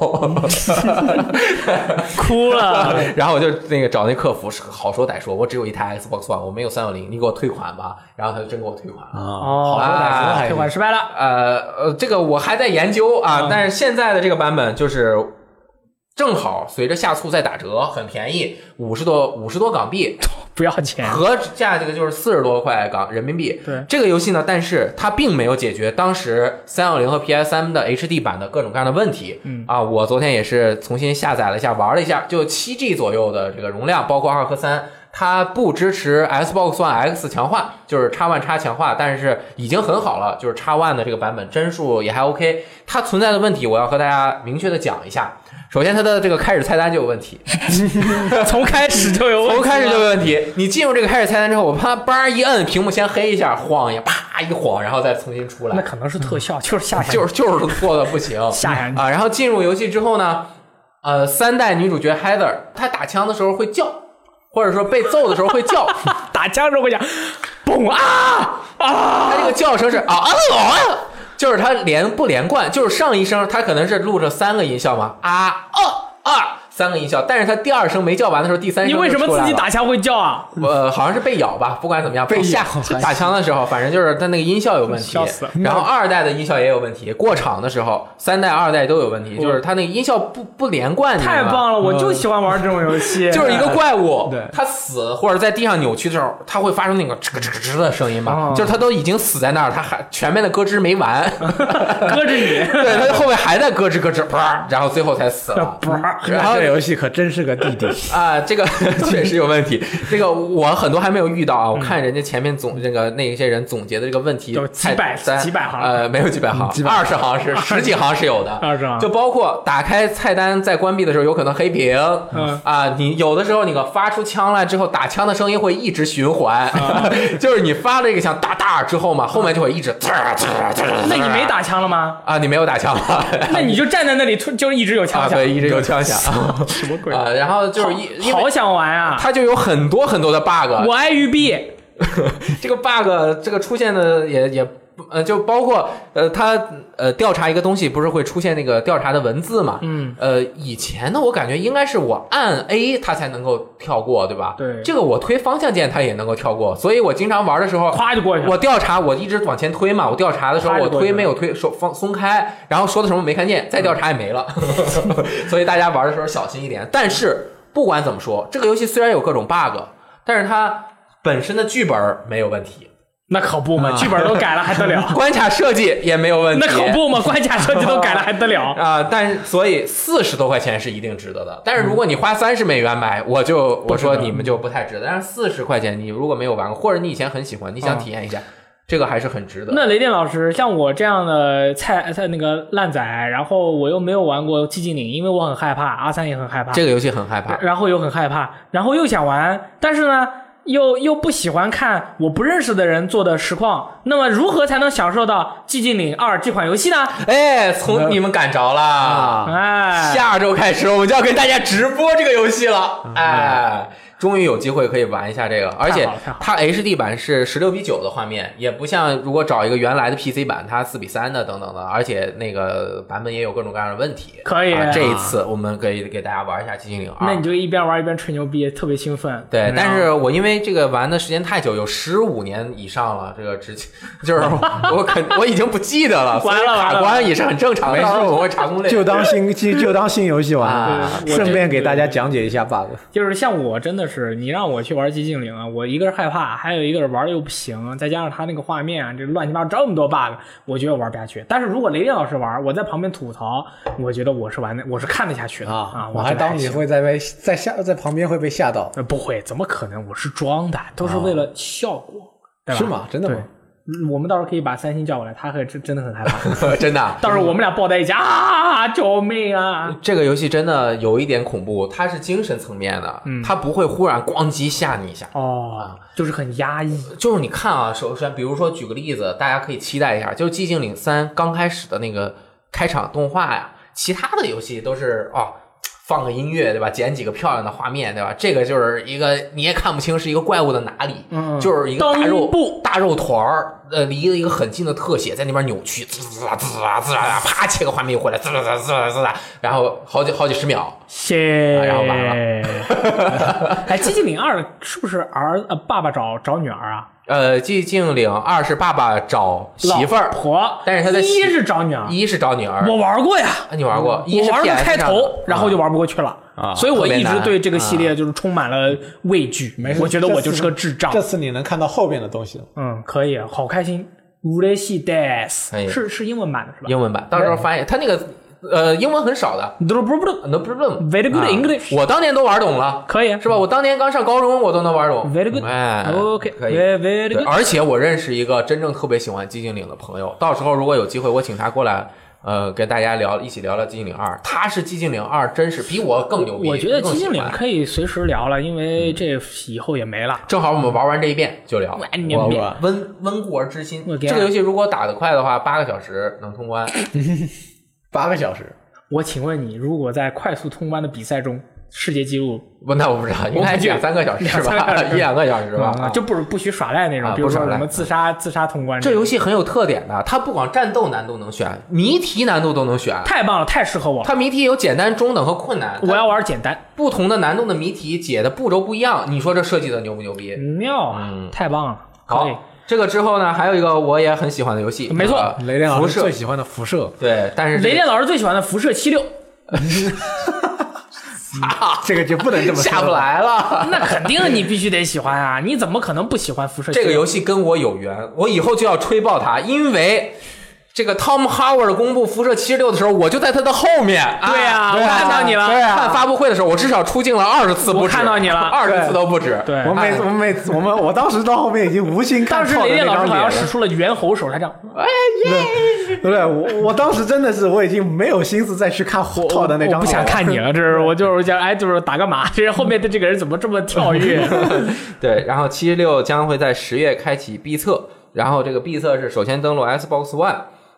[SPEAKER 2] 哭 了。
[SPEAKER 3] 然后我就那个找那客服，是好说歹说，我只有一台 Xbox One，我没有三六零，你给我退款吧。然后他就真给我退款了。
[SPEAKER 4] 啊，
[SPEAKER 2] 哦，
[SPEAKER 3] 好吧
[SPEAKER 2] 退款失败了。
[SPEAKER 3] 呃呃，这个我还在研究啊，但是现在的这个版本就是正好随着下促在打折，很便宜，五十多五十多港币，
[SPEAKER 2] 不要钱。
[SPEAKER 3] 合价这个就是四十多块港人民币。
[SPEAKER 2] 对
[SPEAKER 3] 这个游戏呢，但是它并没有解决当时三六零和 PS 三的 HD 版的各种各样的问题。嗯啊，我昨天也是重新下载了一下，玩了一下，就七 G 左右的这个容量，包括二和三。它不支持 Xbox One X 强化，就是 X One X 强化，但是已经很好了，就是 X One 的这个版本帧数也还 OK。它存在的问题，我要和大家明确的讲一下。首先，它的这个开始菜单就有问题，
[SPEAKER 2] 从开始就有问题
[SPEAKER 3] 从
[SPEAKER 2] 了，
[SPEAKER 3] 开始就有问题。你进入这个开始菜单之后，我啪叭一摁，屏幕先黑一下，晃一下，啪一晃，然后再重新出
[SPEAKER 2] 那
[SPEAKER 3] 来，
[SPEAKER 2] 可能是
[SPEAKER 3] 嗯
[SPEAKER 2] 特效，就是吓人，
[SPEAKER 3] 就是 就是做的不行
[SPEAKER 2] 吓人
[SPEAKER 3] 啊。然后进入游戏之后呢，呃，三代女主角 Heather 她打枪的时候会叫，或者说被揍的时候会 叫，
[SPEAKER 2] 打枪之后会讲，嘣啊啊！
[SPEAKER 3] 她这个叫声是啊啊啊，就是她连不连贯，就是上一声她可能是录着三个音效嘛，啊哦啊三个音效，但是她第二声没叫完的时候，第三声
[SPEAKER 2] 你为什么
[SPEAKER 3] 就出来
[SPEAKER 2] 自己
[SPEAKER 3] 了
[SPEAKER 2] 打枪会叫啊？
[SPEAKER 3] 呃，好像是被咬吧，不管怎么样，被吓打枪的时候，反正就是它那个音效有问题
[SPEAKER 2] 笑死了，
[SPEAKER 3] 然后二代的音效也有问题，过场的时候三代、二代都有问题，就是它那个音效不不连贯，你知道
[SPEAKER 2] 嗯太
[SPEAKER 3] 吗
[SPEAKER 2] 棒了，我就喜欢玩这种游戏，
[SPEAKER 3] 嗯就是一个怪物，
[SPEAKER 4] 对
[SPEAKER 3] 它死或者在地上扭曲的时候，它会发出 那个吱咯吱咯吱的声音嘛
[SPEAKER 2] 哦，
[SPEAKER 3] 就是它都已经死在那儿，它还前面的咯吱没完，
[SPEAKER 2] 搁置你。
[SPEAKER 3] 对，它后面还在咯吱咯吱，啪，然后最后才死 了。然后
[SPEAKER 4] 这游戏可真是个弟弟。
[SPEAKER 3] 啊，这个确实有问题。这个我很多还没有遇
[SPEAKER 2] 嗯
[SPEAKER 3] 到啊，我看人家前面总这个那一些人总结的这个问题
[SPEAKER 2] 有
[SPEAKER 3] 菜，
[SPEAKER 2] 几百
[SPEAKER 3] 菜单
[SPEAKER 2] 几百行
[SPEAKER 3] 呃，没有几百行，二十行是十几行是有的，
[SPEAKER 2] 20行
[SPEAKER 3] 就包括打开菜单在关闭的时候有可能黑屏，
[SPEAKER 2] 嗯
[SPEAKER 3] 啊，你有的时候你个发出枪来之后，打枪的声音会一直循环，
[SPEAKER 2] 嗯
[SPEAKER 3] 就是你发了一个枪哒哒之后嘛，后面就会一直滋儿滋儿滋儿滋 儿
[SPEAKER 2] 那你没打枪了吗？
[SPEAKER 3] 啊？你没有 打枪吗？
[SPEAKER 2] 那你就站在那里，突就一直有枪
[SPEAKER 3] 哎啊，
[SPEAKER 2] 响，
[SPEAKER 3] 对，一直有枪响
[SPEAKER 2] 什么鬼？
[SPEAKER 3] 啊，然后就是一因为
[SPEAKER 2] 好想玩啊！
[SPEAKER 3] 它就有很多很多的 bug，
[SPEAKER 2] 我爱育碧，
[SPEAKER 3] 这个 bug 这个出现的也也呃，就包括呃，他呃调查一个东西，不是会出现那个调查的文字嘛？
[SPEAKER 2] 嗯，
[SPEAKER 3] 呃，以前呢，我感觉应该是我按 A 它才能够跳过，对吧？
[SPEAKER 2] 对
[SPEAKER 3] 这个我推方向键它也能够跳过，所以我经常玩的时候，
[SPEAKER 2] 咵就过去了。
[SPEAKER 3] 我调查，我一直往前推嘛，我调查的时候
[SPEAKER 2] 咵
[SPEAKER 3] 我
[SPEAKER 2] 就过去
[SPEAKER 3] 推
[SPEAKER 2] 了
[SPEAKER 3] 没有推手放松开，然后说的什么没看见，再调查也没 了，所以大家玩的时候小心一点。但是不管怎么说，这个游戏虽然有各种 bug，但是它本身的剧本没有问题，
[SPEAKER 2] 那可不嘛，
[SPEAKER 4] 啊
[SPEAKER 2] 剧本都改了还得了？
[SPEAKER 3] 关卡设计也没有 问题，
[SPEAKER 2] 那可不嘛，关卡设计都改了还得 了？
[SPEAKER 3] 啊、但是所以四十多块钱是一定值得的，但是如果你花三十美元买，我就我说你们就不太值得。但是四十块钱你如果没有玩过，或者你以前很喜欢，你想体验一下，这个还是很值得的。
[SPEAKER 2] 嗯那雷电老师，像我这样的菜菜那个烂仔，然后我又没有玩过寂静岭，因为我很害怕，阿三也很害怕，
[SPEAKER 3] 这个游戏很害怕，
[SPEAKER 2] 然后又很害怕，然后又想玩，但是呢，又又不喜欢看我不认识的人做的实况。那么如何才能享受到《寂静岭二》这款游戏呢？
[SPEAKER 3] 哎，从你们赶着了，
[SPEAKER 2] 哎，
[SPEAKER 3] 下周开始我们就要跟大家直播这个游戏了，哎。终于有机会可以玩一下这个，而且
[SPEAKER 2] 嗯太好了太好了
[SPEAKER 3] 它 HD 版是十六比九的画面，也不像如果找一个原来的 PC 版，它四比三的等等的，而且那个版本也有各种各样的问题。
[SPEAKER 2] 可以嗯
[SPEAKER 3] 啊这一次我们可以给大家玩一下《寂静岭二》。
[SPEAKER 2] 那你就一边玩一边吹牛逼，特别兴奋。嗯
[SPEAKER 3] 对，
[SPEAKER 2] 然后
[SPEAKER 3] 但是我因为这个玩的时间太久，有十五年以上了，这个直 接就是我肯 我已经不记得了，所以
[SPEAKER 2] 完了完了
[SPEAKER 3] 卡关也是很正常的，
[SPEAKER 4] 没事
[SPEAKER 3] 到时候我会查攻略。
[SPEAKER 4] 就当新就就当新游戏玩，
[SPEAKER 3] 啊
[SPEAKER 4] 顺便给大家讲解一下 bug。
[SPEAKER 2] 就是像我真的的是，你让我去玩寂静岭啊，我一个是害怕，还有一个是玩的又不行，再加上它那个画面啊，这乱七八糟这么多 bug，我觉得我玩不下去。但是如果雷电老师玩，我在旁边吐槽，我觉得我是玩的，我是看得下去的啊
[SPEAKER 4] 我
[SPEAKER 2] 觉
[SPEAKER 4] 还
[SPEAKER 2] 得
[SPEAKER 4] 当你
[SPEAKER 2] 行
[SPEAKER 4] 会在被在下在旁边会被吓到，
[SPEAKER 2] 呃不会，怎么可能？我是装的，都是为
[SPEAKER 3] 哦
[SPEAKER 2] 了效果，对吧？啊
[SPEAKER 4] 是吗？真的
[SPEAKER 2] 对
[SPEAKER 4] 吗？，
[SPEAKER 2] 嗯我们到时候可以把三星叫过来，他可真真的很害怕。
[SPEAKER 3] 真的啊。
[SPEAKER 2] 到时候我们俩抱在一起啊！救命啊！
[SPEAKER 3] 这个游戏真的有一点恐怖，它是精神层面的，它不会忽然咣叽吓你一下。
[SPEAKER 2] 嗯哦，就是很压抑。
[SPEAKER 3] 就是你看啊，首先比如说举个例子，大家可以期待一下，就是《寂静岭三》刚开始的那个开场动画呀，其他的游戏都是哦。放个音乐对吧？剪几个漂亮的画面对吧？这个就是一个你也看不清是一个怪物的哪里，
[SPEAKER 2] 嗯
[SPEAKER 3] 就是一个大
[SPEAKER 2] 裆
[SPEAKER 3] 肉
[SPEAKER 2] 部
[SPEAKER 3] 大肉团儿，呃，离了一个很近的特写，在那边扭曲，滋滋啦滋啦滋啦，啪切个画面又回来，滋啦滋啦滋啦滋啦，然后好几好几十秒，
[SPEAKER 2] 谢，
[SPEAKER 3] 然后完
[SPEAKER 2] 了。哎，寂静岭二是不是儿呃爸爸找找女儿啊？
[SPEAKER 3] 呃，寂静岭二是爸爸找媳妇
[SPEAKER 2] 老
[SPEAKER 3] 儿，
[SPEAKER 2] 婆，
[SPEAKER 3] 但是他的
[SPEAKER 2] 一
[SPEAKER 3] 媳
[SPEAKER 2] 是找女儿，
[SPEAKER 3] 一是找女儿，
[SPEAKER 2] 我玩过呀，
[SPEAKER 3] 啊，你玩过？一
[SPEAKER 2] 我
[SPEAKER 3] 是
[SPEAKER 2] 玩了
[SPEAKER 3] PS
[SPEAKER 2] 开
[SPEAKER 3] 上
[SPEAKER 2] 头
[SPEAKER 3] 的，啊
[SPEAKER 2] 然后就玩不过去了。所以我一
[SPEAKER 3] 特别
[SPEAKER 2] 直
[SPEAKER 3] 难啊
[SPEAKER 2] 对这个系列就是充满了畏惧，
[SPEAKER 4] 没事
[SPEAKER 2] 我觉得我
[SPEAKER 4] 这
[SPEAKER 2] 就
[SPEAKER 4] 次
[SPEAKER 2] 是个智障
[SPEAKER 4] 这。次你能看到后边的东西了。
[SPEAKER 2] 嗯，可以，好开心。u r e s h i d e s
[SPEAKER 3] 哎呀
[SPEAKER 2] 是是英文版的是吧？
[SPEAKER 3] 啊英文版，到时候发现他那个呃英文很少的
[SPEAKER 2] 不不不，
[SPEAKER 3] ，no problem。啊
[SPEAKER 2] Very good English
[SPEAKER 3] 我当年都玩懂了，
[SPEAKER 2] 可以
[SPEAKER 3] 是吧？我当年刚上高中，我都能玩懂。
[SPEAKER 2] Very good
[SPEAKER 3] 哎
[SPEAKER 2] OK，
[SPEAKER 3] 可以。
[SPEAKER 2] very- very
[SPEAKER 3] 对
[SPEAKER 2] good
[SPEAKER 3] 而且我认识一个真正特别喜欢寂静岭的朋友，到时候如果有机会，我请他过来。呃，跟大家聊，一起聊聊《寂静岭二》，他是《寂静岭二》，真是比我更牛逼。
[SPEAKER 2] 我觉得
[SPEAKER 3] 更
[SPEAKER 2] 寂
[SPEAKER 3] 喜
[SPEAKER 2] 静岭
[SPEAKER 3] 欢嗯
[SPEAKER 2] 可以随时聊了，因为这以后也没了。
[SPEAKER 3] 正好我们玩完这一遍就聊，
[SPEAKER 2] 完牛逼
[SPEAKER 3] 我温温故而知新。
[SPEAKER 2] 我给啊
[SPEAKER 3] 这个游戏如果打得快的话，八个小时能通关。
[SPEAKER 4] 八个小时，
[SPEAKER 2] 我请问你，如果在快速通关的比赛中，世界纪录
[SPEAKER 3] 不，那我不知道，应该
[SPEAKER 2] 恐惧
[SPEAKER 3] 两三个小时
[SPEAKER 2] 啊两三个
[SPEAKER 3] 吧
[SPEAKER 2] 小，时啊
[SPEAKER 3] 一两个小时吧。
[SPEAKER 2] 就不是不许耍赖那种，
[SPEAKER 3] 啊
[SPEAKER 2] 比如说
[SPEAKER 3] 不耍赖
[SPEAKER 2] 什么自杀自杀通关
[SPEAKER 3] 这
[SPEAKER 2] 种
[SPEAKER 3] 游戏很有特点的，它不光战斗难度能选，谜题难度都能选。
[SPEAKER 2] 太棒了，太适合我了。
[SPEAKER 3] 它谜题有简单、中等和困难，
[SPEAKER 2] 我要玩简单，
[SPEAKER 3] 不同的难度的谜题解的步骤不一样。你说这设计的牛不牛逼？
[SPEAKER 2] 妙啊，太棒了，可以
[SPEAKER 3] 嗯好，这个之后呢，还有一个我也很喜欢的游戏，
[SPEAKER 2] 没错
[SPEAKER 3] 呃
[SPEAKER 4] 啊雷电老
[SPEAKER 3] 辐
[SPEAKER 4] 师最
[SPEAKER 3] 射。
[SPEAKER 4] 喜欢的辐射，
[SPEAKER 3] 对，但是这个
[SPEAKER 2] 雷电老师最喜欢的辐射七六，
[SPEAKER 4] 这个就不能这么 说
[SPEAKER 3] 下不。来了。
[SPEAKER 2] 那肯定你必须得喜欢啊！你怎么可能不喜欢辐射七
[SPEAKER 3] 这
[SPEAKER 2] 六？
[SPEAKER 3] 个游戏跟我有缘，我以后就要吹爆它，因为。这个 Tom Howard 公布《辐射七十六》的时候，我就在他的后面。啊
[SPEAKER 2] 对啊
[SPEAKER 3] 我
[SPEAKER 2] 我
[SPEAKER 3] 看
[SPEAKER 2] 看
[SPEAKER 3] 到
[SPEAKER 2] 到
[SPEAKER 3] 你
[SPEAKER 2] 你
[SPEAKER 3] 了。
[SPEAKER 2] 了
[SPEAKER 3] 看发布会的时候，我至少出镜了二十次不止。
[SPEAKER 2] 我看到你了
[SPEAKER 3] 二十次都不止。
[SPEAKER 2] 对
[SPEAKER 4] 我每次我每次我们我当时到后面已经无心看
[SPEAKER 2] 当时
[SPEAKER 4] 错
[SPEAKER 2] 雷
[SPEAKER 4] 的那
[SPEAKER 2] 电老
[SPEAKER 4] 张
[SPEAKER 2] 师好像
[SPEAKER 4] 脸
[SPEAKER 2] 使
[SPEAKER 4] 了，
[SPEAKER 2] 出了猿猴手，他这样
[SPEAKER 4] 对不对？我我当时真的是我已经没有心思再去看错的那张脸了，
[SPEAKER 2] 我不想看你了，啊这是我就是想哎，就是打个码，这是后面的这个人怎么这么跳跃？
[SPEAKER 3] 对，然后七十六将会在十月开启闭测，然后这个闭测是首先登录 Xbox One，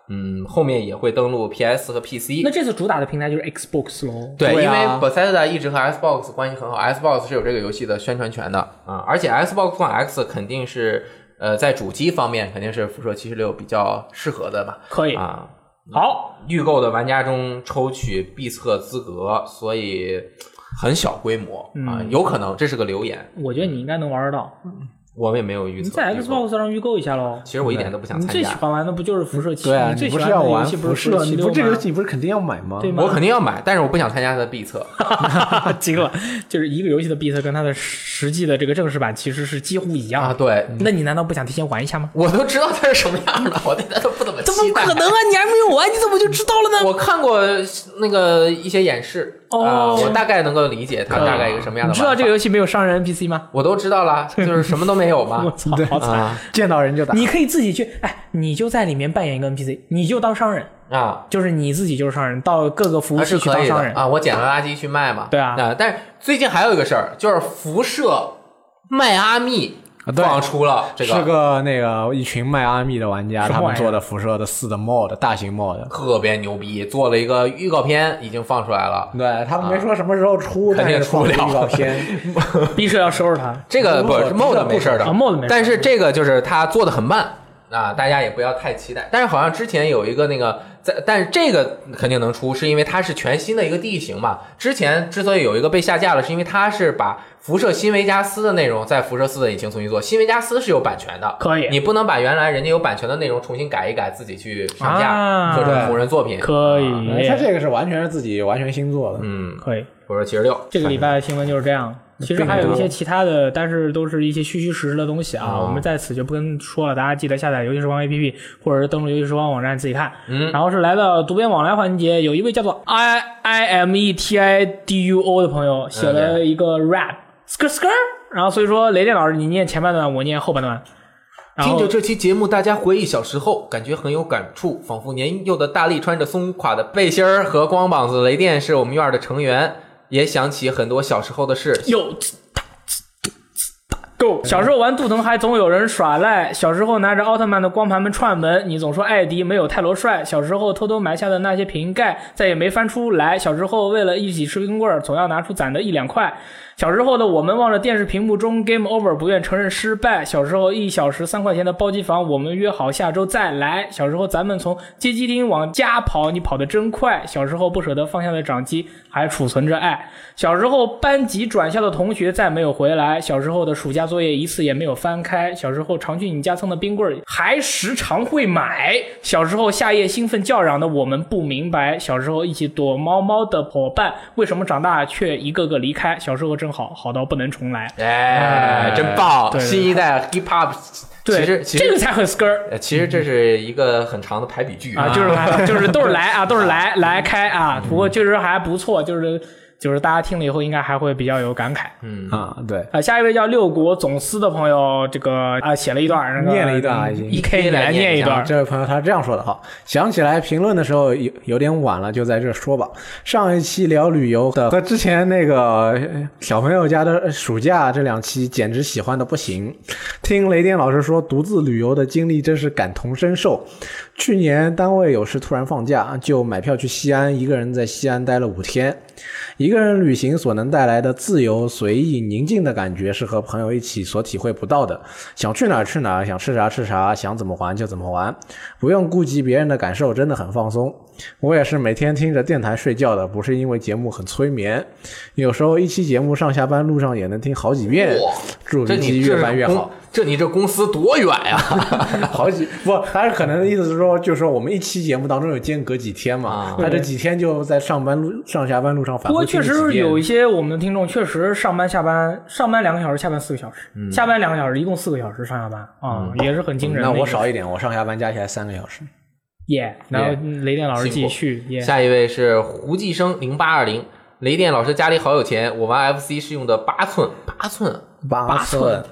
[SPEAKER 3] 嗯，后面也会登录 PS 和 PC。
[SPEAKER 2] 那这次主打的平台就是 Xbox 喽。
[SPEAKER 3] 对，
[SPEAKER 4] 对
[SPEAKER 3] 因为
[SPEAKER 4] 啊
[SPEAKER 3] Bethesda 一直和 Xbox 关系很好，Xbox 是有这个游戏的宣传权的啊，而且 Xbox One X 肯定是呃在主机方面肯定是辐射七十六比较适合的吧？
[SPEAKER 2] 可以
[SPEAKER 3] 啊，
[SPEAKER 2] 好，
[SPEAKER 3] 预购的玩家中抽取闭测资格，所以很小规模啊，
[SPEAKER 2] 嗯
[SPEAKER 3] 有可能这是个留言，
[SPEAKER 2] 我觉得你应该能玩得到，
[SPEAKER 3] 我们也没有预
[SPEAKER 2] 你
[SPEAKER 3] 测。
[SPEAKER 2] 在
[SPEAKER 3] 预购
[SPEAKER 2] Xbox 上预购一下喽
[SPEAKER 3] 其。实我一点都不想
[SPEAKER 2] 你
[SPEAKER 3] 参
[SPEAKER 2] 最
[SPEAKER 3] 加
[SPEAKER 2] 喜。欢玩的不就是辐射七？
[SPEAKER 4] 对啊，
[SPEAKER 2] 你
[SPEAKER 4] 你
[SPEAKER 2] 最喜
[SPEAKER 4] 不
[SPEAKER 2] 欢
[SPEAKER 4] 要
[SPEAKER 2] 的游
[SPEAKER 4] 玩啊
[SPEAKER 2] 戏
[SPEAKER 4] 辐
[SPEAKER 2] 是辐
[SPEAKER 4] 射，
[SPEAKER 2] 射七
[SPEAKER 4] 你
[SPEAKER 2] 六
[SPEAKER 4] 不这个游
[SPEAKER 2] 吗？
[SPEAKER 4] 戏你不是肯定要买吗？
[SPEAKER 2] 对吗？
[SPEAKER 3] 我肯定要买，但是我不想参加它的闭测。
[SPEAKER 2] 惊了，就是一个游戏的闭塞跟它的实际的这个正式版其实是几乎一样
[SPEAKER 4] 嗯
[SPEAKER 3] 啊，
[SPEAKER 2] 的。
[SPEAKER 3] 对，
[SPEAKER 2] 那你难道不想提前玩一下吗？
[SPEAKER 3] 我都知道它是什么样的，我对它都不怎么期
[SPEAKER 2] 怎
[SPEAKER 3] 待。
[SPEAKER 2] 么可能啊！你还没有玩，你怎么就知道了呢？
[SPEAKER 3] 我看过那个一些演示，
[SPEAKER 2] 哦
[SPEAKER 3] 啊我大概能够理解它
[SPEAKER 2] 可以
[SPEAKER 3] 大概一个什么样的。
[SPEAKER 2] 你知道这个，游戏没有商人 NPC 吗？
[SPEAKER 3] 我都知道 了，就是什么都没有嘛
[SPEAKER 2] 我。操，
[SPEAKER 4] 对
[SPEAKER 2] 好惨！
[SPEAKER 3] 啊
[SPEAKER 4] 见到人就打。
[SPEAKER 2] 你可以自己去，哎，你就在里面扮演一个 NPC，你就当商人，
[SPEAKER 3] 啊，
[SPEAKER 2] 就是你自己就是商人，到各个服务
[SPEAKER 3] 还是
[SPEAKER 2] 器去
[SPEAKER 3] 可
[SPEAKER 2] 当
[SPEAKER 3] 以的
[SPEAKER 2] 商人。
[SPEAKER 3] 啊。我捡了垃圾去卖嘛。
[SPEAKER 2] 对啊
[SPEAKER 3] 但是最近还有一个事儿，就是辐射迈阿密
[SPEAKER 4] 啊对
[SPEAKER 3] 放出了这
[SPEAKER 4] 是
[SPEAKER 3] 个
[SPEAKER 4] 个那个一群迈阿密的玩家，
[SPEAKER 2] 什么
[SPEAKER 4] 他
[SPEAKER 2] 玩意儿
[SPEAKER 4] 们做的辐射的四的 mod 大型 mod，
[SPEAKER 3] 特别牛逼，做了一个预告片，已经放出来了。
[SPEAKER 4] 对他们没说什么时候出，
[SPEAKER 3] 肯
[SPEAKER 4] 但
[SPEAKER 3] 定
[SPEAKER 4] 是
[SPEAKER 3] 出不了
[SPEAKER 4] 放预告片。
[SPEAKER 2] 逼社要收拾他。
[SPEAKER 3] 这个不是 mod 没事儿的
[SPEAKER 2] 啊，mod 没事儿
[SPEAKER 3] 但是这个就是它做的很慢啊，大家也不要太期待。但是好像之前有一个那个在，但是这个肯定能出，是因为它是全新的一个地形嘛。之前之所以有一个被下架了，是因为它是把辐射新维加斯的内容在辐射四的引擎重新做，新维加斯是有版权的，
[SPEAKER 2] 可以
[SPEAKER 3] 你不能把原来人家有版权的内容重新改一改，自己去上架
[SPEAKER 2] 啊
[SPEAKER 3] 做成同人作品。
[SPEAKER 2] 可
[SPEAKER 3] 啊
[SPEAKER 4] 哎
[SPEAKER 2] 以，
[SPEAKER 4] 他这个是完全是自己完全新做的，
[SPEAKER 3] 嗯，
[SPEAKER 2] 可以。
[SPEAKER 3] 辐射七十六，
[SPEAKER 2] 这个礼拜的新闻就是这样。其实
[SPEAKER 4] 并
[SPEAKER 2] 还有一
[SPEAKER 4] 不
[SPEAKER 2] 些其他的，但是都是一些虚虚实实的东西啊，我们在此就不跟说了。大家记得下载游戏时光 APP，或者是登录游戏时光网站自己看。嗯，然后是来到读编往来环节，有一位叫做 I I M E T I D U O 的朋友写了一个 rap skr skr，然后所以说雷电老师你念前半段，我念后半段。然
[SPEAKER 3] 听
[SPEAKER 2] 后
[SPEAKER 3] 着这期节目，大家回忆小时候，感觉很有感触，仿佛年幼的大力穿着松垮的背心儿和光膀子雷电是我们院儿的成员，也想起很多小时候的事。
[SPEAKER 2] 有。Go！小时候玩杜腾还总有人耍赖，小时候拿着奥特曼的光盘们串门，你总说艾迪没有泰罗帅，小时候偷偷埋下的那些瓶盖再也没翻出来，小时候为了一起吃冰棍儿，总要拿出攒的一两块，小时候的我们望着电视屏幕中 Game Over 不愿承认失败，小时候一小时三块钱的包机房，我们约好下周再来，小时候咱们从街机厅往家跑，你跑得真快，小时候不舍得放下的掌机还储存着爱。小时候班级转校的同学再没有回来，小时候的暑假作业一次也没有翻开，小时候常去你家蹭的冰棍儿还时常会买，小时候夏夜兴奋叫嚷的我们不明白，小时候一起躲猫猫的伙伴为什么长大却一个个离开，小时候真好，好到不能重来。
[SPEAKER 3] 哎，真棒！
[SPEAKER 2] 对对
[SPEAKER 3] 新一代 hip hop，
[SPEAKER 2] 对，
[SPEAKER 3] 其实其
[SPEAKER 2] 这个
[SPEAKER 3] 实
[SPEAKER 2] 才很 skr。
[SPEAKER 3] 呃其实这是一个很长的排比句
[SPEAKER 2] 啊，就是 来，就是都是来啊，都是来来开啊。不过确实还不错，就是就是大家听了以后应该还会比较有感慨。
[SPEAKER 4] 啊，对，
[SPEAKER 2] 啊，下一位叫六国总司的朋友，这个啊写了一段，那个
[SPEAKER 4] 念了一段啊已经
[SPEAKER 2] E K 你来念一段，
[SPEAKER 4] 啊这位朋友他是这样说的哈，想起来评论的时候有有点晚了，就在这说吧。上一期聊旅游的和之前那个呃小朋友家的暑假这两期，简直喜欢的不行。听雷电老师说独自旅游的经历，真是感同身受。去年单位有事突然放假，就买票去西安，一个人在西安待了五天。一个人旅行所能带来的自由、随意、宁静的感觉，是和朋友一起所体会不到的。想去哪儿去哪儿，想吃啥吃啥，想怎么玩就怎么玩，不用顾及别人的感受，真的很放松。我也是每天听着电台睡觉的，不是因为节目很催眠，有时候一期节目上下班路上也能听好几遍
[SPEAKER 3] 哇。
[SPEAKER 4] 祝
[SPEAKER 3] 这
[SPEAKER 4] 云
[SPEAKER 3] 你
[SPEAKER 4] 集
[SPEAKER 3] 这
[SPEAKER 4] 越办
[SPEAKER 3] 是
[SPEAKER 4] 越
[SPEAKER 3] 公
[SPEAKER 4] 好。，
[SPEAKER 3] 这你这公司多远 呀？
[SPEAKER 4] 好几不，他是可能的意思是说，就是说我们一期节目当中有间隔几天嘛，
[SPEAKER 3] 啊
[SPEAKER 4] 他这几天就在上班路上下班路上反
[SPEAKER 2] 不
[SPEAKER 4] 复
[SPEAKER 2] 过确
[SPEAKER 4] 听了几遍。
[SPEAKER 2] 实有一些我们的听众确实上班下班，上班两个小时，下班四个小时，
[SPEAKER 4] 嗯
[SPEAKER 2] 下班两个小时，一共四个小时上下班啊，也是很惊人的
[SPEAKER 4] 那
[SPEAKER 2] 一个。
[SPEAKER 4] 我少一点，我上下班加起来三个小时。
[SPEAKER 2] 耶，然后雷电老师继续耶，
[SPEAKER 3] 下一位是胡继生零八二零，雷电老师家里好有钱，我玩 FC 是用的八寸，八寸，啊
[SPEAKER 4] 八寸，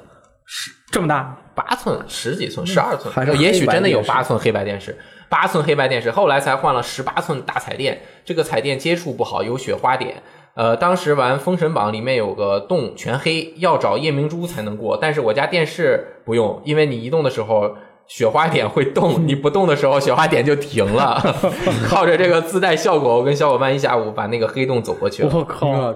[SPEAKER 2] 这么大，
[SPEAKER 3] 八寸、十几寸、十二寸，
[SPEAKER 4] 嗯还是
[SPEAKER 3] 哦也许
[SPEAKER 4] 黑白
[SPEAKER 3] 真的有
[SPEAKER 4] 电视
[SPEAKER 3] 八寸黑白电视，八寸黑白电视，后来才换了十八寸大彩电，这个彩电接触不好，有雪花点。呃，当时玩《封神榜》里面有个洞全黑，要找夜明珠才能过，但是我家电视不用，因为你移动的时候。雪花点会动，你不动的时候，雪花点就停了。 靠着这个自带效果，我跟小伙伴一下午把那个嗯黑洞走过去了。
[SPEAKER 2] 我靠！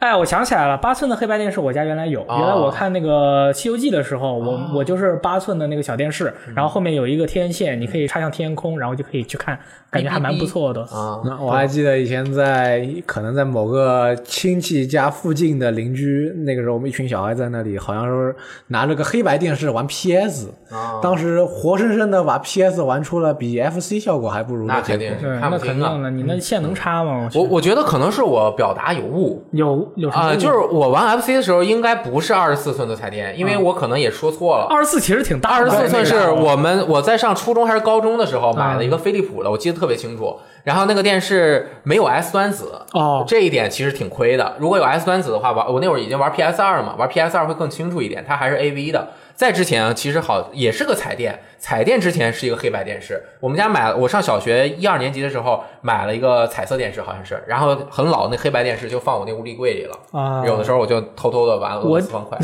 [SPEAKER 2] 哎，我想起来了，八寸的黑白电视我家原来
[SPEAKER 3] 哦
[SPEAKER 2] 有，原来我看那个《西游记》的时候，我我就是八寸的那个小电视，
[SPEAKER 3] 嗯
[SPEAKER 2] 然后后面有一个天线，你可以插向天空，然后就可以去看，感觉还蛮不错的。
[SPEAKER 3] 啊，
[SPEAKER 4] 那我还记得以前在可能在某个亲戚家附近的邻居，那个时候我们一群小孩在那里，好像是拿着个黑白电视玩 PS，、当
[SPEAKER 3] 啊
[SPEAKER 4] 时活生生的把 PS 玩出了比 FC 效果还不如
[SPEAKER 3] 那
[SPEAKER 4] 的结
[SPEAKER 3] 肯
[SPEAKER 4] 果。
[SPEAKER 3] 定
[SPEAKER 2] 对，
[SPEAKER 3] 看
[SPEAKER 2] 那
[SPEAKER 3] 不
[SPEAKER 2] 肯
[SPEAKER 3] 清啊
[SPEAKER 2] 定。的，你那线能插吗？
[SPEAKER 3] 我我觉得可能是我表达有误，
[SPEAKER 2] 有有什
[SPEAKER 3] 啊、
[SPEAKER 2] 么
[SPEAKER 3] 就是我玩 FC 的时候，应该不是二十四寸的彩电，因
[SPEAKER 2] 嗯
[SPEAKER 3] 为我可能也说错了。
[SPEAKER 2] 二十四其实挺大
[SPEAKER 3] 二
[SPEAKER 2] 的，
[SPEAKER 3] 十四寸
[SPEAKER 2] 那
[SPEAKER 3] 是
[SPEAKER 2] 个嗯
[SPEAKER 3] 我们我在上初中还是高中的时候买了一个飞利浦的，我记得特别清楚。然后那个电视没有 S 端子，
[SPEAKER 2] 哦
[SPEAKER 3] 这一点其实挺亏的。如果有 S 端子的话，玩我那会儿已经玩 PS 二嘛，玩 PS 二会更清楚一点。它还是 AV 的。再之前啊其实好也是个彩电，彩电之前是一个黑白电视。我们家买，我上小学一二年级的时候买了一个彩色电视，好像是，然后很老那黑白电视就放我那屋立柜里了。
[SPEAKER 2] 啊
[SPEAKER 3] 有的时候我就偷偷的玩俄罗斯方块。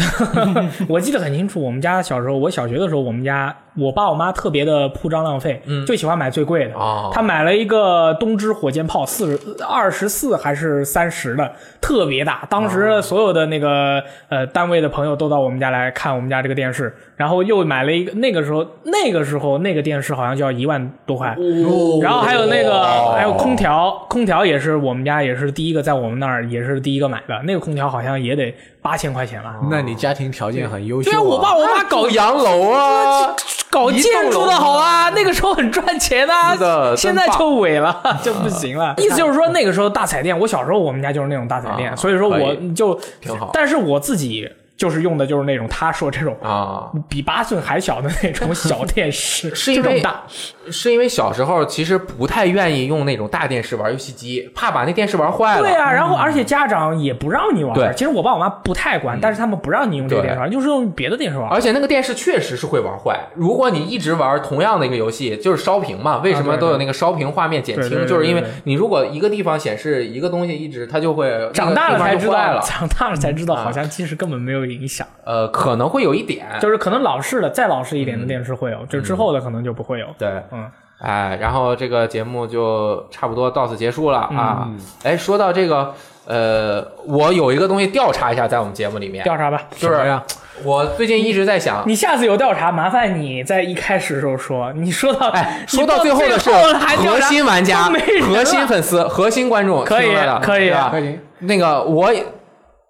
[SPEAKER 2] 我记得很清楚，我们家小时候，我小学的时候，我们家我爸我妈特别的铺张浪费，就喜欢买最贵的。
[SPEAKER 3] 哦
[SPEAKER 2] 他买了一个东芝火箭炮，四十二十四还是三十的，特别大。当时所有的那个呃单位的朋友都到我们家来看我们家这个电视，视，然后又买了一个，那个时候那个时候那个电视好像就要一万多块，
[SPEAKER 3] 哦
[SPEAKER 2] 然后还有那个还有空调，空调也是我们家也是第一个在我们那儿也是第一个买的，那个空调好像也得八千块钱吧。
[SPEAKER 4] 那你家庭条件很优秀、
[SPEAKER 2] 对啊，我爸我妈搞
[SPEAKER 3] 搞哦洋楼啊，
[SPEAKER 2] 搞
[SPEAKER 3] 一
[SPEAKER 2] 建
[SPEAKER 3] 栋
[SPEAKER 2] 筑
[SPEAKER 3] 楼
[SPEAKER 2] 的好啊，那个时候很赚钱啊
[SPEAKER 3] 是的，啊
[SPEAKER 2] 现
[SPEAKER 3] 真
[SPEAKER 2] 在
[SPEAKER 3] 棒
[SPEAKER 2] 就萎 了，就不行了。意思就是说，那个时候大彩电，我小时候我们家就是那种大彩电，
[SPEAKER 3] 啊
[SPEAKER 2] 所以说
[SPEAKER 3] 可以
[SPEAKER 2] 我就
[SPEAKER 3] 挺好
[SPEAKER 2] 但是我自己就是用的就是那种他说这种
[SPEAKER 3] 啊，
[SPEAKER 2] 比八寸还小的那种小电视，
[SPEAKER 3] 是
[SPEAKER 2] 这
[SPEAKER 3] 因
[SPEAKER 2] 种
[SPEAKER 3] 为
[SPEAKER 2] 大。
[SPEAKER 3] 是因为小时候其实不太愿意用那种大电视玩游戏机，怕把那电视玩坏了。
[SPEAKER 2] 对啊，然后而且家长也不让你玩儿。
[SPEAKER 3] 嗯对嗯
[SPEAKER 2] 其实我爸我妈不太管，但是他们不让你用这个
[SPEAKER 3] 对啊
[SPEAKER 2] 电视玩儿，就是用别的电视玩儿。
[SPEAKER 3] 而且那个电视确实是会玩坏。如果你一直玩同样的一个游戏，就是烧屏嘛，为什么都有那个烧屏画面减
[SPEAKER 2] 啊对对对对
[SPEAKER 3] 轻？就是因为
[SPEAKER 2] 对对
[SPEAKER 3] 你如果一个地方显示一个东西一直，它就会那个嗯
[SPEAKER 2] 长大
[SPEAKER 3] 地
[SPEAKER 2] 了
[SPEAKER 3] 方
[SPEAKER 2] 才
[SPEAKER 3] 就
[SPEAKER 2] 知
[SPEAKER 3] 坏
[SPEAKER 2] 道，
[SPEAKER 3] 了。
[SPEAKER 2] 长大了才知道，好像其实根本没有影响。
[SPEAKER 3] 呃，可能会有一点，
[SPEAKER 2] 就是可能老式的再老式一点
[SPEAKER 3] 嗯
[SPEAKER 2] 的电视会有，就是之后的可能就不会有。
[SPEAKER 3] 对，
[SPEAKER 2] 嗯，
[SPEAKER 3] 哎，然后这个节目就差不多到此结束了啊。
[SPEAKER 2] 嗯
[SPEAKER 3] 哎，说到这个，呃，我有一个东西调查一下，在我们节目里面，
[SPEAKER 2] 调查吧。
[SPEAKER 3] 就是
[SPEAKER 4] 什么呀
[SPEAKER 3] 我最近一直在想，
[SPEAKER 2] 你下次有调查，麻烦你在一开始的时候说。你说到，
[SPEAKER 3] 哎，
[SPEAKER 2] 你
[SPEAKER 3] 说到
[SPEAKER 2] 最
[SPEAKER 3] 最后的是
[SPEAKER 2] 了还调
[SPEAKER 3] 核
[SPEAKER 2] 查
[SPEAKER 3] 心玩家
[SPEAKER 2] 都没、人
[SPEAKER 3] 核心
[SPEAKER 2] 了
[SPEAKER 3] 粉丝、核心观众，
[SPEAKER 2] 可以
[SPEAKER 3] 听出来了
[SPEAKER 2] 可以
[SPEAKER 3] 对吧
[SPEAKER 4] 可以
[SPEAKER 3] 那个我也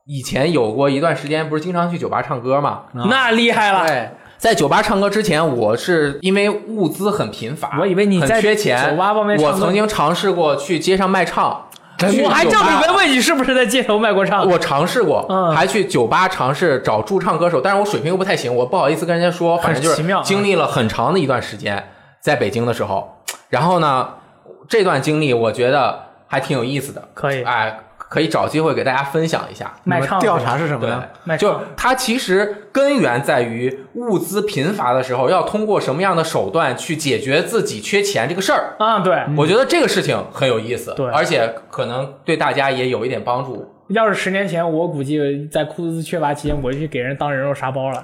[SPEAKER 3] 以前有过一段时间，不是经常去酒吧唱歌嘛？
[SPEAKER 2] 那厉害了。
[SPEAKER 3] 对，在酒吧唱歌之前，我是因为物资很贫乏，
[SPEAKER 2] 我以为你在
[SPEAKER 3] 很缺钱，
[SPEAKER 2] 酒吧外面唱歌
[SPEAKER 3] 我曾经尝试过去街上卖唱，去
[SPEAKER 2] 我还
[SPEAKER 3] 酒
[SPEAKER 2] 正
[SPEAKER 3] 吧
[SPEAKER 2] 准备问你是不是在街头卖过唱。
[SPEAKER 3] 我尝试过，
[SPEAKER 2] 啊嗯
[SPEAKER 3] 还去酒吧尝试找驻唱歌手，但是我水平又不太行，我不好意思跟人家说，反正就
[SPEAKER 2] 很奇妙
[SPEAKER 3] 是
[SPEAKER 2] 啊
[SPEAKER 3] 经历了很长的一段时间，在北京的时候，然后呢，这段经历我觉得还挺有意思的，
[SPEAKER 2] 可以
[SPEAKER 3] 哎，可以找机会给大家分享一下。
[SPEAKER 2] 卖唱
[SPEAKER 4] 调查是什么
[SPEAKER 3] 对
[SPEAKER 4] 呢？
[SPEAKER 2] 卖，
[SPEAKER 3] 就
[SPEAKER 2] 唱
[SPEAKER 3] 它其实根源在于物资贫乏的时候，要通过什么样的手段去解决自己缺钱这个事儿。
[SPEAKER 2] 啊，对，
[SPEAKER 3] 我觉得这个事情很有意思，
[SPEAKER 2] 对
[SPEAKER 3] 而且可能对大家也有一点帮助。
[SPEAKER 2] 要是十年前，我估计在工资缺乏期间，我就去给人当人肉沙包 了，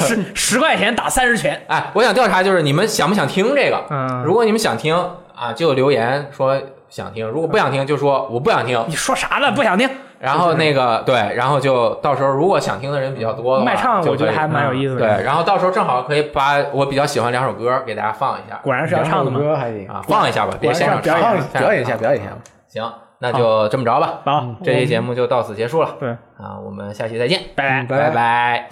[SPEAKER 2] 十十块钱打三十拳。
[SPEAKER 3] 哎，我想调查就是你们想不想听这个？
[SPEAKER 2] 嗯
[SPEAKER 3] 如果你们想听啊，就留言说想听；如果不想听，就说我不想听。
[SPEAKER 2] 你说啥呢？不想听。
[SPEAKER 3] 然后那个对，然后就到时候如果想听的人比较多的话，
[SPEAKER 2] 卖唱
[SPEAKER 3] 就
[SPEAKER 2] 我觉得
[SPEAKER 3] 可以嗯
[SPEAKER 2] 还蛮有意思的
[SPEAKER 3] 对，然后到时候正好可以把我比较喜欢两首歌给大家放一下
[SPEAKER 2] 果然是要唱的嘛。
[SPEAKER 4] 歌还行
[SPEAKER 3] 啊，放一下吧，别现场
[SPEAKER 4] 表
[SPEAKER 3] 唱
[SPEAKER 4] 演表演一下，表演一下。
[SPEAKER 3] 啊行，那就嗯这么着吧。
[SPEAKER 2] 好，
[SPEAKER 3] 这期节目就到此结束了
[SPEAKER 2] 对，
[SPEAKER 3] 啊，我们下期再见，
[SPEAKER 2] 拜拜。
[SPEAKER 4] 拜
[SPEAKER 3] 拜拜